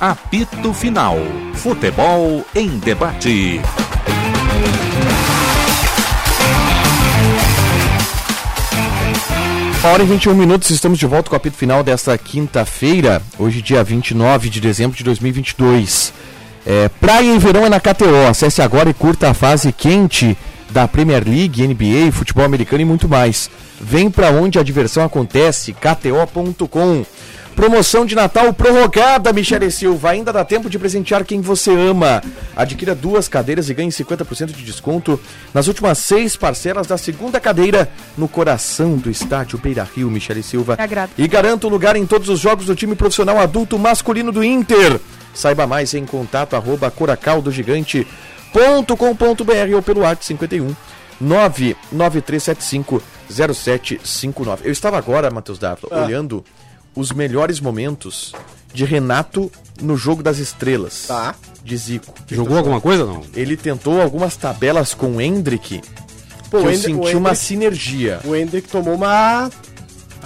Apito Final. Futebol em debate. Uma hora e 21 minutos, estamos de volta com o apito final desta quinta-feira, hoje dia 29 de dezembro de 2022. É, praia e verão é na KTO, acesse agora e curta a fase quente da Premier League, NBA, futebol americano e muito mais. Vem pra onde a diversão acontece, kto.com. Promoção de Natal prorrogada, Michele Silva. Ainda dá tempo de presentear quem você ama. Adquira duas cadeiras e ganhe 50% de desconto nas últimas seis parcelas da segunda cadeira no coração do estádio Beira Rio, Michele Silva. Me agrada. E garanta o lugar em todos os jogos do time profissional adulto masculino do Inter. Saiba mais em contato arroba coracaldogigante.com.br ou pelo WhatsApp 51 99375 0759. Eu estava agora, Matheus Dávila, Ah. olhando os melhores momentos de Renato no jogo das estrelas. Tá. De Zico. Jogou alguma coisa não? Ele tentou algumas tabelas com o Hendrick. Pô, que o eu Hendri- senti o uma Hendrick- sinergia. O Hendrick tomou uma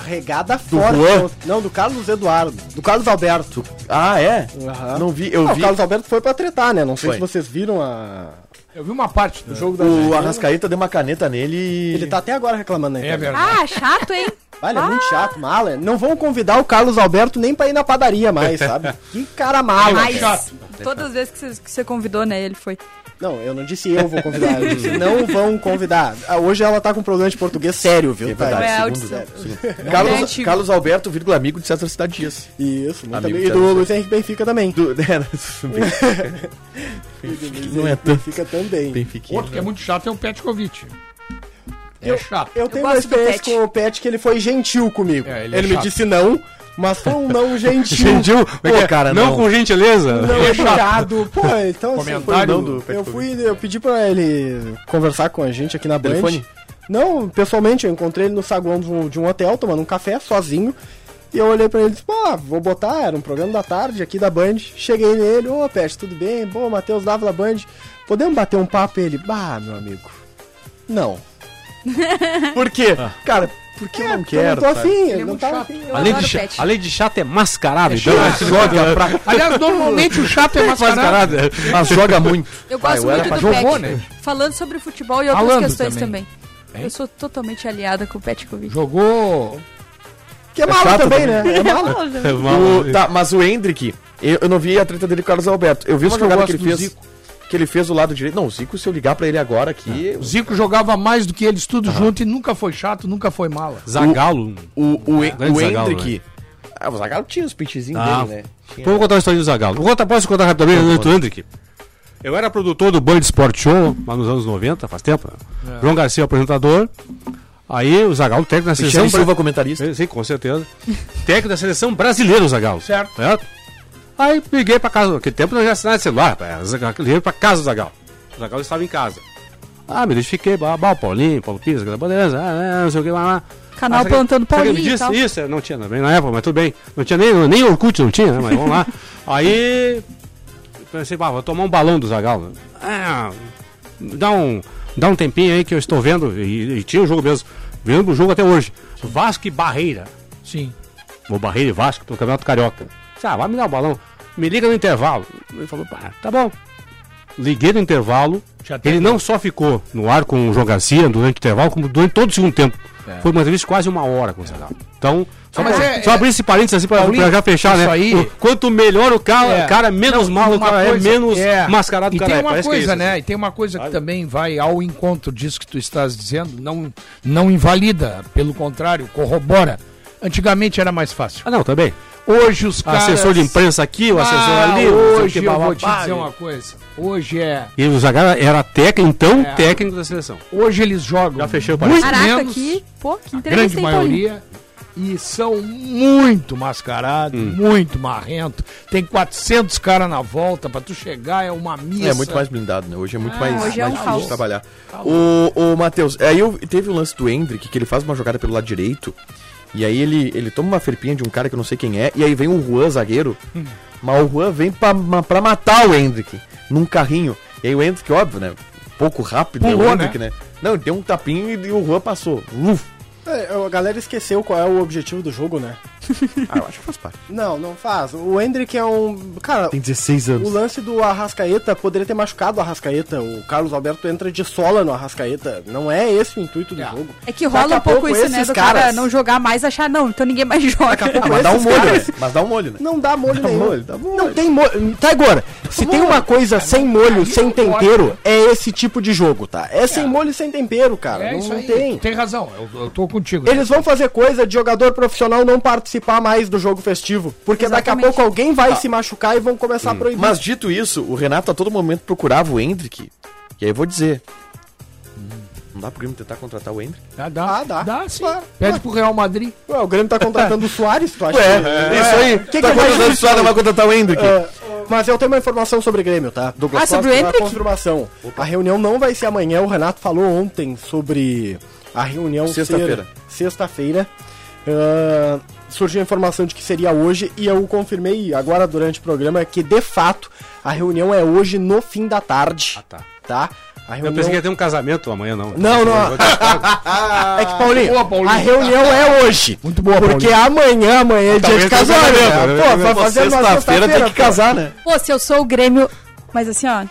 regada forte. Juan? Não, do Carlos Eduardo. Do Carlos Alberto. Ah, é? Aham. Não vi, eu Ah, vi. O Carlos Alberto foi pra tretar, né? Não sei Foi. se vocês viram a... Eu vi uma parte do jogo da O Arrascaeta deu uma caneta nele e. Ele tá até agora reclamando, né? É verdade. Ah, chato, hein? Ah. Olha, é muito chato, mala. Não vão convidar o Carlos Alberto nem pra ir na [laughs] padaria mais, sabe? Que cara mala. É Mas cara. todas as vezes que você, que você convidou, né, ele foi. Não, eu não disse eu vou convidar, eu [laughs] disse não vão convidar. Ah, Hoje ela tá com problema de português sério, viu? Tá, Não é segundo- áudio, sério. é Carlos, antigo. Carlos Alberto, vírgula amigo de César Cidade Dias. Isso, muito Amigo de amigo. E do César. Luiz Henrique Benfica também. Do- [laughs] é, [laughs] não né? é tanto. Benfica também. Benfiquinha. Outro que né? é muito chato é o Petkovic. É chato. Eu tenho uma gosto do experiência Pet. com o Pet que ele foi gentil comigo. É, ele ele é me chato. é disse não, mas foi [laughs] um não gentil. é Pô, cara, não. com gentileza? Não Ele é educado. Pô, então assim, Comentário foi o não do eu fui, eu pedi pra ele conversar com a gente aqui na Band. Telefone? Não, pessoalmente, eu encontrei ele no saguão de um, de um hotel, tomando um café, sozinho. E eu olhei pra ele e disse, pô, vou botar, era um programa da tarde aqui da Band. Cheguei nele, ô, Pet, tudo bem? Bom, Matheus Dávila Band. Podemos bater um papo? Ele, bah, meu amigo, não. [laughs] Por quê? Cara, por que eu não é, Eu não quero? tô sabe? afim, eu é não muito tava chato. afim. Eu Além adoro de, o cha- Pet. além de chato, é mascarado. então. Joga pra Aliás, normalmente o chato [laughs] é mascarado. Mas joga muito. [laughs] Eu Vai, gosto eu era muito pra- do jogou, Pet. né? Falando sobre futebol e outras Falando questões também. também. Eu sou totalmente aliada com o Petkovic. Jogou. Que é malo chato também, né? É malo. O- tá, mas o Hendrick, eu, eu não vi a treta dele com o Carlos Alberto. Eu vi Mas uma eu jogada gosto que ele do fez. Zico. Que que ele fez o lado direito. Não, o Zico, se eu ligar pra ele agora aqui. O Zico jogava mais do que eles tudo junto e nunca foi chato, nunca foi mala. Zagalo. O, o, o, Grande o Zagallo, Hendrick. Ah, o Zagallo tinha os pitizinhos Ah, dele, né? Tinha. Vamos contar a história do Zagallo. Vou contar- posso contar rapidamente do Hendrick? Eu era produtor do Band Sport Show, lá nos anos 90, faz tempo. né? É. João Garcia, apresentador. Aí o Zagallo, técnico da Michele seleção. Silva, comentarista. Sim, com certeza. [laughs] técnico da seleção brasileira, o Zagallo. Certo. Certo? Aí liguei pra casa. Naquele tempo não já assinava celular, rapaz. Zagallo- Liguei pra casa do Zagallo. O Zagallo estava em casa. Ah, me identifiquei, blá, blá, Paulinho, Paulo Pires, aquela beleza, ah, ah, não sei o que, lá, lá. Canal Ah, sabe- Plantando sabe o que ele Paulinho e me tal. disse? Isso, não tinha também na época, mas tudo bem. Não tinha nem, nem Orkut, não tinha, né? Mas vamos lá. Aí, eu pensei, pá, vou tomar um balão do Zagallo. Ah, dá um, dá um tempinho aí que eu estou vendo, e, e tinha o jogo mesmo, vendo o jogo até hoje. Vasco e Barreira. Sim. Vou Barreira e Vasco pelo Campeonato Carioca. Disse, ah, vai me dar o balão. Me liga no intervalo. Ele falou, pá, tá bom. Liguei no intervalo. Já tem Ele não só ficou no ar com o João Garcia durante o intervalo, como durante todo o segundo tempo. Foi uma entrevista de quase uma hora com o Zagallo. Então, só, É. Ah, mas pra- é- só abrir esse parênteses assim pra, Paulinho, pra já fechar, isso né? aí- O- quanto melhor o cara, É. cara menos Não, mal o uma cara coisa- é, menos é. mascarado E o cara tem é. uma Parece que é coisa, isso, né? assim. E tem uma coisa que também vai ao encontro disso que tu estás dizendo, não, não invalida, pelo contrário, corrobora. Antigamente era mais fácil. Ah, não, também. Hoje os caras... Assessor de imprensa aqui, o assessor Ah, ali. não sei o que, Hoje eu vou te bababá. dizer uma coisa. Hoje é... E o Zagallo era técnico, então É. técnico da seleção. Hoje eles jogam Já fechei o muito parênteses. Caraca, menos, aqui, pô, que grande entrevista, hein, Paulinho? maioria, e são muito mascarados, muito marrento. Tem 400 caras na volta, pra tu chegar é uma missa. É muito mais blindado, né? Hoje é muito Ah, mais, hoje é mais um difícil caos. de trabalhar. O, o Matheus, aí eu, teve o lance do Hendrick, que ele faz uma jogada pelo lado direito, e aí ele, ele toma uma ferpinha de um cara que eu não sei quem é, e aí vem o Juan, zagueiro, Hum. mas o Juan vem pra, ma- pra matar o Hendrick, num carrinho. E aí o Hendrick, óbvio, né? Pouco rápido, né? Pulou, O Hendrick, né? Não, ele deu um tapinho e, e o Juan passou. Uf, É, a galera esqueceu qual é o objetivo do jogo, né? ah, eu acho que faz Hum. parte. Não, não faz. O Hendrick é um. Cara, Tem 16 o anos. lance do Arrascaeta poderia ter machucado o Arrascaeta. O Carlos Alberto entra de sola no Arrascaeta. Não é esse o intuito do jogo. É que Daqui rola a um pouco pouco isso, né? esses Do cara caras- não jogar mais, achar, não, então ninguém mais joga. Ah, mas dá um esses molho, caras- né? Mas dá um molho, né? Não dá molho nenhum. molho, dá um molho. Não tem molho. Tá agora. Se tem uma coisa sem molho, sem tempero, é esse tipo de jogo, tá? É sem molho e sem tempero, cara. É não isso não aí. tem. Tem razão, eu, eu tô contigo. Eles vão fazer coisa de jogador profissional não participar mais do jogo festivo. Porque daqui a Exatamente. pouco alguém vai se machucar e vão começar a proibir. Hum. Mas dito isso, o Renato a todo momento procurava o Hendrick. E aí eu vou dizer. Hum. Não dá pro Grêmio tentar contratar o Hendrick? Dá, dá, Ah, dá. dá. sim. Claro. Pede pro Real Madrid. Ué, o Grêmio tá contratando o Soares, tu acha? que- isso aí. Que que é mais difícil Suárez, vai contratar o Hendrick. É, mas eu tenho uma informação sobre o Grêmio, tá? Douglas Ah, sobre Costa, o a Hendrick? confirmação. A reunião não vai ser amanhã, o Renato falou ontem sobre a reunião ser Sexta-feira. Sexta-feira. Ah, surgiu a informação de que seria hoje e eu confirmei agora durante o programa que de fato a reunião é hoje no fim da tarde. Ah, tá. Tá? A Eu reunião... pensei que ia ter um casamento amanhã, não. Não, não. [laughs] é Tá. que, Paulinho, Boa, Paulinho. a reunião é hoje. Muito boa, Porque amanhã, amanhã é Tá, dia de Talvez tenha casamento. casamento, né? Pô, vai fazer numa Sexta-feira tem que pô. casar, né? Pô, se eu sou o Grêmio. Mas assim, ó.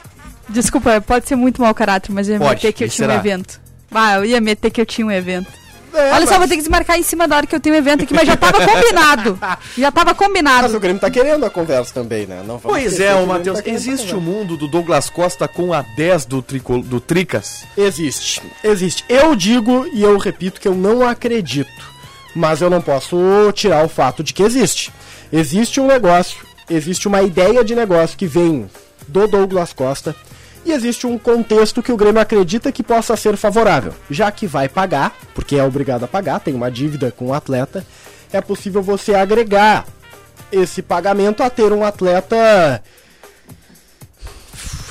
Desculpa, pode ser muito mau caráter, mas eu ia Pode, meter que eu e tinha um será? evento. Ah, eu ia meter que eu tinha um evento. É, Olha só, mas- vou ter que desmarcar em cima da hora que eu tenho um evento aqui, mas [laughs] já tava combinado. Já tava Mas o combinado. Grêmio tá querendo a conversa também, né? Não vamos Pois esquecer é, que ô Grêmio Matheus. tá querendo a Existe um o conversa. mundo do Douglas Costa com a 10 do, tricol... do Tricas. Existe, existe. Eu digo e eu repito que eu não acredito. Mas eu não posso tirar o fato de que existe. Existe um negócio, existe uma ideia de negócio que vem do Douglas Costa e existe um contexto que o Grêmio acredita que possa ser favorável. Já que vai pagar, porque é obrigado a pagar, tem uma dívida com o atleta, é possível você agregar esse pagamento a ter um atleta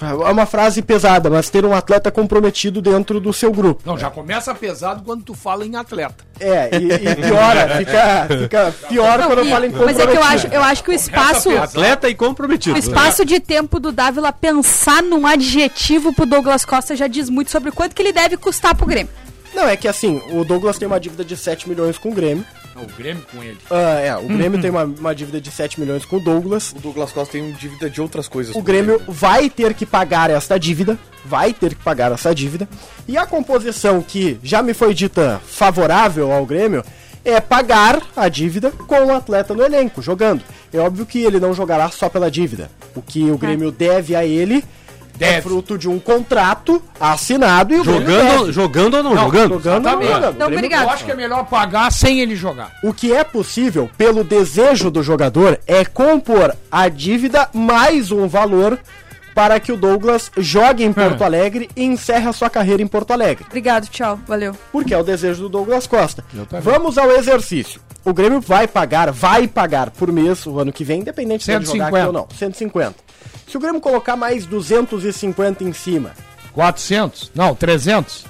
é uma frase pesada, mas ter um atleta comprometido dentro do seu grupo. Não, já começa pesado quando tu fala em atleta. É, e, e piora, fica, fica pior Não, quando e- fala em mas é que eu comprometido. acho, eu acho que o espaço. Atleta e comprometido. O espaço de tempo do Dávila pensar num adjetivo pro Douglas Costa já diz muito sobre o quanto que ele deve custar pro Grêmio. Não, é que assim, o Douglas tem uma dívida de 7 milhões com o Grêmio. Não, o Grêmio com ele. Ah, é, o Grêmio Uhum. tem uma, uma dívida de 7 milhões com o Douglas. O Douglas Costa tem dívida de outras coisas. né? O Grêmio vai ter que pagar essa dívida. Vai ter que pagar essa dívida. E a composição que já me foi dita favorável ao Grêmio é pagar a dívida com o atleta no elenco, É. jogando. É óbvio que ele não jogará só pela dívida. O que o Grêmio deve a ele É fruto de um contrato assinado e o Grêmio Jogando- deve. jogando ou não jogando? Jogando ou não Exatamente. jogando. Não, O Grêmio obrigado. Eu acho que é melhor pagar sem ele jogar. O que é possível, pelo desejo do jogador, é compor a dívida mais um valor para que o Douglas jogue em Porto Alegre e encerre a sua carreira em Porto Alegre. Obrigado, tchau, valeu. Porque é o desejo do Douglas Costa. Exatamente. Vamos ao exercício. O Grêmio vai pagar, vai pagar por mês o ano que vem, independente se ele jogar aqui 150. ou não. 150. Se o Grêmio colocar mais 250 em cima, 400? Não, 300?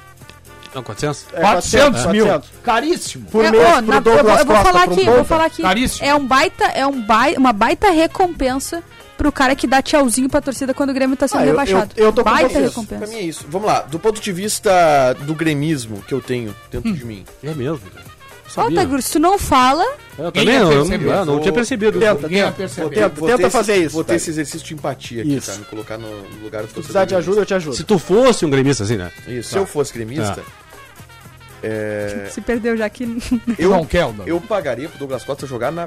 Não, 400? É, 400, 400, mil. 400. Caríssimo. por É, mês, ó, na- pro eu, vou, Douglas eu vou Costa, falar pro aqui, eu vou Douglas. falar aqui. Caríssimo. É um baita, é um bai, uma baita recompensa pro cara que dá tchauzinho pra torcida quando o Grêmio tá sendo Ah, eu- rebaixado. eu- eu tô com baita vocês. Pra mim recompensa. é isso. Vamos lá. Do ponto de vista do gremismo que eu tenho Hum. dentro de mim. É mesmo. cara. Ó, Sabia. Tagur, se tu não fala, Eu Quem é também ia não, eu perceber? não, eu não tinha percebido. Tenta, Ninguém vai tenta, perceber. tenta, Vou tenta ter fazer esse- isso. Vou ter velho. esse exercício de empatia aqui, Isso. tá? Me colocar no no lugar do Se precisar de ajuda, eu te ajudo. Tá. Se tu fosse um gremista assim, né? Isso. Se eu fosse gremista, é, se perdeu [laughs] já aqui. eu, não quer, não. eu pagaria pro Douglas Costa jogar na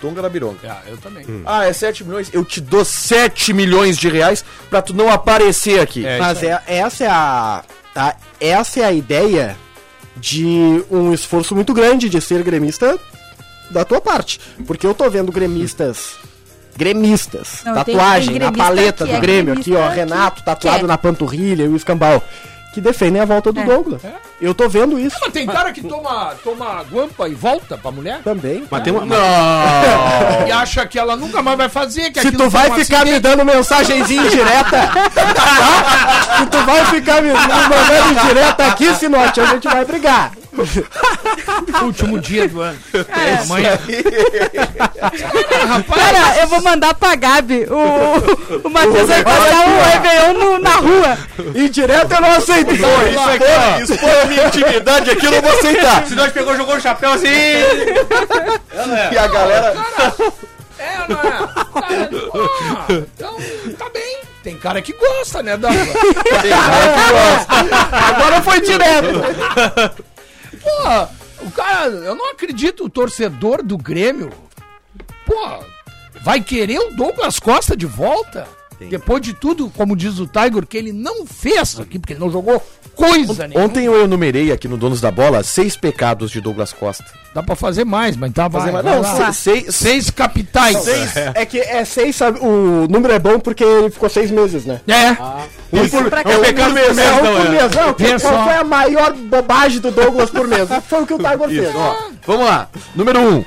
Tonga da Bironga. Ah, eu também. Hum. Ah, é 7 milhões? Eu te dou 7 milhões de reais pra tu não aparecer aqui. É, Mas é, essa é a, a- Essa é a ideia de um esforço muito grande de ser gremista da tua parte. Porque eu tô vendo gremistas. Gremistas. Não, tem- tatuagem tem na gremista paleta que do é Grêmio, aqui, ó. gremista Renato que tatuado quer. na panturrilha e o escambau. Que defendem a volta do É. Douglas. Eu tô vendo isso Mas tem [laughs] cara que toma, toma guampa e volta pra mulher também. Mas tem uma. e acha que ela nunca mais vai fazer. Que Se aquilo tu foi vai um ficar me acidente. dando [laughs] mensagenzinha indireta, tá? Se tu vai ficar me, me mandando indireta aqui, Sinote, a gente vai brigar. Último dia do [laughs] ano. É, amanhã. Cara, eu vou mandar pra Gabi. O, o Matheus vai passar um Réveillon no- na rua. Indireta eu não aceito. Isso aqui, ó, expor a minha intimidade aqui, eu não vou aceitar. Se nós pegou, jogou o chapéu assim. [laughs] E a galera. É, não é? Cara, ah, então, tá bem. Tem cara que gosta, né, Dava? Agora foi direto. Pô, o cara, eu não acredito, o torcedor do Grêmio, pô, vai querer o Douglas Costa de volta? Depois de tudo, como diz o Tiger, que ele não fez aqui, porque ele não jogou coisa nenhuma. Ontem eu enumerei aqui no Donos da Bola seis pecados de Douglas Costa. Dá pra fazer mais, mas tá, vai, vai Não, lá. se- seis. Seis capitais. É que é seis, sabe? O número é bom porque ele ficou seis meses, né? É, Um por, pra é cada um um por mês, é um por mês. Não, Vê Qual só. foi a maior bobagem do Douglas por mês? Foi o que o Tiger fez. Vamos lá. Número 1. Um,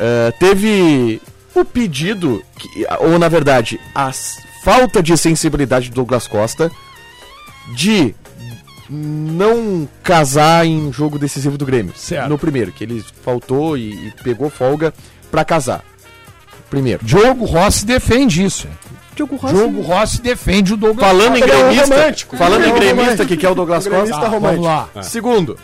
É, teve o pedido, que- ou na verdade, a s- falta de sensibilidade do Douglas Costa de não casar em jogo decisivo do Grêmio. Certo. No primeiro, que ele faltou e, e pegou folga pra casar. Primeiro. Diogo Rossi defende isso. hein? Diogo Então, assim, Rossi- Diogo Rossi defende o Douglas Falando em Ele é um gremista, romântico. falando Ele é em um gremista romântico. que quer o Douglas é um O Costa. gremista romântico. Vamos lá. Ah. Segundo,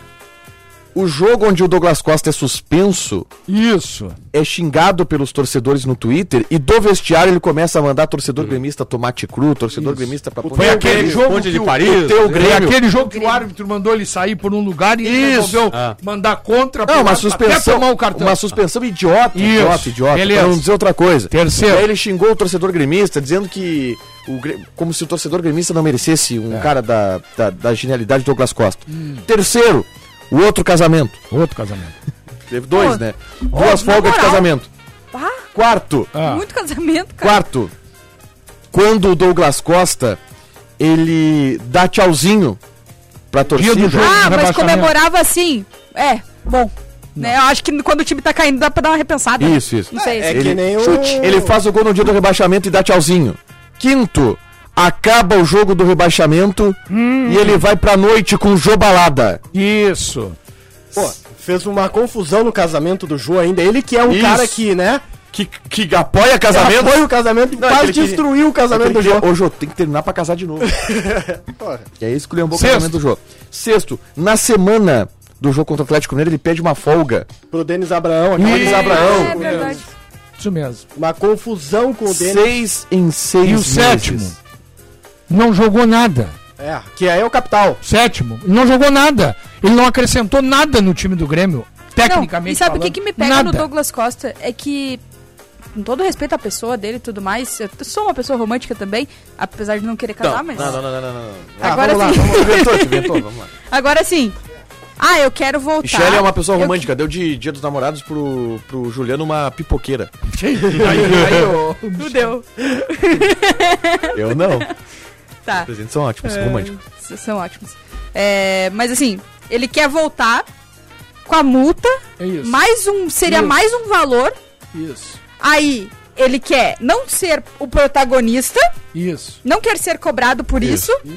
o jogo onde o Douglas Costa é suspenso Isso. é xingado pelos torcedores no Twitter e do vestiário ele começa a mandar torcedor gremista tomate cru, torcedor gremista pra Foi aquele jogo Ponte que de o- Paris. teu Foi Grêmio. aquele jogo que o árbitro mandou ele sair por um lugar e ele Isso. resolveu Ah. mandar contra Não, pro uma árbitro até suspensão, tomar o cartão. uma suspensão idiota, Isso. idiota, idiota, Beleza. pra não dizer outra coisa. Terceiro. Daí ele xingou o torcedor gremista, dizendo que o Gre- como se o torcedor gremista não merecesse É. um cara da, da, da genialidade do Douglas Costa. Terceiro, o outro casamento. Hum. Outro casamento. Teve dois, Pô, né? Duas na folgas de moral. casamento. Ah. Quarto, Ah. Muito casamento, cara. Quarto, quando o Douglas Costa ele dá tchauzinho pra torcida. do jogo. Ah, mas Rebaixamento. comemorava assim. É, bom. Né? Eu acho que quando o time tá caindo dá pra dar uma repensada. Isso, isso. Não sei. É É, que Ele- nem o... Ele faz o gol no dia do rebaixamento e dá tchauzinho. Quinto, acaba o jogo do rebaixamento Hum. e ele vai pra noite com jobalada. Isso. Pô, fez uma confusão no casamento do Jô ainda. Ele que é um Isso. cara que, né? Que, que apoia casamento. Foi o casamento, Não, quase aquele que- destruiu o casamento do Jô. Ô, Jô, tem que terminar pra casar de novo. E aí esculhambou o Sexto. casamento do Jô. Sexto, na semana do jogo contra o Atlético Mineiro, ele pede uma folga. Pro Denis Abraão, aquele Denis Abraão. é verdade. Isso mesmo. Uma confusão com o Denis. Seis em seis E o meses. sétimo? Não jogou nada. É, que aí é o capital. Sétimo. Não jogou nada. Ele não acrescentou nada no time do Grêmio. Não, Tecnicamente. e sabe o que, falando, que me pega no nada. Douglas Costa? É que com todo respeito à pessoa dele e tudo mais, eu sou uma pessoa romântica também, apesar de não querer casar, mas. Não, não, não, não, não, não. Ah, Agora vamos lá, sim. vamos, inventou, te inventou, vamos lá. Agora sim. Ah, eu quero voltar. Michelle é uma pessoa Eu- romântica, deu de Dia dos Namorados pro, pro Juliano uma pipoqueira. [laughs] Não deu. eu não. Tá. Os presentes são ótimos, românticos. S- São ótimos. É, mas assim, ele quer voltar com a multa. isso. Mais um. Seria Isso. mais um valor. Isso. Aí, ele quer não ser o protagonista. Isso. Não quer ser cobrado por isso. E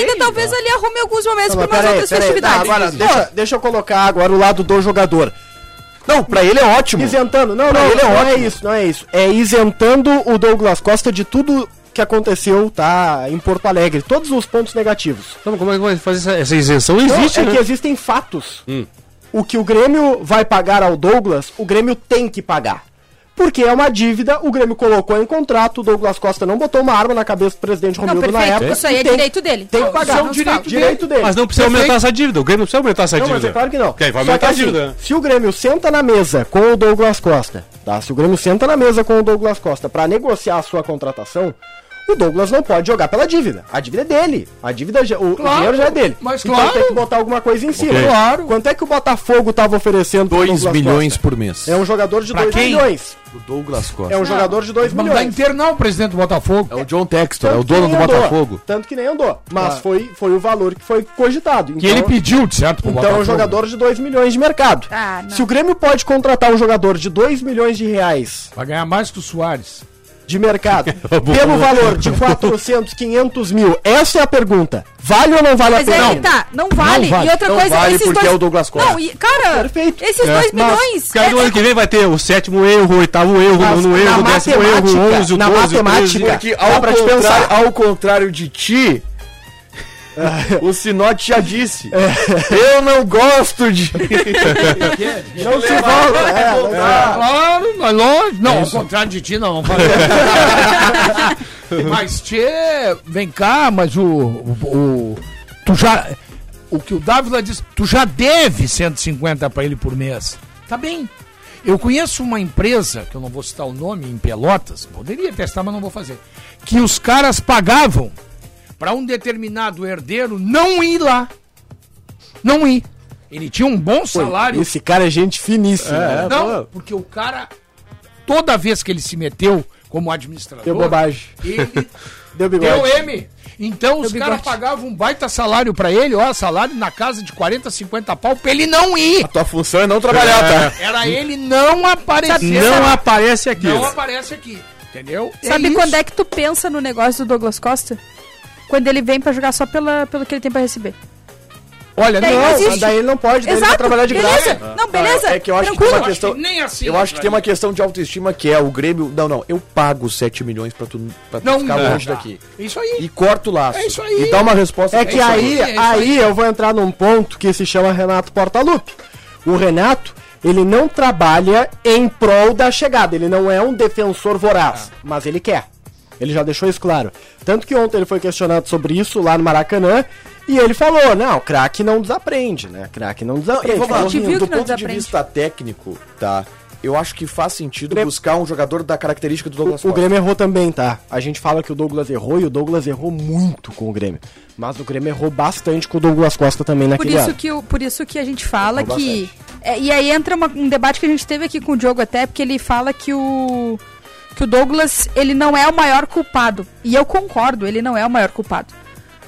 ele ainda talvez ali arrume alguns momentos Não, para umas mas peraí, outras peraí. Não, festividades. agora, Pô, deixa, deixa eu colocar agora o lado do jogador. Não, pra ele é ótimo. Isentando, não, Pra não, ele é não é ótimo. isso, não é isso. É isentando o Douglas Costa de tudo que aconteceu, tá, em Porto Alegre. Todos os pontos negativos. Então, como é que vai fazer essa, essa isenção? Não, Existe, é né? Hum. que existem fatos. O que o Grêmio vai pagar ao Douglas, o Grêmio tem que pagar. Porque é uma dívida, o Grêmio colocou em contrato, o Douglas Costa não botou uma arma na cabeça do presidente Não, Romildo na perfeito. época. Isso aí e é tem- direito dele. Tem que Não, pagar. isso é um Tá, direito dele. Mas não precisa aumentar essa dívida. O Grêmio não precisa aumentar essa Não, dívida. mas é claro que não. Porque aí vai Só que aumentar a assim, dívida. né? Se o Grêmio senta na mesa com o Douglas Costa, tá? Se o Grêmio senta na mesa com o Douglas Costa pra negociar a sua contratação, o Douglas não pode jogar pela dívida. A dívida é dele. A dívida já- o, Claro, o dinheiro já é dele. mas Então claro. tem que botar alguma coisa em cima. Claro. Quanto é que o Botafogo tava oferecendo pro 2 Douglas milhões Costa? por mês. É um jogador de Pra 2 quem? milhões. O Douglas Costa. É um jogador de 2 Não dá milhões. inteiro não, presidente do Botafogo. Então É o John Textor, é o Tanto que dono do nem andou. Botafogo. Tanto que nem andou. Mas Ah. foi, foi o valor que foi cogitado. Que ele pediu, de certo, pro Então é Botafogo. um jogador de 2 milhões de mercado. Ah, não. Se o Grêmio pode contratar um jogador de 2 milhões de reais Vai ganhar mais que o Soares. É [laughs] de mercado pelo valor de 400, 500 mil, essa é a pergunta. Vale ou não vale Mas a pena? é que tá, não vale. Não vale. E outra Não coisa, vale esses porque dois... é o Douglas Costa. Não, e, cara, Perfeito. esses É. dois Mas, milhões. Porque aí no é- ano que vem vai ter o sétimo erro, o oitavo erro, o Mas nono erro, o na décimo erro, o matemática, onze, o na doze, o matemática, é treze. Porque Dá ao, pra te contrário, pensar. ao contrário de [laughs] ti, o Sinote já disse. É. Eu não gosto [laughs] de. Não se volta. É, não dá. Claro, mas longe. Não, ao contrário de ti, não. Valeu. Uhum. mas, Tchê, vem cá, mas o, o, o- Tu já. O que o Dávila disse, tu já deve 150 pra ele por mês. Tá bem. Eu conheço uma empresa, que eu não vou citar o nome, em Pelotas, poderia testar, mas não vou fazer. Que os caras pagavam pra um determinado herdeiro não ir lá. Não ir. Ele tinha um bom salário. Esse cara é gente finíssima. É, né? Não, porque o é cara, toda vez que ele se meteu como administrador, Deu bobagem. ele Deu deu bigode. M. Então os caras pagavam um baita salário pra ele, ó, salário na casa de 40, 50 pau, pra ele não ir. Tua função é não trabalhar, tá? Era ele não aparecer. Não aparece aqui. É Não aparece aqui. Entendeu? Sabe quando é que tu pensa no negócio do Douglas Costa? Quando ele vem pra jogar só pela, pelo que ele tem pra receber. Olha, Daí não Não, existe. daí ele não pode, daí ele vai trabalhar de graça. beleza. Não, beleza. É que eu acho que Tranquilo. tem uma questão. nem assim. Eu acho que tem uma questão de autoestima que é o Grêmio. Não, não. Eu pago 7 milhões pra tu, pra tu Não ficar dá. longe daqui. É Isso aí. E corta o laço. É isso aí. E dá uma resposta. É que pra aí, é isso aí eu vou entrar num ponto que se chama Renato Portaluppi. O Renato, ele não trabalha em prol da chegada, ele não é um defensor voraz, mas ele quer. Ele já deixou isso claro. Tanto que ontem ele foi questionado sobre isso lá no Maracanã e ele falou: "Não, craque não desaprende, né? Craque não E desaprende". vamos lá, A gente viu do que não ponto de desaprende. vista técnico, tá? Eu acho que faz sentido buscar um jogador da característica do Douglas O, o Grêmio errou também, tá? A gente fala que o Douglas errou e o Douglas errou muito com o Grêmio. Mas o Grêmio errou bastante com o Douglas Costa também Por naquele isso, ano. que, o- por isso que a gente fala que. é, e aí entra uma- um debate que a gente teve aqui com o Diogo até, porque ele fala que o. que o Douglas ele não é o maior culpado. E eu concordo, ele não é o maior culpado.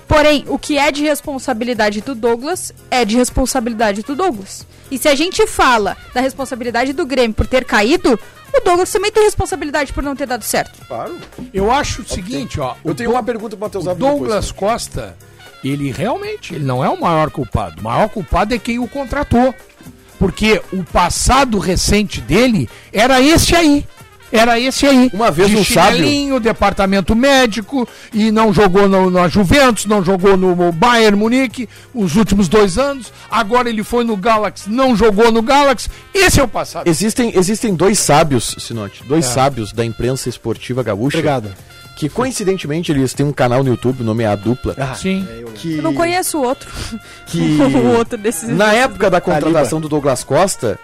Porém, o que é de responsabilidade do Douglas é de responsabilidade do Douglas. E se a gente fala da responsabilidade do Grêmio por ter caído, o Douglas também tem responsabilidade por não ter dado certo. Claro. Eu acho o seguinte, ó. Eu o tenho Dou- uma pergunta pro Matheus O Ávila depois, Douglas Costa, ele realmente ele não é o maior culpado. O maior culpado é quem o contratou. Porque o passado recente dele era esse aí. Era esse aí. Uma vez de um sábio- chinelinho, departamento médico, e não jogou no, na Juventus, não jogou no Bayern Munique os últimos dois anos. Agora ele foi no Galaxy, não jogou no Galaxy. Esse é o passado. Existem, existem dois sábios, Sinote, É. dois sábios da imprensa esportiva gaúcha. Obrigado. Que coincidentemente eles têm um canal no YouTube, o nome é A Dupla. Sim. Que, Ah, é, Eu não conheço o outro. que [laughs] o outro desses. [laughs] na época da contratação do Douglas Costa,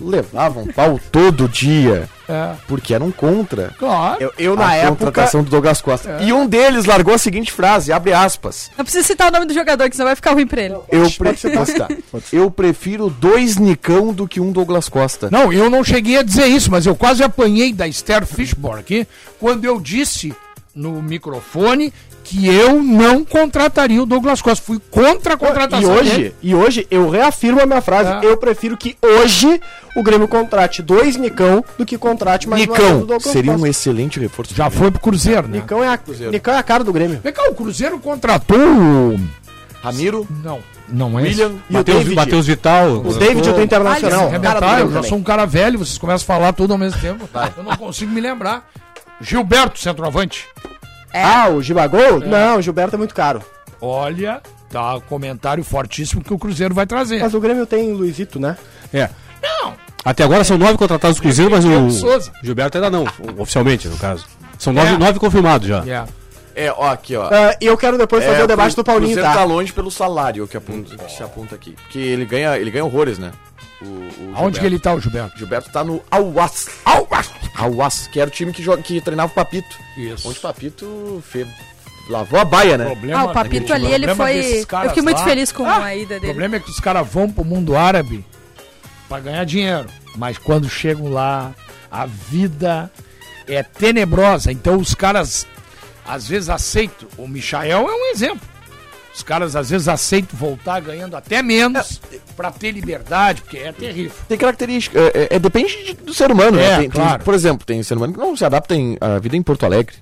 levavam pau todo dia. É. Porque eram contra Claro. eu, eu, a na época- contratação do Douglas Costa. É. E um deles largou a seguinte frase, abre aspas. Não precisa citar o nome do jogador, que senão vai ficar ruim pra ele. Eu, pre- Posso citar? eu prefiro dois Nicão do que um Douglas Costa. Não, eu não cheguei a dizer isso, mas eu quase apanhei da Esther Fishborn aqui quando eu disse no microfone que eu não contrataria o Douglas Costa. Fui contra a contratação. E hoje, dele. Ah. e hoje eu reafirmo a minha frase. Eu prefiro que hoje o Grêmio contrate dois Nicão do que contrate mais uma vez o Nicão Douglas seria um Costa. excelente reforço. Já foi pro Cruzeiro, né? Nicão é a Cruzeiro. Nicão é a cara do Grêmio. Vem cá, o Cruzeiro contratou o. Ramiro? Não, não é William esse. e o David. Matheus Vital. O é David do Internacional. Alice, Cara do arrebentar, Grêmio eu já também. sou um cara velho, vocês começam a falar tudo ao mesmo tempo. Eu não consigo me lembrar. Gilberto, centroavante. Ah, o Gibagol? Não, o Gilberto é muito caro. Olha, tá comentário fortíssimo que o Cruzeiro vai trazer. Mas o Grêmio tem Luizito, né? É. Não! Até agora são nove contratados do Cruzeiro, mas Diego o Souza. Gilberto ainda não, oficialmente, no caso. São nove, nove confirmados já. É, ó, aqui, ó. É, Ah, E eu quero depois fazer o debate do Paulinho, Cruzeiro tá? tá longe pelo salário que, apunta- que se aponta aqui. Porque ele ganha, ele ganha horrores, né? O, o Aonde Gilberto. que ele tá, o Gilberto? Gilberto tá no Alwas. Alwas! Alwas, que era o time que, joga- que treinava o Papito. Isso. Onde o Papito fe- lavou a baia, né? Problema Ah, o Papito ali, ele problema foi. desses caras Eu fiquei muito lá- feliz com Ah, a ida O dele. problema é que os caras vão pro mundo árabe pra ganhar dinheiro. Mas quando chegam lá, a vida é tenebrosa. Então os caras às vezes aceitam. O Michael é um exemplo. Os caras às vezes aceitam voltar ganhando até menos pra ter liberdade, porque é terrível. Tem característica. É, é- é- depende de- do ser humano, É, né? Tem- tem- claro. por exemplo, tem ser humano que não se adapta em, à vida em Porto Alegre.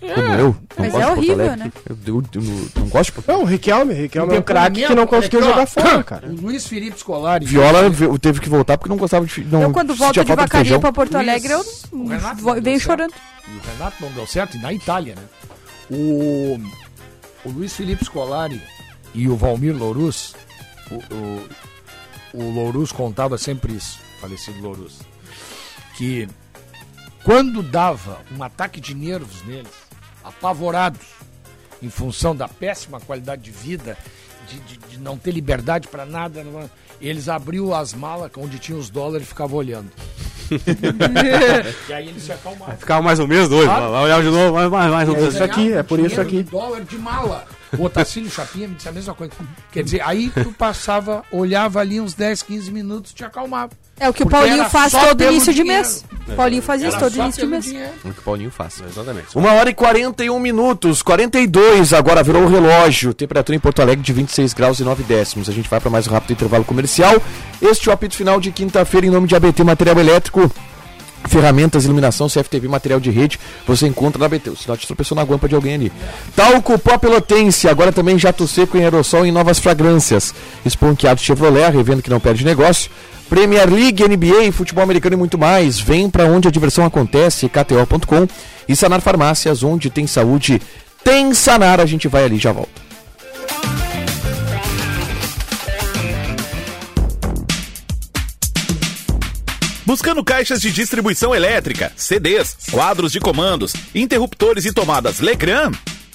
Como eu. Não mas gosto é de Porto horrível, Alegre. né? Eu, eu- eu não gosto de Porto É o Riquelme. Riquelme é um craque que não depoimento, conseguiu olha aqui, jogar ó. [coughs] fora, cara. O Luiz Felipe Scolari. Viola ve- teve que voltar porque não gostava de. fi- Não Eu, quando volto sentia de falta vacaria feijão. pra Porto Luiz, Alegre, eu o Renato vo- não deu venho certo. chorando. E o Renato não deu certo, e na Itália, né? O, o Luiz Felipe Scolari e o Valmir Louruz, o, o, o Louruz contava sempre isso, falecido Louruz, que quando dava um ataque de nervos neles, apavorados, em função da péssima qualidade de vida, de, de- de não ter liberdade para nada, não- eles abriam as malas onde tinha os dólares e ficavam olhando. e aí eles se acalmavam. Ficava mais ou menos dois. Claro. Vai olhar de novo, vai, vai, mais ou É menos. isso aqui, é por isso aqui. dólar de mala. O Otacílio Chapinha me disse a mesma coisa. Quer dizer, aí tu passava, olhava ali uns 10, 15 minutos, te acalmava. É o Porque que o Paulinho era faz só todo pelo início de dinheiro. mês. O Paulinho É, faz isso Era todo só início de pelo mês. dinheiro. [laughs] O que o Paulinho faz. Exatamente. Uma hora e 41 minutos, 42, agora virou o relógio. Temperatura em Porto Alegre de 26 graus e 9 décimos. A gente vai para mais um rápido intervalo comercial. Este é o apito final de quinta-feira em nome de ABT Material Elétrico. Ferramentas, iluminação, CFTV, material de rede, você encontra na BT. O sinal te tropeçou na guampa de alguém ali. Talco Pó Pelotense, agora também jato seco em aerossol e em novas fragrâncias. Esponqueado Chevrolet, a revenda que não perde negócio. Premier League, NBA, futebol americano e muito mais. Vem pra onde a diversão acontece, kto.com e Sanar Farmácias, onde tem saúde, tem Sanar. A gente vai ali, já volta. Buscando caixas de distribuição elétrica, CDs, quadros de comandos, interruptores e tomadas Legrand?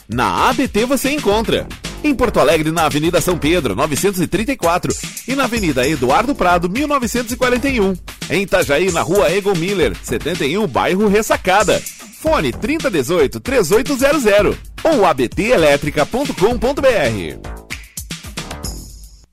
Na ABT você encontra. Em Porto Alegre, na Avenida São Pedro, 934, e na Avenida Eduardo Prado, 1941. Em Itajaí, na Rua Egon Miller, 71, bairro Ressacada. Fone 3018-3800 ou abtelétrica.com.br.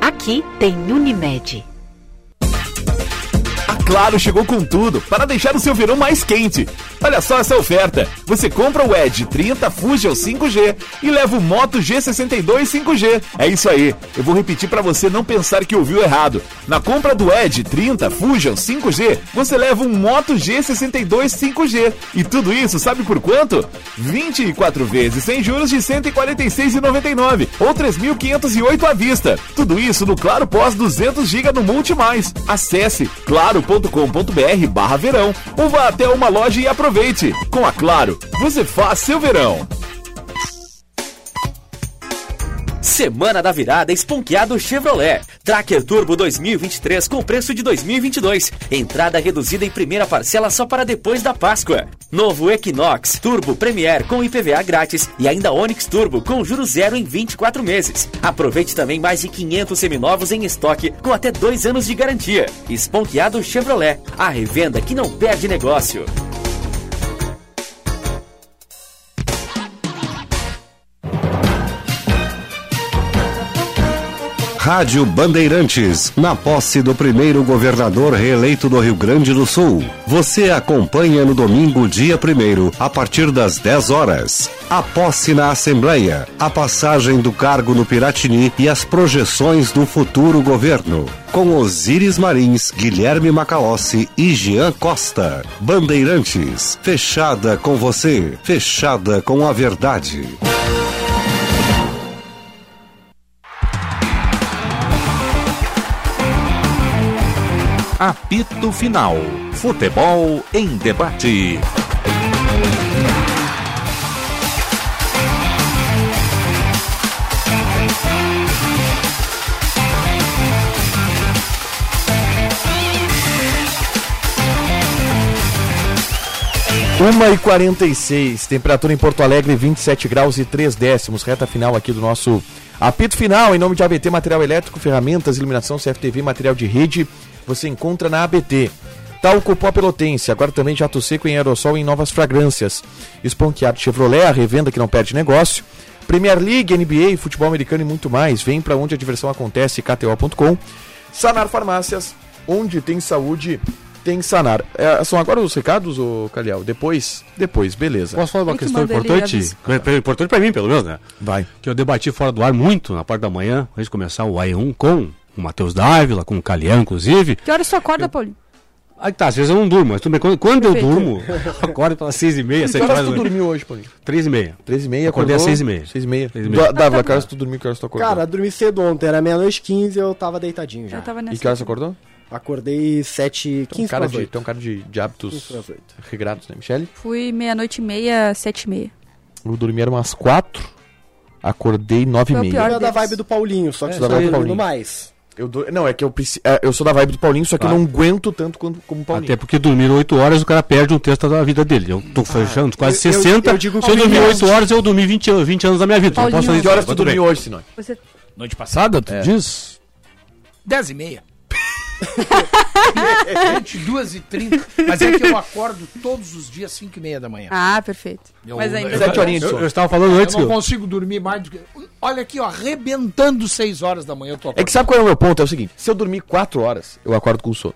aqui tem Unimed. Claro chegou com tudo para deixar o seu verão mais quente. Olha só essa oferta. Você compra o Edge 30 Fusion 5G e leva o Moto G62 5G. É isso aí. Eu vou repetir para você não pensar que ouviu errado. Na compra do Edge 30 Fusion 5G, você leva um Moto G62 5G. E tudo isso, sabe por quanto? 24 vezes sem juros de R$ 146,99 ou 3.508 à vista. Tudo isso no Claro Pós 200 GB no Multi Mais. Acesse claro.com.br barra verão ou vá até uma loja e aproveite. Com a Claro, você faz seu verão. Semana da virada esponqueado Chevrolet. Tracker Turbo 2023 com preço de 2022. Entrada reduzida e primeira parcela só para depois da Páscoa. Novo Equinox Turbo Premier com IPVA grátis e ainda Onix Turbo com juros zero em 24 meses. Aproveite também mais de 500 seminovos em estoque com até dois anos de garantia. Esponqueado Chevrolet. A revenda que não perde negócio. Rádio Bandeirantes, na posse do primeiro governador reeleito do Rio Grande do Sul. Você acompanha no domingo, dia 1 a partir das 10 horas. A posse na Assembleia, a passagem do cargo no Piratini e as projeções do futuro governo. Com Osíris Marins, Guilherme Macalossi e Jean Costa. Bandeirantes, fechada com você, fechada com a verdade. Apito Final. Futebol em debate. Uma e 46 temperatura em Porto Alegre, 27 graus e 3 décimos. Reta final aqui do nosso apito final. Em nome de ABT Material Elétrico, Ferramentas, Iluminação, CFTV, Material de Rede, você encontra na ABT. Talco Pó Pelotense, agora também jato seco em aerossol e em novas fragrâncias. Esponqueado Chevrolet, a revenda que não perde negócio. Premier League, NBA, futebol americano e muito mais. Vem pra onde a diversão acontece, kto.com. Sanar Farmácias, onde tem saúde, tem Sanar. É, são agora os recados, ô Calhau? Depois? Depois, beleza. Posso falar uma questão importante? Que- Importante pra mim, pelo menos, né? Vai. Que eu debati fora do ar muito na parte da manhã, antes de começar o AE1 com o Matheus Dávila, com o Calião, inclusive. Que horas tu acorda, Paulinho? Aí tá, às vezes eu não durmo, mas tudo bem. Quando, quando eu Perfeito. durmo, eu acordo pelas seis e meia, Que sete horas horas. tu dormiu hoje, Paulinho? Três e meia. Três e meia, Acordei às acordou? seis e meia. Seis e meia. Seis e meia. Da- Dávila, que horas tu dormiu, que horas tu acordou? Cara, dormi cedo ontem, era meia-noite 15, eu tava deitadinho já. Eu tava e nessa. que horas tu acordou? Acordei 7, 15 Tem um cara, para de, 8. tem um cara de, de hábitos 15 pras oito. regrados, né, Michele? Fui meia-noite e meia, sete e meia. Eu dormi era umas quatro, acordei nove e Foi o meia. pior Era da deles. vibe do Paulinho, só que É, é, da vibe do Paulinho. dormindo mais. Eu dou- Não, é que eu preci- é, Eu sou da vibe do Paulinho, só que eu não aguento tanto quanto, como o Paulinho. Até porque dormir oito horas, o cara perde um terço da vida dele. Eu Ah, tô fechando quase eu- eu 60. digo Se eu que- dormir oito horas, eu dormi 20, anos- 20 anos da minha vida. Não Paulinho, posso fazer Que isso. horas tu Tudo bem. dormiu hoje, É. Sinone? Você... Noite passada, tu diz? Dez e meia. 22 e 30 Mas é que eu acordo todos os dias 5 e meia da manhã. Ah, perfeito. Eu- Mas ainda. Sete horinhas de Eu, sono. eu estava falando Eu antes que não eu, consigo dormir mais do que. Olha aqui, ó, arrebentando 6 horas da manhã eu tô É que acordando. sabe qual é o meu ponto? É o seguinte: se eu dormir 4 horas, eu acordo com sono.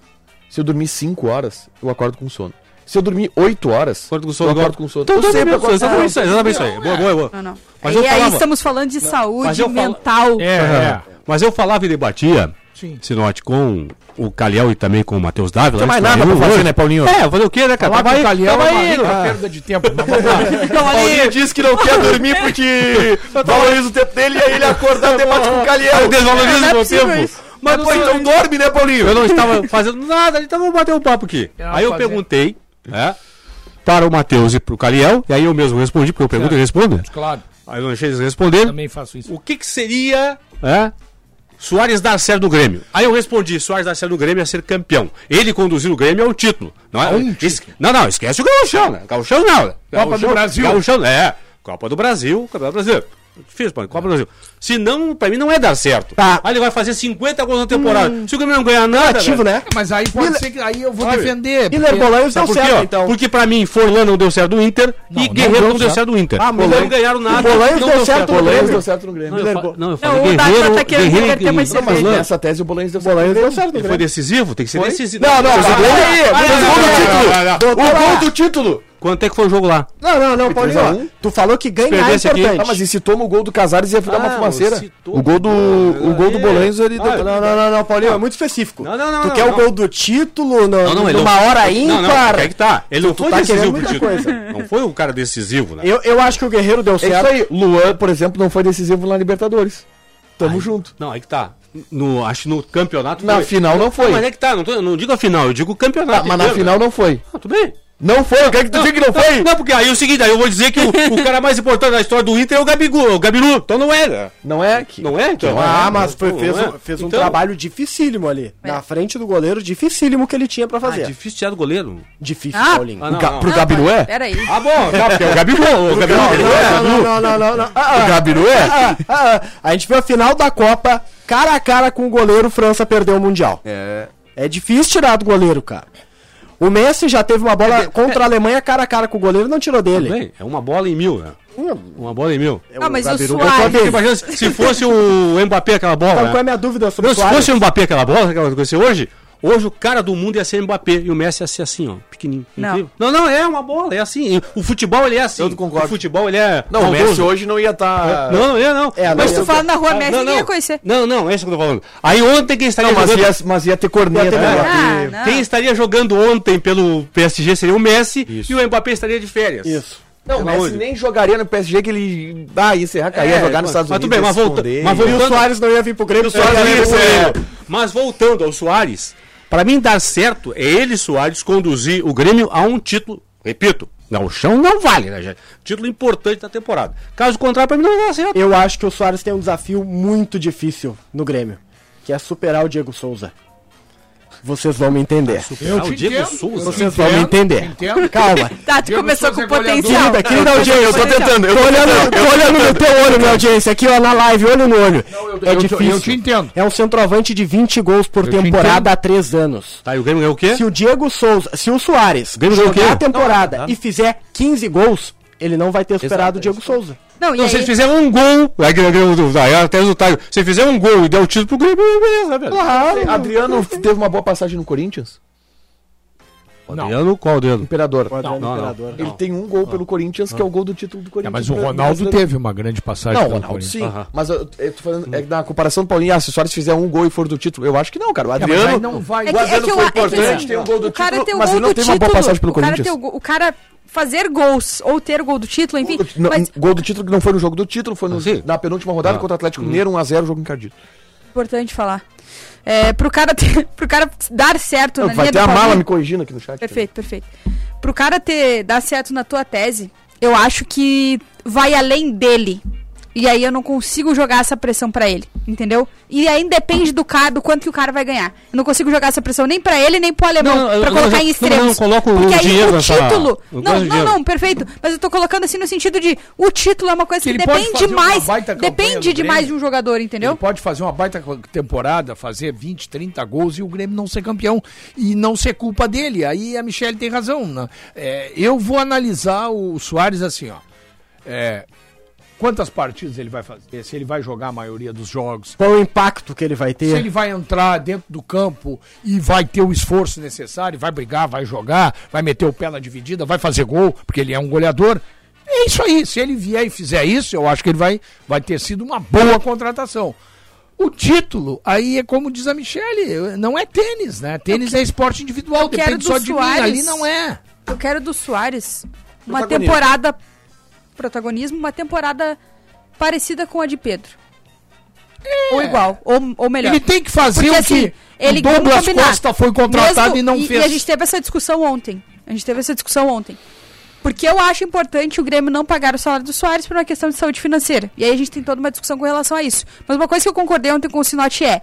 Se eu dormir 5 horas, eu acordo com sono. Se eu dormir 8 horas, Acordo com sono eu acordo agora. com sono. Então, eu sempre exatamente, acordo com sono. isso aí, exatamente isso aí. Boa, boa, boa. Não, não. Mas e eu aí falava- estamos falando de Mas saúde eu falo- mental. É, é. Mas eu falava e debatia, Sim. Sinote, com o Caliel e também com o Matheus Não Dávila. tem mais antes do nada pra Ariel fazer, hoje. né, Paulinho? É, fazer o quê, né, cara? Falar com o Calhau tava é uma aí, né? rica cara. perda de tempo. Mas vamos lá. Paulinho disse que [laughs] não quer dormir [laughs] porque valoriza o tempo dele e aí ele acordar debate com o Caliel. Desvaloriza o meu tempo. Mas pô, então dorme, né, Paulinho? Eu não estava fazendo nada, então vamos bater um papo aqui. Eu aí eu fazer- perguntei, né, para o Matheus e para o Caliel, e aí eu mesmo respondi, porque eu pergunto e respondo. né? Claro, Aí eu não deixei eles responderem. também faço isso. O que, que seria é, Soares dar certo no Grêmio? Aí eu respondi: Soares dar certo no Grêmio é ser campeão. Ele conduzir o Grêmio é um título. Não, é, es- não, não, esquece o Gauchão, né? Gauchão não. Né? Copa do Gauchão- Brasil. Gauchão, é. Copa do Brasil, Campeonato Brasileiro. Difícil, mano. Copa do Brasil. Se não, pra mim não é dar certo. Aí ele vai fazer 50 gols na temporada. Se o Grêmio não ganhar é Tá nada. Ativo, velho, né? É, Mas aí pode ser que aí eu vou defender. Miller porque- Bolanhos Sabe deu por quê? certo, ó? então. Porque pra mim, Forlan não deu certo do Inter Não, e não Guerreiro deu não deu certo. certo do Inter. Ah, não Bolanhos- ganharam nada. Bolanhos não deu certo, no Bolanhos Grêmio. deu certo no Grêmio. Não, eu fa- Não, eu Não, falei o Dávila guerreiro, tá querendo guerreiro inverter e- uma e- cerveja. Forlan. Nessa tese o Bolanhos deu O Bolanho deu certo, Ele foi decisivo? Tem que ser decisivo. Não, não, Foi mas o decisivo. Grêmio- Ah, mas o não, gol do não, título. não, não, não. O gol do título Quanto é que foi o jogo lá? Não, não, não, Foi Paulinho. 3 a ó, 1. Tu falou que ganhar é Perdesse aqui. importante. Ah, mas e se toma o gol do Casares ia ficar uma fumaceira. O gol do. O gol do Bolanhos ele deu. Não, não, não, não, Paulinho, é muito específico. Não, não, não. Tu quer o gol do título no, Não, não, ele numa não- hora Não, não, ímpar? é que tá. Ele não Tu foi tá decisivo querendo pro muita título. coisa. Não foi um cara decisivo, né? Tá. Eu, eu acho que o Guerreiro deu É certo. isso aí. Luan, por exemplo, não foi decisivo na Libertadores. Tamo junto. Não, aí que tá. No, acho que no campeonato. Na final não foi. Mas é que tá, não, tô- não digo a final, eu digo o campeonato. Tá, mas na inteiro, final não foi. Ah, tudo bem. Não foi, o que é que tu diz que não foi? Não, porque aí é o seguinte, aí eu vou dizer que o, o cara mais importante da história do Inter é o Gabigol, o Gabiru. Então não era. Não é? Que... Não é, então? ah, mas foi, fez, Não é. um, fez um Então, trabalho dificílimo ali. Na frente do goleiro, dificílimo que ele tinha pra fazer. É. Ah, difícil tirar do goleiro. Difícil, Ah, Paulinho. ah, não, O Ga- não. pro Gabiru é? Peraí. Ah, bom, tá, porque é o Gabigol. O Gabigol é, Não, não, não, não, não, não. Ah, ah. O Gabiru é? Ah, ah, ah. A gente viu a final da Copa, cara a cara com o goleiro, França perdeu o Mundial. É. É difícil tirar do goleiro, cara. O Messi já teve uma É bola contra a Alemanha cara a cara com o goleiro não tirou dele. Bem, é uma bola em mil, né? Uma bola em mil. Ah, mas o Gabiru- Suárez- Eu tô imaginando se- Se fosse o Mbappé aquela bola. Então, né? qual é a minha dúvida sobre Não, o se Suárez? fosse um o Mbappé aquela bola, aquela coisa hoje, hoje o cara do mundo ia ser Mbappé e o Messi ia ser assim, ó, pequenininho. Não. Incrível. não, não, é uma bola, é assim. O futebol ele é assim. Eu concordo. O futebol ele é. Não, o Messi maldoso. hoje não ia estar. É, Não, não ia não. É, Mas não, tu fala na rua Ah, Messi, não, ninguém não. ia conhecer. Não, não, é isso que eu tô falando. Aí ontem quem estaria Não, mas jogando. ia- mas ia ter corneta. É. Ah, não. Quem estaria jogando ontem pelo PSG seria o Messi e o Mbappé estaria de férias. Isso. Não, o Messi nem jogaria no PSG que ele. Ah, ia encerrar, É, cair, ia jogar mas- nos Estados mas Unidos. tudo bem, mas ia se volta- esconder. mas E o voltando- Suárez- não ia vir pro Grêmio, o o Suárez Suárez ia ia vir pro ser. Grêmio. Mas voltando ao Soares, para mim dar certo é ele, Soares, conduzir o Grêmio a um título, repito, não, o chão não vale, né, gente? Título importante da temporada. Caso contrário, pra mim não dá certo. Eu acho que o Soares tem um desafio muito difícil no Grêmio, que é superar o Diego Souza. Vocês vão me entender. Ah, Eu te entendo, eu te Vocês vão me entendo, entender. te entendo. [laughs] [laughs] é Calma. Tá, tu começou com potencial. Querida, é querida audiência, Eu tô tentando, eu tô tô olhando, tentando, eu tô tô olhando no tentando. teu olho, minha audiência, aqui ó, na live, olho no olho. é eu te- difícil. eu te entendo. É um centroavante de 20 gols por Eu te entendo. temporada há 3 anos. Tá, e o Grêmio ganhou o quê? Se o Diego Souza, se o Soares Grêmio ganhou o jogar a quê? temporada Não, não. e fizer 15 gols, ele não vai ter superado o Diego Souza. Não, e Então, se aí, ele fizer um gol, aí o Grêmio- aí até resultado. Se ele fizer um gol e der o título pro Grêmio, beleza, velho. Claro. Adriano teve uma boa passagem no Corinthians? Adriano, qual Adriano? Imperador. Adriano Não, não. Imperador. Ele tem um gol pelo Corinthians, que é o gol do título do É, Corinthians. mas o pra- Ronaldo brasileiro. teve uma grande passagem Não, pelo Ronaldo Corinthians. sim. Aham. Mas eu, eu tô falando, é que na comparação do Paulinho, ah, se o Soares fizer um gol e for do título, eu acho que não, cara. O mas Adriano. aí não vai- É O que, é Adriano que eu foi é que importante, assim, tem um gol do o cara título, ter o mas gol ele não do teve uma boa título, passagem pelo o cara Corinthians. ter o gol- O cara fazer gols ou ter o gol do título, enfim. Não, um mas Gol do título que não foi no jogo do título, foi no- na penúltima rodada contra o Atlético Mineiro, 1x0, jogo encardido. importante falar. É, pro, cara ter- [laughs] pro cara dar certo na Vai linha ter do a mala me Paulinho. corrigindo aqui no chat. Perfeito, perfeito. Pro cara ter dar certo na tua tese, eu acho que vai além dele. E aí eu não consigo jogar essa pressão pra ele, entendeu? E aí depende do cara, do quanto que o cara vai ganhar. Eu não consigo jogar essa pressão nem pra ele, nem pro alemão, Não, eu- pra eu colocar já- em não, extremos. não, eu coloco Porque o aí dinheiro o nessa- título. eu Não, gosto de não, dinheiro. não, perfeito. Mas eu tô colocando assim no sentido de o título é uma coisa que, Ele pode depende fazer uma mais. baita campanha Depende no demais de Grêmio. um jogador, entendeu? Ele pode fazer uma baita temporada, fazer 20, 30 gols e o Grêmio não ser campeão. E não ser culpa dele. Aí a Michelle tem razão. né? É, eu vou analisar o Soares assim, ó. É, quantas partidas ele vai fazer? Se ele vai jogar a maioria dos jogos. Qual é o impacto que ele vai ter? Se ele vai entrar dentro do campo e vai ter o esforço necessário, vai brigar, vai jogar, vai meter o pé na dividida, vai fazer gol, porque ele é um goleador. É isso aí. Se ele vier e fizer isso, eu acho que ele vai, vai ter sido uma boa contratação. O título, aí é como diz a Michele, eu- não é tênis, né? Tênis é esporte individual, eu quero depende do só de Suárez. mim. Ali não é. Eu quero do Soares uma Protagonismo. temporada protagonismo, uma temporada parecida com a de Pedro. Ou igual, ou, ou melhor. Ele É. tem que fazer Porque, o que assim, ele, o Douglas vamos combinar, Costa foi contratado mesmo- e não fez. E a gente teve essa discussão ontem. A gente teve essa discussão ontem. Porque eu acho importante o Grêmio não pagar o salário do Soares por uma questão de saúde financeira. E aí a gente tem toda uma discussão com relação a isso. Mas uma coisa que eu concordei ontem com o Sinote é: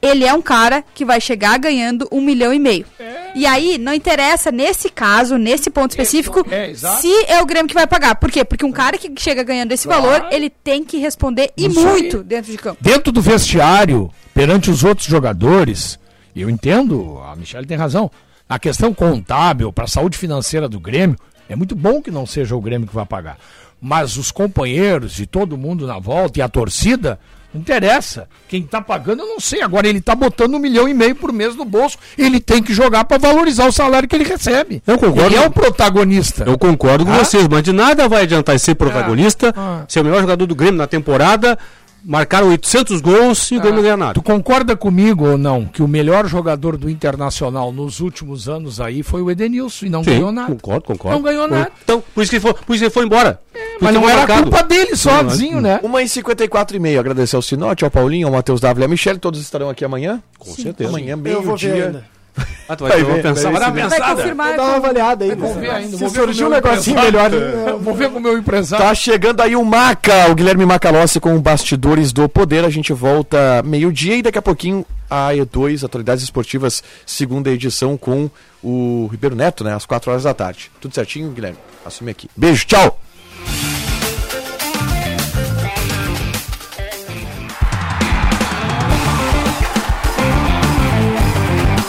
ele é um cara que vai chegar ganhando um milhão e meio. E aí, não interessa, nesse caso, nesse ponto específico, é, exato. se é o Grêmio que vai pagar. Por quê? Porque um cara que chega ganhando esse Claro. valor, ele tem que responder e Isso muito aí. dentro de campo. dentro do vestiário, perante os outros jogadores, e eu entendo, a Michelle tem razão, a questão contábil para a saúde financeira do Grêmio, é muito bom que não seja o Grêmio que vai pagar. Mas os companheiros e todo mundo na volta e a torcida Não interessa. Quem tá pagando, eu não sei. Agora ele tá botando um milhão e meio por mês no bolso. Ele tem que jogar pra valorizar o salário que ele recebe. Eu concordo. Ele é o protagonista. É. Eu concordo com vocês, mas de nada vai adiantar ser protagonista, Ah. ser o melhor jogador do Grêmio na temporada, marcar 800 gols e o Grêmio não ganhar nada. Tu concorda comigo ou não que o melhor jogador do Internacional nos últimos anos aí foi o Edenilson e não Sim, ganhou nada? Concordo, concordo. Não ganhou nada. Então, por isso que ele foi, por isso que ele foi embora. Por mas isso não foi era marcado. culpa dele sozinho, né? 1 em 54 e meio. Agradecer ao Sinote, ao Paulinho, ao Matheus W, a Michelle. Todos estarão aqui amanhã? Com certeza. Amanhã, Eu vou ver meio-dia. ainda. Ah, tu vai ter uma pensada. vai Vai ver se- pensada? Vou dar uma avaliada aí. né? Vou ver ainda. Se vou ver surgir com um meu negocinho empresário. É, melhor, eu- Vou ver com o meu empresário. Tá chegando aí o Maca, o Guilherme Macalossi com o Bastidores do Poder. A gente volta meio-dia e daqui a pouquinho a E2, Atualidades Esportivas, segunda edição com o Ribeiro Neto, né? Às 4 horas da tarde. Tudo certinho, Guilherme? Assume aqui. Beijo, tchau!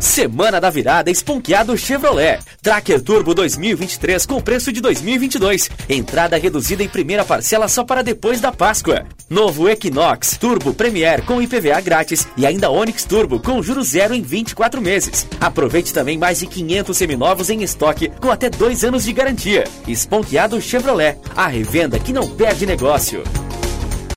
Semana da virada esponqueado Chevrolet. Tracker Turbo 2023 com preço de 2022. Entrada reduzida e primeira parcela só para depois da Páscoa. Novo Equinox Turbo Premier com IPVA grátis e ainda Onix Turbo com juros zero em 24 meses. Aproveite também mais de 500 seminovos em estoque com até dois anos de garantia. Esponqueado Chevrolet. A revenda que não perde negócio.